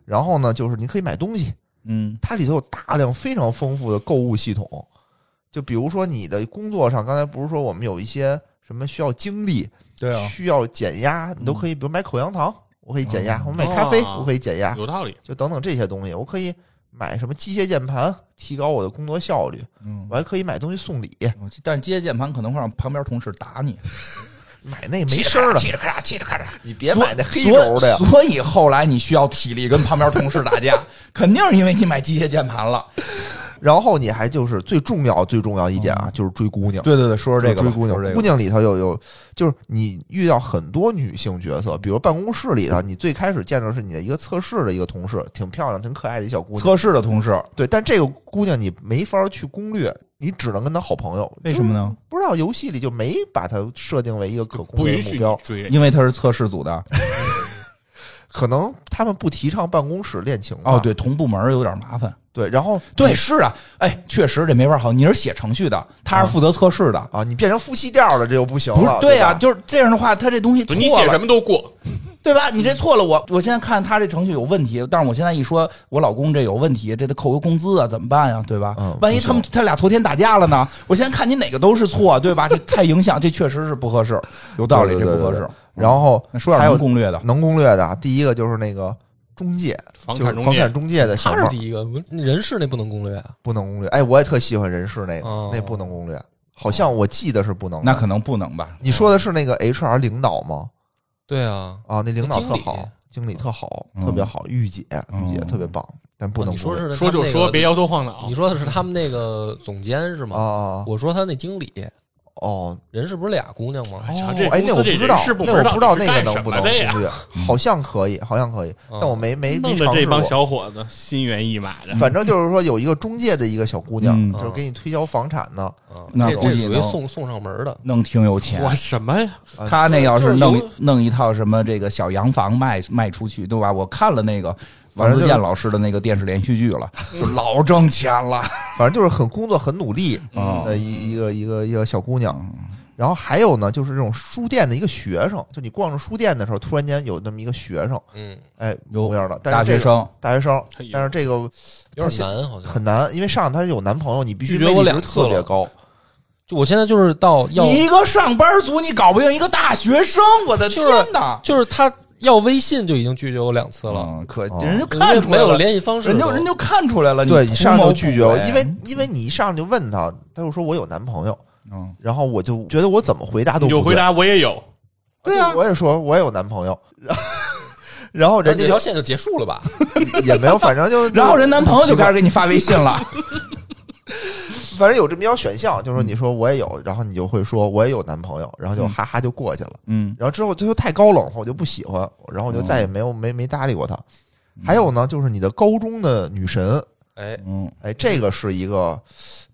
Speaker 4: 然后呢，就是你可以买东西，
Speaker 1: 嗯
Speaker 4: 它里头有大量非常丰富的购物系统。就比如说你的工作上，刚才不是说我们有一些什么需要精力、
Speaker 1: 对啊
Speaker 4: 需要减压，你都可以，比如买口香糖，我可以减压；我买咖啡，
Speaker 3: 哦
Speaker 4: 我可以减压，
Speaker 3: 有道理，
Speaker 4: 就等等这些东西，我可以买什么机械键盘，提高我的工作效率。
Speaker 1: 嗯
Speaker 4: 我。还可以买东西送礼，
Speaker 1: 但是机械键盘可能会让旁边同事打你，
Speaker 4: 买那没声儿的，
Speaker 1: 嘁哩咔嚓，嘁哩咔嚓，
Speaker 4: 你别买那黑
Speaker 1: 所以
Speaker 4: 轴的呀。
Speaker 1: 所以后来你需要体力跟旁边同事打 架，肯定是因为你买机械键盘了。
Speaker 4: 然后你还就是最重要最重要一点啊，就是追姑娘。
Speaker 1: 对对对，说说这个吧，
Speaker 4: 追姑
Speaker 1: 说
Speaker 4: 娘，
Speaker 1: 这
Speaker 4: 姑
Speaker 1: 个
Speaker 4: 娘里头有有，就是你遇到很多女性角色，比如办公室里头，你最开始见到是你的一个测试的一个同事，挺漂亮、挺可爱的一小姑娘。
Speaker 1: 测试的同事，
Speaker 4: 对，但这个姑娘你没法去攻略，你只能跟她好朋友。
Speaker 1: 为什么呢？
Speaker 4: 不知道游戏里就没把她设定为一个可攻
Speaker 3: 不
Speaker 4: 略
Speaker 3: 允
Speaker 4: 的
Speaker 3: 许
Speaker 4: 目
Speaker 3: 你
Speaker 4: 标，
Speaker 3: 追人。
Speaker 1: 因为他是测试组的。
Speaker 4: 可能他们不提倡办公室恋情吧
Speaker 1: 哦，对，同部门有点麻烦。
Speaker 4: 对，然后
Speaker 1: 对，是啊，哎，确实这没法好。你是写程序的，他是负责测试的，
Speaker 4: 啊，你变成夫妻调了，这就不行
Speaker 1: 不是
Speaker 4: 了。
Speaker 1: 对
Speaker 4: 呀、
Speaker 1: 啊，就是这样的话，他这东西错
Speaker 3: 对
Speaker 1: 了，
Speaker 3: 你写什么都过，
Speaker 1: 对吧？你这错了，我我现在看他这程序有问题，但是我现在一说我老公这有问题，这得扣个工资啊，怎么办呀、对吧？
Speaker 4: 嗯
Speaker 1: 万一他们他俩头天打架了呢？我现在看你哪个都是错，对吧？这太影响，这确实是不合 适，有道理，
Speaker 4: 对对
Speaker 1: 这不合
Speaker 4: 对
Speaker 1: 适。
Speaker 4: 然后
Speaker 1: 那说点
Speaker 4: 还
Speaker 1: 什么
Speaker 4: 有
Speaker 1: 攻略的？
Speaker 4: 能攻略的啊，第一个就是那个中介，
Speaker 3: 房
Speaker 4: 就是
Speaker 3: 产中
Speaker 4: 房
Speaker 3: 介
Speaker 4: 产中介的小
Speaker 2: 他是
Speaker 4: 猫
Speaker 2: 第一个，人事那不能攻略啊。
Speaker 4: 不能攻略。哎，我也特喜欢人事那个，
Speaker 2: 哦
Speaker 4: 那不能攻略。好像我记得是不能的。
Speaker 1: 那可能不能吧？
Speaker 4: 你说的是那个 HR 领导吗？
Speaker 2: 对啊，
Speaker 4: 啊，那领导
Speaker 2: 经
Speaker 4: 特
Speaker 2: 理
Speaker 4: 好，经理特好，
Speaker 1: 嗯
Speaker 4: 特别好，御姐，御姐
Speaker 1: 嗯
Speaker 4: 特别棒，但不啊
Speaker 2: 哦啊
Speaker 4: 能
Speaker 2: 你说
Speaker 4: 攻略
Speaker 2: 是他
Speaker 3: 说
Speaker 2: 们
Speaker 3: 就
Speaker 2: 那个
Speaker 3: 说，别摇头晃脑
Speaker 2: 你。说的是他们那个总监是
Speaker 4: 啊
Speaker 2: 吗？
Speaker 4: 啊啊
Speaker 2: 我说他那经理，
Speaker 4: 哦，
Speaker 2: 人是不是俩姑娘吗？
Speaker 3: 哎瞧
Speaker 4: 哦
Speaker 3: 这
Speaker 4: 哎，那
Speaker 3: 公
Speaker 4: 我不
Speaker 3: 司这
Speaker 4: 知
Speaker 3: 人
Speaker 4: 道
Speaker 3: 事，部
Speaker 4: 那
Speaker 3: 门
Speaker 4: 我
Speaker 3: 到
Speaker 4: 不知道
Speaker 3: 底
Speaker 4: 那个
Speaker 3: 是干
Speaker 4: 能
Speaker 3: 什
Speaker 4: 不
Speaker 3: 么
Speaker 4: 能
Speaker 3: 的呀
Speaker 4: 攻略，好像可以，好像可以，
Speaker 2: 嗯
Speaker 4: 哦但我没没
Speaker 3: 弄
Speaker 4: 没
Speaker 3: 得
Speaker 4: 尝
Speaker 3: 这
Speaker 4: 试
Speaker 3: 帮
Speaker 4: 过。
Speaker 3: 小伙子心猿意马的。
Speaker 4: 反正就是说有一个中介的一个小姑娘，
Speaker 1: 嗯
Speaker 4: 就是给你推销房产呢，
Speaker 2: 啊
Speaker 1: 那
Speaker 2: 这
Speaker 1: 估
Speaker 2: 这
Speaker 1: 计
Speaker 2: 属于
Speaker 1: 能
Speaker 2: 送送上门的。
Speaker 1: 弄挺有钱。
Speaker 3: 我什么呀？
Speaker 4: 啊
Speaker 1: 他那要是
Speaker 2: 就
Speaker 1: 弄
Speaker 2: 是有
Speaker 1: 弄一套什么这个小洋房卖卖出去，对吧？我看了那个王
Speaker 4: 反正
Speaker 1: 自
Speaker 4: 就是
Speaker 1: 健老师的那个电视连续剧了，就老挣钱了。
Speaker 4: 反正就是很工作很努力
Speaker 1: 哦
Speaker 4: 的一一个一个一个小姑娘。然后还有呢，就是这种书店的一个学生，就你逛着书店的时候，突然间有那么一个学生，
Speaker 2: 嗯，
Speaker 4: 哎，
Speaker 1: 有
Speaker 4: 模样的，但
Speaker 1: 大
Speaker 4: 是这
Speaker 1: 学
Speaker 4: 个
Speaker 1: 生，
Speaker 4: 大学生
Speaker 3: 哎呦，
Speaker 4: 但是这个
Speaker 2: 有点难，好像。
Speaker 4: 很难，因为上她有男朋友，你必须
Speaker 2: 拒绝我
Speaker 4: 魅力
Speaker 2: 两
Speaker 4: 值
Speaker 2: 次了
Speaker 4: 特别高。
Speaker 2: 就我现在就是到要，
Speaker 1: 你一个上班族，你搞不定一个大学生，我的天哪！
Speaker 2: 就是他要微信就已经拒绝我两次了，
Speaker 1: 嗯，可
Speaker 4: 哦
Speaker 1: 人家
Speaker 2: 因为
Speaker 1: 看出来
Speaker 2: 没有
Speaker 1: 了，
Speaker 2: 联系方式都，
Speaker 1: 人就人就看出来了，
Speaker 4: 对
Speaker 1: 你
Speaker 4: 你上来
Speaker 1: 图谋嗯
Speaker 4: 就
Speaker 1: 不
Speaker 4: 拒绝我，
Speaker 1: 轨
Speaker 4: 因为因为你一上来就问她，她就说我有男朋友，
Speaker 1: 嗯
Speaker 4: 然后我就觉得我怎么回答都
Speaker 3: 你
Speaker 4: 不
Speaker 3: 就
Speaker 4: 对
Speaker 3: 回答我也有，
Speaker 1: 对啊
Speaker 4: 我也说我也有男朋友， 然后然后人
Speaker 2: 这条
Speaker 4: 家
Speaker 2: 线就结束了吧？
Speaker 4: 就也没有，反正就
Speaker 1: 然后人男朋友就开始给你发微信了，
Speaker 4: 反正有这么一条选项，就是说你说我也有，然后你就会说我也有男朋友，然后就哈哈就过去了。
Speaker 1: 嗯
Speaker 4: 然后之后他又太高冷了，我就不喜欢，然后我就再也没有、没没搭理过他。还有呢，就是你的高中的女神，
Speaker 2: 哎，
Speaker 1: 嗯，嗯
Speaker 4: 哎，这个是一个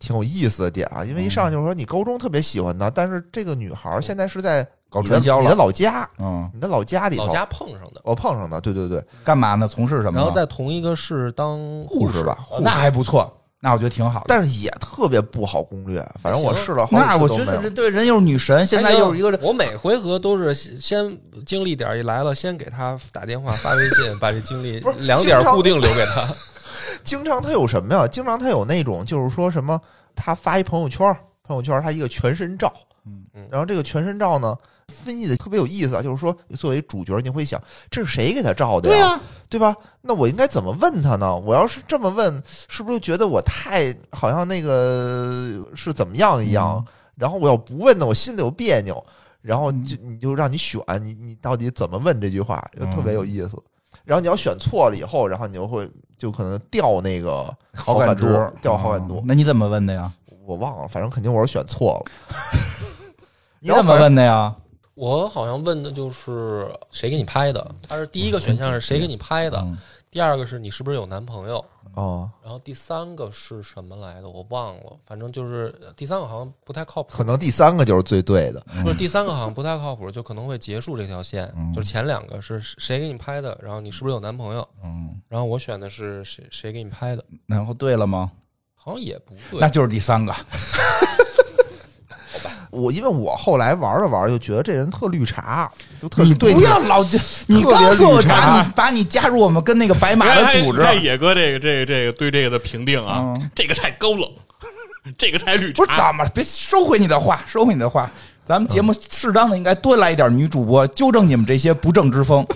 Speaker 4: 挺有意思的点啊，因为一上来就是说你高中特别喜欢她，但是这个女孩现在是在
Speaker 1: 搞
Speaker 4: 你的
Speaker 1: 传销
Speaker 4: 你的
Speaker 1: 了，
Speaker 4: 老家，
Speaker 1: 嗯，
Speaker 4: 你的老家里头
Speaker 2: 老，家碰上的，
Speaker 4: 我碰上的，对对对，
Speaker 1: 干嘛呢？从事什么呢？
Speaker 2: 然后在同一个市当
Speaker 4: 护
Speaker 2: 士
Speaker 4: 士，吧，
Speaker 1: 哦那还不错，那我觉得挺好的。
Speaker 4: 但是也特别不好攻略，反正我试了好
Speaker 1: 那
Speaker 4: 几
Speaker 1: 我
Speaker 4: 次
Speaker 1: 觉
Speaker 4: 都没
Speaker 1: 得这
Speaker 4: 有。
Speaker 1: 对人又是女神，现在又是一个
Speaker 2: 哎呀我每回合都是先经历点儿一来了，先给他打电话发微信，把这经历
Speaker 4: 不是
Speaker 2: 两点儿
Speaker 4: 经常
Speaker 2: 固定留给他。
Speaker 4: 经常他有什么呀？经常他有那种就是说什么，他发一朋友圈儿，朋友圈儿他一个全身照，
Speaker 1: 嗯
Speaker 2: 嗯
Speaker 4: 然后这个全身照呢。分析的特别有意思啊，就是说，作为主角，你会想，这是谁给他照的
Speaker 1: 对
Speaker 4: 呀？
Speaker 3: 啊
Speaker 1: 呀，
Speaker 4: 对吧？那我应该怎么问他呢？我要是这么问，是不是觉得我太好像那个是怎么样一样？
Speaker 1: 嗯
Speaker 4: 然后我要不问呢，我心里有别扭。然后就
Speaker 1: 嗯
Speaker 4: 你就让你选，你你到底怎么问这句话，就特别有
Speaker 1: 嗯
Speaker 4: 意思。然后你要选错了以后，然后你就会就可能掉 那个好
Speaker 1: 感
Speaker 4: 度
Speaker 1: 值，
Speaker 4: 掉好感
Speaker 1: 哦
Speaker 4: 度。
Speaker 1: 那你怎么问的呀？
Speaker 4: 我忘了，反正肯定我是选错 了。
Speaker 1: 你怎么问的呀？
Speaker 2: 我好像问的就是谁给你拍的，他是第一个选项是谁给你拍的，
Speaker 1: 嗯
Speaker 2: 第二个是你是不是有男朋友，
Speaker 4: 哦，
Speaker 2: 然后第三个是什么来的我忘了，反正就是呃第三个好像不太靠谱
Speaker 4: 可，能第三个就是最对的。
Speaker 2: 不是第三个好像不太 靠谱，就可能会结束这条线
Speaker 1: 嗯。
Speaker 2: 就是前两个是谁给你拍的，然后你是不是有男朋友，
Speaker 1: 嗯，
Speaker 2: 然后我选的是谁谁给你拍的，
Speaker 1: 然后对了吗？
Speaker 2: 好像也不对
Speaker 1: 那。就是第三个，
Speaker 4: 我因为我后来玩了玩，就觉得这人特绿茶，就特
Speaker 1: 你
Speaker 4: 对
Speaker 1: 不要老你
Speaker 4: 特别
Speaker 1: 刚说我
Speaker 4: 绿茶
Speaker 1: 把你把你加入我们跟那个白马
Speaker 3: 你
Speaker 1: 的
Speaker 3: 看
Speaker 1: 组织
Speaker 3: 你，看野哥这个这个这个对这个的评定啊
Speaker 1: 嗯，
Speaker 3: 这个太高冷， 这个太绿
Speaker 1: 不是
Speaker 3: 茶。
Speaker 1: 怎么了？别收回你的话，收回你的话。咱们节
Speaker 4: 嗯
Speaker 1: 目适当的应该多来一点女主播，纠正你们这些不正之 风。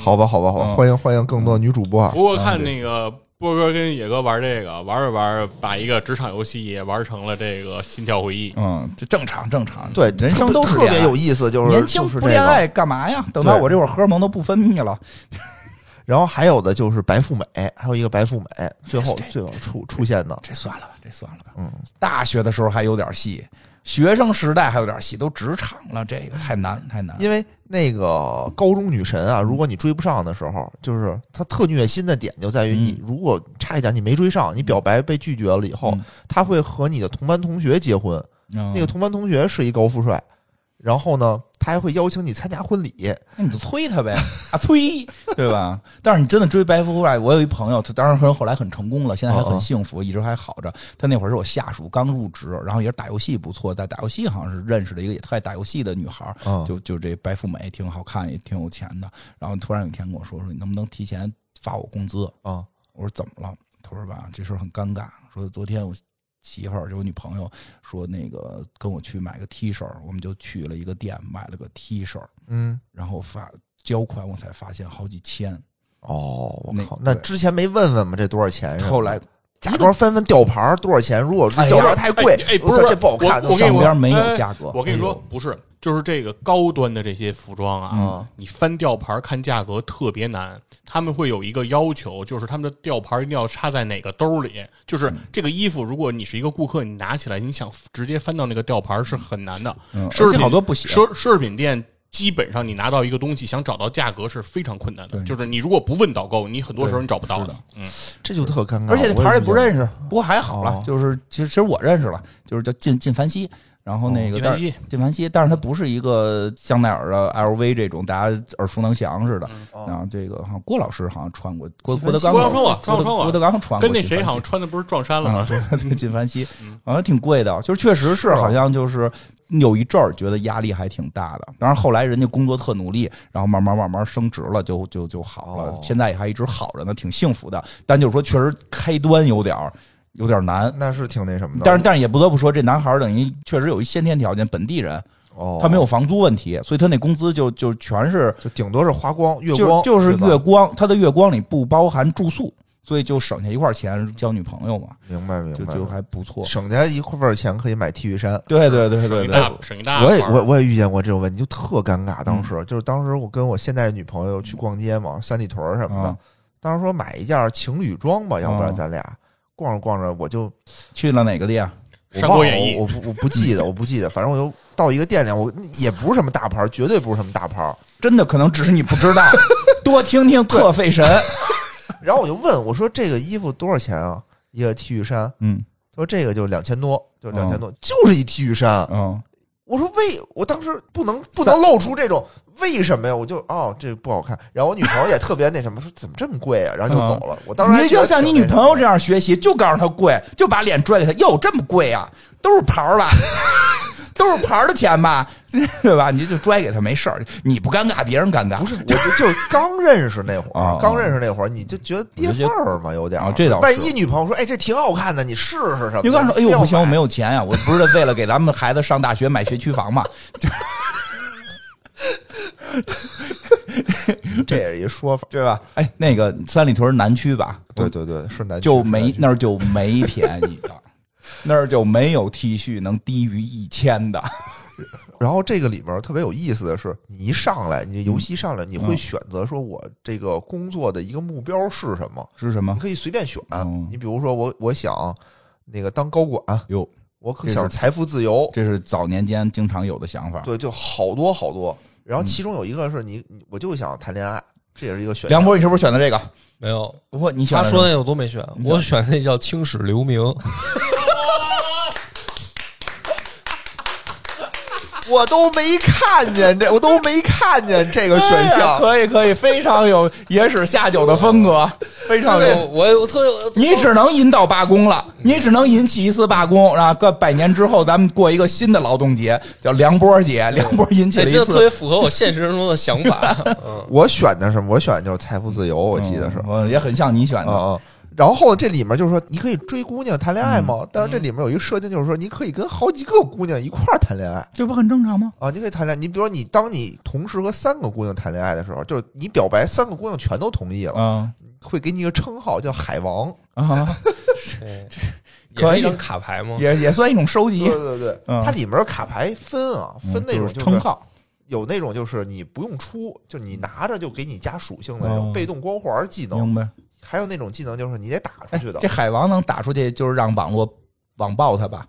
Speaker 4: 好吧，好吧，好吧，
Speaker 1: 嗯
Speaker 4: 欢迎欢迎更多女主播啊！
Speaker 3: 不过看那个波哥跟野哥玩这个，玩着玩着把一个职场游戏也玩成了这个《心跳回忆》。
Speaker 1: 嗯，这正常正常。
Speaker 4: 对，
Speaker 1: 人生都是
Speaker 4: 特别特别
Speaker 1: 恋爱
Speaker 4: 有意思，就是
Speaker 1: 年轻
Speaker 4: 就是
Speaker 1: 不
Speaker 4: 这
Speaker 1: 恋
Speaker 4: 个
Speaker 1: 爱干嘛呀？等到
Speaker 4: 对
Speaker 1: 我这会儿荷尔蒙都不分泌了，
Speaker 4: 然后还有的就是白富美，还有一个白富美，最
Speaker 1: 哎
Speaker 4: 后最后出出现的，
Speaker 1: 这算了吧，这算了吧。
Speaker 4: 嗯，
Speaker 1: 大学的时候还有点戏，学生时代还有点戏，都职场了，这个太难太难。
Speaker 4: 因为那个高中女神啊，如果你追不上的时候，就是她特虐心的点就在于你如果差一点你没追上，你表白被拒绝了以后
Speaker 1: 嗯，
Speaker 4: 她会和你的同班同学结婚，
Speaker 1: 那
Speaker 4: 那个，同班同学是一高富帅，然后呢，他还会邀请你参加婚礼，
Speaker 1: 那你就催他呗，啊催，对吧？但是你真的追白富帅，我有一朋友，他当然很后来很成功了，现在还
Speaker 4: 嗯
Speaker 1: 很
Speaker 4: 嗯
Speaker 1: 幸福，一直还好着。他那会儿是我下属，刚入职，然后也是打游戏不错，在打游戏好像是认识了一个也特爱打游戏的女孩儿，
Speaker 4: 嗯，
Speaker 1: 就就这白富美挺好看，也挺有钱的。然后突然有一天跟我说说，你能不能提前发我工资？
Speaker 4: 啊
Speaker 1: 我说怎么了？他说吧，这事儿很尴尬。说昨天我媳妇儿就我女朋友说那个跟我去买个 T 恤，我们就去了一个店买了个 T 恤，
Speaker 4: 嗯。
Speaker 1: 然后发交款我才发现好几千，
Speaker 4: 哦，我
Speaker 1: 那
Speaker 4: 靠！那
Speaker 1: 对
Speaker 4: 之前没问问吗？这多少钱是吧？
Speaker 1: 后来
Speaker 4: 假装翻翻吊牌儿多少钱？如果
Speaker 1: 哎呀
Speaker 4: 吊牌儿太贵
Speaker 3: 哎，哎
Speaker 4: 我
Speaker 3: 不
Speaker 4: 操，
Speaker 3: 是
Speaker 4: 这不好看。
Speaker 3: 我我
Speaker 4: 就
Speaker 1: 上
Speaker 4: 上
Speaker 3: 跟你
Speaker 4: 不
Speaker 3: 说
Speaker 1: 边没有价格。
Speaker 3: 我跟你说
Speaker 4: 哎呦，
Speaker 3: 不是就是这个高端的这些服装啊，
Speaker 1: 嗯
Speaker 3: 你翻吊牌儿看价格特别难。他们会有一个要求，就是他们的吊牌儿一定要插在哪个兜里。
Speaker 1: 嗯
Speaker 3: 就是这个衣服，如果你是一个顾客，你拿起来，你想直接翻到那个吊牌儿是很难的。
Speaker 1: 嗯，
Speaker 3: 奢侈
Speaker 1: 而且
Speaker 3: 品
Speaker 1: 好多不写，
Speaker 3: 奢奢侈品店基本上你拿到一个东西，想找到价格是非常困难的。
Speaker 1: 对
Speaker 3: 就是你如果不问导购，你很多时候你找不到
Speaker 1: 是的。
Speaker 3: 嗯，
Speaker 4: 这就特尴尬。
Speaker 1: 而且那牌儿也不
Speaker 4: 识，
Speaker 1: 认识，不过还好了
Speaker 4: 哦，
Speaker 1: 就是其实其实我认识了，就是叫晋晋凡西，然后那个
Speaker 3: 纪
Speaker 1: 但
Speaker 3: 梵
Speaker 1: 是
Speaker 3: 希
Speaker 1: 晋凡西，但是它不是一个香奈儿的 LV 这种大家耳熟能详似的。
Speaker 4: 哦
Speaker 1: 然后这个好像郭老师好像穿过，郭
Speaker 4: 纪
Speaker 1: 郭
Speaker 4: 梵
Speaker 1: 德
Speaker 4: 希
Speaker 1: 纲
Speaker 3: 郭德纲穿过
Speaker 1: 郭德
Speaker 3: 穿过
Speaker 1: 郭德纲穿过，
Speaker 3: 跟那
Speaker 1: 纪
Speaker 3: 谁
Speaker 1: 梵
Speaker 3: 好
Speaker 1: 希
Speaker 3: 像穿的不是撞衫了
Speaker 1: 啊，
Speaker 3: 吗？
Speaker 1: 对对，锦凡西
Speaker 3: 嗯，
Speaker 1: 好像挺贵的，就是确实是，
Speaker 4: 是吧啊
Speaker 1: 好像就是有一阵儿觉得压力还挺大的。当然后来人家工作特努力，然后慢慢慢慢升职了，就就就好了
Speaker 4: 哦，
Speaker 1: 现在也还一直好着呢，挺幸福的。但就是说，确实开端有点儿有点儿难。
Speaker 4: 那是挺那什么的。
Speaker 1: 但是，但是也不得不说，这男孩儿等于确实有一先天条件，本地人，
Speaker 4: 哦，
Speaker 1: 他没有房租问题，所以他那工资就就全是
Speaker 4: 就顶多是花光月
Speaker 1: 就
Speaker 4: 光，
Speaker 1: 就是
Speaker 4: 对吧
Speaker 1: 月光，他的月光里不包含住宿，所以就省下一块儿钱交女朋友嘛，
Speaker 4: 明白明
Speaker 1: 就
Speaker 4: 白，
Speaker 1: 就还不错。
Speaker 4: 省下一块儿钱可以买 T 恤衫。
Speaker 1: 对对对对
Speaker 3: 省一
Speaker 1: 对，
Speaker 4: 哎
Speaker 3: 大省一大
Speaker 4: 我也
Speaker 3: 块儿嗯
Speaker 4: 我我也遇见过这种问题，就特尴尬。当时、就是当时我跟我现在的女朋友去逛街嘛，三里屯儿什么的，
Speaker 1: 啊
Speaker 4: 当时说买一件情侣装吧，要不
Speaker 3: 啊
Speaker 4: 然咱俩、逛着逛着我就
Speaker 1: 去了哪个啊店？
Speaker 4: 我
Speaker 3: 山
Speaker 4: 忘
Speaker 3: 国
Speaker 4: 了，
Speaker 3: 演义
Speaker 4: 我我不我不记得，我不记得，反正我就到一个店里，我也不是什么大牌儿，绝对不是什么大牌儿。
Speaker 1: 真的可能只是你不知 道，多听听特费神。
Speaker 4: 然后我就问我说这个衣服多少钱啊？一个 T 恤衫，
Speaker 1: 嗯
Speaker 4: 他说这个就两千多，就两千
Speaker 3: 啊
Speaker 4: 多，就是一 T 恤衫。
Speaker 1: 嗯，
Speaker 4: 我说为，我当时不能不能露出这种为什么呀？我就哦，这不好看。然后我女朋友也特别那什么，说怎么这么贵啊？然后就走了。我当时还
Speaker 1: 嗯你
Speaker 4: 觉
Speaker 1: 就
Speaker 4: 得
Speaker 1: 像你
Speaker 4: 挺那
Speaker 1: 女朋友
Speaker 4: 什么
Speaker 1: 这样学习，就告诉她贵，就把脸拽给她，哟，这么贵啊，都是牌儿 吧，都是牌儿的钱吧， 对吧？你就拽给她没事儿，你不尴尬，别人尴尬。
Speaker 4: 不是，我就就刚认识那会
Speaker 1: 啊
Speaker 4: 儿，刚认识那会儿，你就觉得跌份儿嘛，有点儿。
Speaker 1: 啊这倒是
Speaker 4: 万一女朋友说，哎，这挺好看的，你试试什么的？
Speaker 1: 你刚说，哎
Speaker 4: 非
Speaker 1: 呦，
Speaker 4: 要
Speaker 1: 不行，我
Speaker 4: 买
Speaker 1: 没有钱呀、我不是为了给咱们孩子上大学买学区房 嘛？
Speaker 4: 这也是一说法。
Speaker 1: 对吧？哎，那个三里屯南区吧，
Speaker 4: 对对对，是南区
Speaker 1: 嗯就是没
Speaker 4: 南区
Speaker 1: 那儿就没便宜的，那儿就没有 T 恤能低于一千的。
Speaker 4: 然后这个里面特别有意思的是，你一上来，你
Speaker 1: 嗯
Speaker 4: 游戏上来，你会选择说我这个工作的一个目标是什么？
Speaker 1: 是什么
Speaker 4: 你？可以随便选
Speaker 1: 嗯。
Speaker 4: 你比如说我我想那个当高管，
Speaker 1: 哟，
Speaker 4: 我可
Speaker 1: 这是
Speaker 4: 想财富自由，
Speaker 1: 这是早年间经常有的想法。
Speaker 4: 对，就好多好多。
Speaker 1: 嗯
Speaker 4: 然后其中有一个是你，你我就想谈恋爱，这也是一个选项。
Speaker 1: 梁博，你是不是选的这个？
Speaker 2: 没有，
Speaker 1: 不过你选
Speaker 2: 他
Speaker 1: 的
Speaker 2: 说那我都没选，
Speaker 1: 你选
Speaker 2: 我选那叫青史留名。
Speaker 4: 我都没看见这，我都没看见这个选
Speaker 1: 哎呀
Speaker 4: 项。
Speaker 1: 可以可以，非常有野史下酒的风格，非常
Speaker 2: 我
Speaker 1: 有。
Speaker 2: 我我特别
Speaker 1: 你只能引导罢工了，你只能引起一次罢工，然后过百年之后，咱们过一个新的劳动节，叫梁波节。梁波引起
Speaker 2: 哎，
Speaker 1: 了
Speaker 2: 这
Speaker 1: 一
Speaker 2: 特
Speaker 1: 次，
Speaker 2: 别符合我现实中的 想法。嗯，
Speaker 4: 我选的什么？我选的就是财富自由，我记得是。
Speaker 1: 嗯我也很像你选的。
Speaker 4: 啊啊！然后这里面就是说，你可以追姑娘谈恋
Speaker 1: 嗯
Speaker 4: 爱吗？但是这里面有一个设定，就是说你可以跟好几个姑娘一块儿谈恋爱
Speaker 1: 这不很正常吗？
Speaker 4: 啊，你可以谈恋爱。你比如说，你当你同时和三个姑娘谈恋爱的时候，就是你表白，三个姑娘全都同意了，
Speaker 1: 啊
Speaker 4: 会给你一个称号叫海王。
Speaker 1: 啊，
Speaker 2: 对
Speaker 1: 可
Speaker 2: 哎也是
Speaker 1: 以
Speaker 2: 一张卡牌吗？
Speaker 1: 也也算一种收
Speaker 4: 对
Speaker 1: 集，
Speaker 4: 对对，
Speaker 1: 嗯
Speaker 4: 它里面卡牌分啊，分那种
Speaker 1: 嗯就是
Speaker 4: 就是
Speaker 1: 称号。嗯
Speaker 4: 有那种就是你不用出，就你拿着就给你加属性的那
Speaker 1: 哦
Speaker 4: 种被动光环技能，
Speaker 1: 明白？
Speaker 4: 还有那种技能就是你得打出
Speaker 1: 哎
Speaker 4: 去的
Speaker 1: 这。海王能打出去，就是让网络网暴他吧？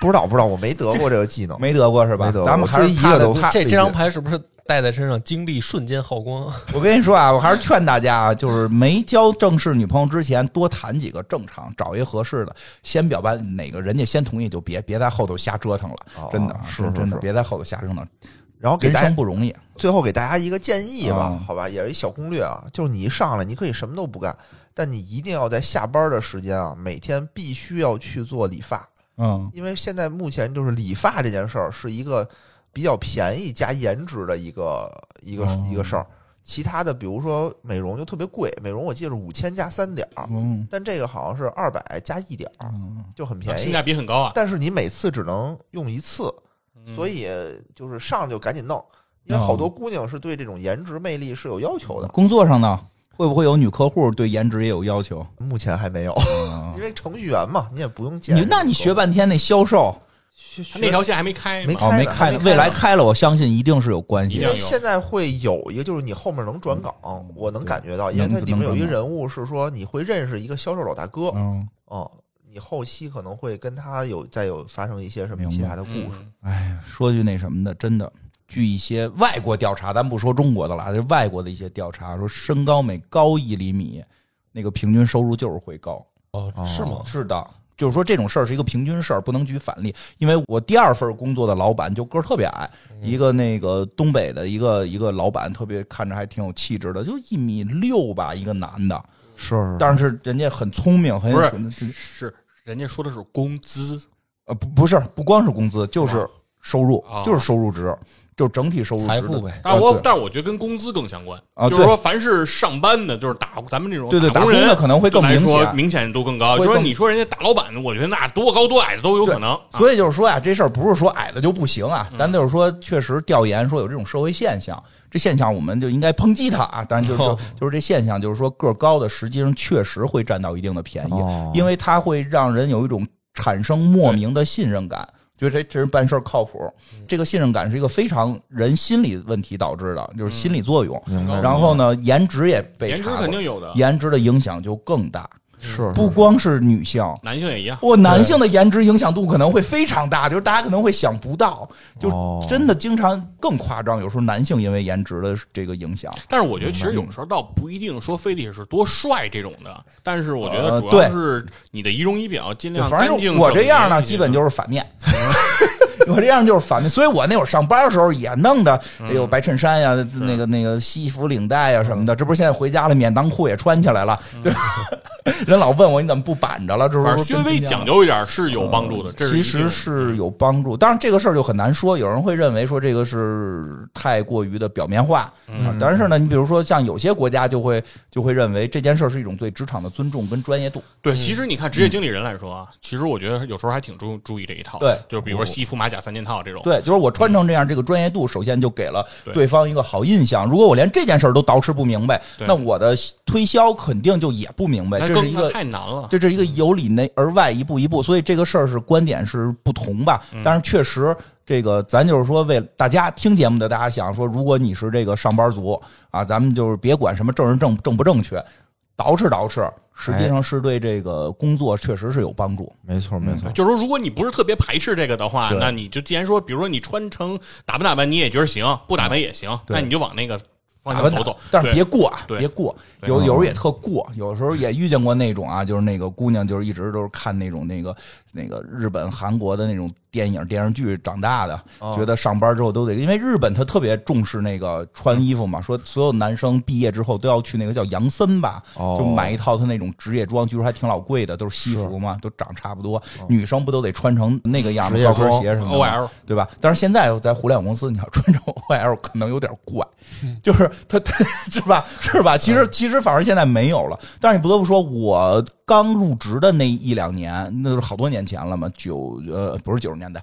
Speaker 4: 不知道不知道，我没得过这个技能。
Speaker 1: 没得过是吧？
Speaker 4: 没得过
Speaker 1: 咱们还是
Speaker 4: 我追一个
Speaker 1: 怕的
Speaker 4: 都
Speaker 1: 怕
Speaker 2: 这
Speaker 4: 对
Speaker 2: 这张牌是不是戴在身上精力瞬间耗光？
Speaker 1: 我跟你说啊，我还是劝大家啊，就是没交正式女朋友之前，多谈几个正常，找一个合适的，先表白哪个人家先同意就别别在后头瞎折腾了，
Speaker 4: 哦
Speaker 1: 真的啊
Speaker 4: 是
Speaker 1: 真
Speaker 4: 是
Speaker 1: 真的
Speaker 4: 是
Speaker 1: 别在后头瞎折腾，
Speaker 4: 然后给
Speaker 1: 人
Speaker 4: 大家
Speaker 1: 生不容易。
Speaker 4: 最后给大家一个建议吧
Speaker 1: 啊，
Speaker 4: 好吧，也是一小攻略啊，就是你一上来你可以什么都不干，但你一定要在下班的时间啊，每天必须要去做理发，
Speaker 1: 嗯
Speaker 4: 因为现在目前就是理发这件事儿是一个比较便宜加颜值的一个一个
Speaker 1: 哦
Speaker 4: 一个事儿，其他的比如说美容就特别贵，美容我记得是五千加三点儿，
Speaker 1: 嗯
Speaker 4: 但这个好像是二百加一点儿，
Speaker 1: 嗯
Speaker 4: 就很便
Speaker 3: 性
Speaker 4: 宜
Speaker 3: 价，比很高啊。
Speaker 4: 但是你每次只能用一次，
Speaker 3: 嗯
Speaker 4: 所以就是上来就赶紧弄，因为好多姑娘是对这种颜值魅力是有要求的，
Speaker 1: 嗯工作上呢，会不会有女客户对颜值也有要求？
Speaker 4: 目前还没有，
Speaker 1: 啊
Speaker 4: 因为程序员嘛，你也不用见
Speaker 1: 你那你学半天那销售，
Speaker 4: 学
Speaker 3: 嗯他那条线还没开嘛，
Speaker 4: 没
Speaker 1: 哦，没
Speaker 4: 开呢还没开呢
Speaker 1: 未来开了，我相信一定是有关系
Speaker 3: 一
Speaker 4: 因
Speaker 1: 的
Speaker 3: 定。
Speaker 4: 为现在会有一个，就是你后面能转岗，我能感觉到，因为它
Speaker 1: 能
Speaker 4: 里面有一个
Speaker 1: 能转岗
Speaker 4: 人物是说你会认识一个销售老大哥，
Speaker 1: 嗯，
Speaker 4: 哦，你后期可能会跟他有再有发生一些什么
Speaker 1: 明白
Speaker 4: 其他的故
Speaker 3: 嗯
Speaker 4: 事，
Speaker 1: 哎，说句那什么的，真的，据一些外国调查，咱不说中国的了，就外国的一些调查说，身高每高一厘米，那个平均收入就是会高。
Speaker 2: 哦，是吗？
Speaker 1: 是的，就是说这种事儿是一个平均事儿，不能举反例。因为我第二份工作的老板就个儿特别矮，
Speaker 4: 嗯
Speaker 1: 一个那个东北的一个一个老板，特别看着还挺有气质的，就一米六吧，一个男的，
Speaker 4: 是是
Speaker 1: 但是人家很聪明，很
Speaker 3: 不是
Speaker 1: 很
Speaker 3: 是是，人家说的是工资，
Speaker 1: 呃不不是不光是工资，就是收入，
Speaker 3: 啊
Speaker 1: 就是收入值，就整体收入值
Speaker 2: 财
Speaker 1: 的
Speaker 2: 富呗
Speaker 3: 但是我
Speaker 1: 啊对
Speaker 3: 但是我觉得跟工资更相关
Speaker 1: 啊
Speaker 3: 就是说
Speaker 1: 对
Speaker 3: 凡是上班的，就是打咱们这种
Speaker 1: 对对
Speaker 3: 打
Speaker 1: 打工
Speaker 3: 人
Speaker 1: 的可能会更
Speaker 3: 来
Speaker 1: 明
Speaker 3: 说
Speaker 1: 显啊
Speaker 3: 明显度更高。
Speaker 1: 会
Speaker 3: 就说
Speaker 1: 更
Speaker 3: 你说人家打老板的，我觉得那多高多矮的都有
Speaker 1: 对
Speaker 3: 可能。啊
Speaker 1: 所以就是说呀、这事儿不是说矮的就不行
Speaker 3: 嗯
Speaker 1: 啊，咱就是说，确实调研说有这种社会现象，这现象我们就应该抨击它啊。当然就是就
Speaker 2: 哦
Speaker 1: 就是这现象，就是说个儿高的实际上确实会占到一定的便宜，
Speaker 4: 哦
Speaker 1: 因为它会让人有一种产生莫名的信任感。觉得这这人办事儿靠谱，
Speaker 3: 嗯
Speaker 1: 这个信任感是一个非常人心理问题导致的，就是心理作用。
Speaker 4: 明白
Speaker 1: 然后呢，颜值也被
Speaker 3: 嗯颜值
Speaker 1: 查
Speaker 3: 肯
Speaker 1: 过
Speaker 3: 定，有的，
Speaker 1: 颜值的影响就更大，
Speaker 4: 是
Speaker 1: 不光是女性，
Speaker 3: 男性也一样。
Speaker 1: 我男性的颜值影响度可能会非常大，就是大家可能会想不到，就
Speaker 4: 哦
Speaker 1: 真的经常更夸张。有时候男性因为颜值的这个影响，
Speaker 3: 但是我觉得其实有时候倒不一定说非得是多帅这种的，但是我觉得
Speaker 1: 呃
Speaker 3: 主要是你的仪容仪表尽
Speaker 1: 对
Speaker 3: 量
Speaker 1: 反
Speaker 3: 干
Speaker 1: 正
Speaker 3: 净。
Speaker 1: 就我这样呢，
Speaker 3: 整洁
Speaker 1: 基本就是反 面。 我这样就是反面，所以我那会儿上班的时候也弄的，
Speaker 3: 嗯
Speaker 1: 哎呦，白衬衫呀、那个那个西服领带呀、什么的。这不是现在回家了，免裆裤也穿起来了，对吧？ 人老问我你怎么不板着了，这不
Speaker 3: 嗯反
Speaker 1: 是
Speaker 3: 正稍微讲究一点是有帮助的。这
Speaker 1: 呃
Speaker 3: 是
Speaker 1: 其
Speaker 3: 一
Speaker 1: 实
Speaker 3: 定
Speaker 1: 是有帮助，当然这个事儿就很难说，有人会认为说这个是太过于的表面化，
Speaker 3: 嗯
Speaker 1: 啊，但是呢，你比如说像有些国家就会就会认为这件事儿是一种对职场的尊重跟专业度，
Speaker 3: 对，其实你看职业经理人来说啊，其实我觉得有时候还挺注注意这一套。
Speaker 1: 对
Speaker 3: 就是比如说西服马甲三件套这种。
Speaker 1: 对，就是我穿成这样，这个专业度首先就给了
Speaker 3: 嗯对
Speaker 1: 对方一个好印象。如果我连这件事儿都捯饬不明白，
Speaker 3: 对
Speaker 1: 那我的推销肯定就也不明白，
Speaker 3: 那
Speaker 1: 这是
Speaker 3: 更
Speaker 1: 一
Speaker 3: 那
Speaker 1: 个
Speaker 3: 太难了。
Speaker 1: 这是一个由里内而外一步一步，所以这个事儿是观点是不同吧。但是确实，这个咱就是说为大家听节目的大家想说，如果你是这个上班族啊，咱们就是别管什么正人正正不正确，捯饬捯饬，实际上是对这个工作确实是有帮助。
Speaker 4: 没错没错，
Speaker 3: 就是说，如果你不是特别排斥这个的话，
Speaker 4: 对
Speaker 3: 那你就既然说，比如说你穿成打扮打扮，你也觉得行，不打扮也行，
Speaker 1: 对
Speaker 3: 那你就往那个方
Speaker 1: 打
Speaker 3: 向
Speaker 1: 扮
Speaker 3: 走
Speaker 1: 打
Speaker 3: 走。
Speaker 1: 但是
Speaker 3: 对
Speaker 1: 别过啊，
Speaker 3: 对
Speaker 1: 别过。
Speaker 3: 对
Speaker 1: 有有时候也特过，有时候也遇见过那种啊，就是那个姑娘，就是一直都是看那种那个那个日本、韩国的那种电影电视剧长大的，
Speaker 4: 哦
Speaker 1: 觉得上班之后都得，因为日本他特别重视那个穿衣服嘛，说所有男生毕业之后都要去那个叫洋森吧，
Speaker 4: 哦
Speaker 1: 就买一套他那种职业装，据说还挺老贵的，都是西服嘛，都长差不
Speaker 3: 哦
Speaker 1: 多。女生不都得穿成那个样
Speaker 4: 职
Speaker 1: 子，
Speaker 4: 业
Speaker 1: 高跟
Speaker 4: 装
Speaker 1: 鞋什么的吗
Speaker 3: OL
Speaker 1: 对吧？但是现在在互联网公司，你要穿成 OL 可能有点怪，
Speaker 3: 嗯
Speaker 1: 就是他 他是吧是吧？其实其实反而现在没有了。但是你不得不说，我刚入职的那一两年，那都是好多年前了嘛，九呃不是九十年 代，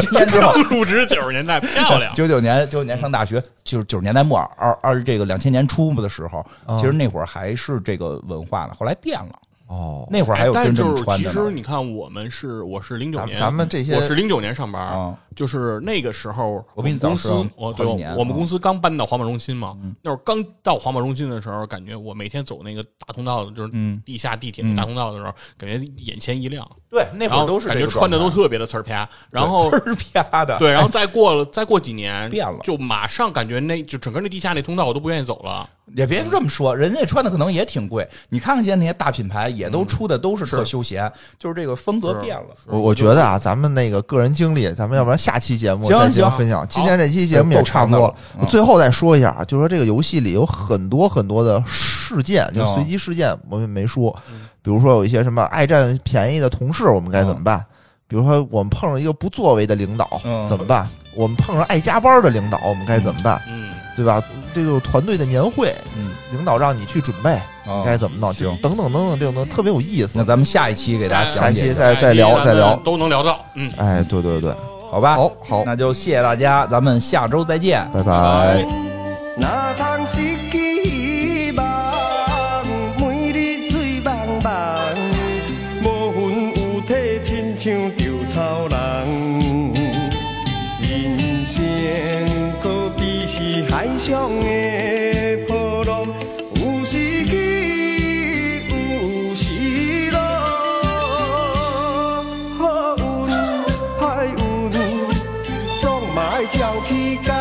Speaker 1: 今年之后。
Speaker 3: 刚入职九十 年代漂亮，
Speaker 1: 九九年，九九年上大学，就是九十年代末二二这个两千年初的时候，
Speaker 3: 嗯
Speaker 1: 其实那会儿还是这个文化呢，后来变了。
Speaker 4: 哦，
Speaker 1: 那会儿还有
Speaker 3: 哎但
Speaker 1: 真这
Speaker 3: 就
Speaker 1: 么
Speaker 3: 是
Speaker 1: 穿
Speaker 3: 其
Speaker 1: 的
Speaker 3: 实
Speaker 1: 呢。
Speaker 3: 你看，我们是我是零九
Speaker 4: 咱
Speaker 3: 年，
Speaker 4: 咱们这些
Speaker 3: 我是零九年上班，
Speaker 1: 啊
Speaker 3: 就是那个时候
Speaker 1: 我比
Speaker 3: 们
Speaker 1: 你早
Speaker 3: 公司
Speaker 1: 上好几，
Speaker 3: 我对
Speaker 1: 年
Speaker 3: 我们
Speaker 1: 啊
Speaker 3: 公司刚搬到黄马中心嘛，那会儿刚到黄马中心的时候，感觉我每天走那个大通道，就是
Speaker 1: 嗯
Speaker 3: 地下地铁那大通道的时候，感觉眼前一亮，
Speaker 1: 对，那
Speaker 3: 然
Speaker 1: 会
Speaker 3: 后
Speaker 1: 儿都是
Speaker 3: 感
Speaker 1: 这
Speaker 3: 觉
Speaker 1: 个
Speaker 3: 穿的都
Speaker 1: 状态
Speaker 3: 特别的刺儿啪，然后
Speaker 1: 对呲儿啪的。
Speaker 3: 对，然后再过了，再过几年
Speaker 1: 变了
Speaker 3: 就马上感觉那就整个那地下那通道我都不愿意走了。
Speaker 1: 也别这么说，人家穿的可能也挺贵。你看看现在那些大品牌，也都
Speaker 4: 嗯
Speaker 1: 出的都是特休闲，就是这个风格变了。
Speaker 4: 我我觉得啊，咱们那个个人经历，咱们要不然下期节目
Speaker 1: 行
Speaker 4: 再进行
Speaker 1: 行
Speaker 4: 分享。今天这期节目也差不多了
Speaker 1: 够长的了，嗯
Speaker 4: 最后再说一下啊，就说这个游戏里有很多很多的事件，
Speaker 1: 哦
Speaker 4: 就是随机事件，我们没说。
Speaker 1: 嗯
Speaker 4: 比如说有一些什么爱占便宜的同事，我们该怎么办？比如说我们碰上一个不作为的领导
Speaker 1: 嗯
Speaker 4: 怎么办？我们碰上爱加班的领导，我们该怎么办？
Speaker 3: 嗯，
Speaker 4: 对吧？这个团队的年会，
Speaker 1: 嗯，
Speaker 4: 领导让你去准备，
Speaker 1: 啊
Speaker 4: 你该怎么弄？就
Speaker 1: 行
Speaker 4: 等等等等，这种东西特别有意思
Speaker 1: 那。咱们下一期给大家
Speaker 4: 下
Speaker 1: 讲
Speaker 4: 一期
Speaker 1: 解，
Speaker 4: 再
Speaker 3: 哎
Speaker 4: 再聊
Speaker 3: 咱们
Speaker 4: 再聊
Speaker 3: 都能聊到。嗯，
Speaker 4: 哎，对对对，
Speaker 1: 好吧？
Speaker 4: 好好
Speaker 1: 那就谢谢大家，咱们下周再见。
Speaker 4: 拜拜。
Speaker 5: 哪通失去希望？每日醉茫茫，无魂有体，亲像稻草人。上的波浪，有时起，有时落。好运歹运，总嘛爱照起家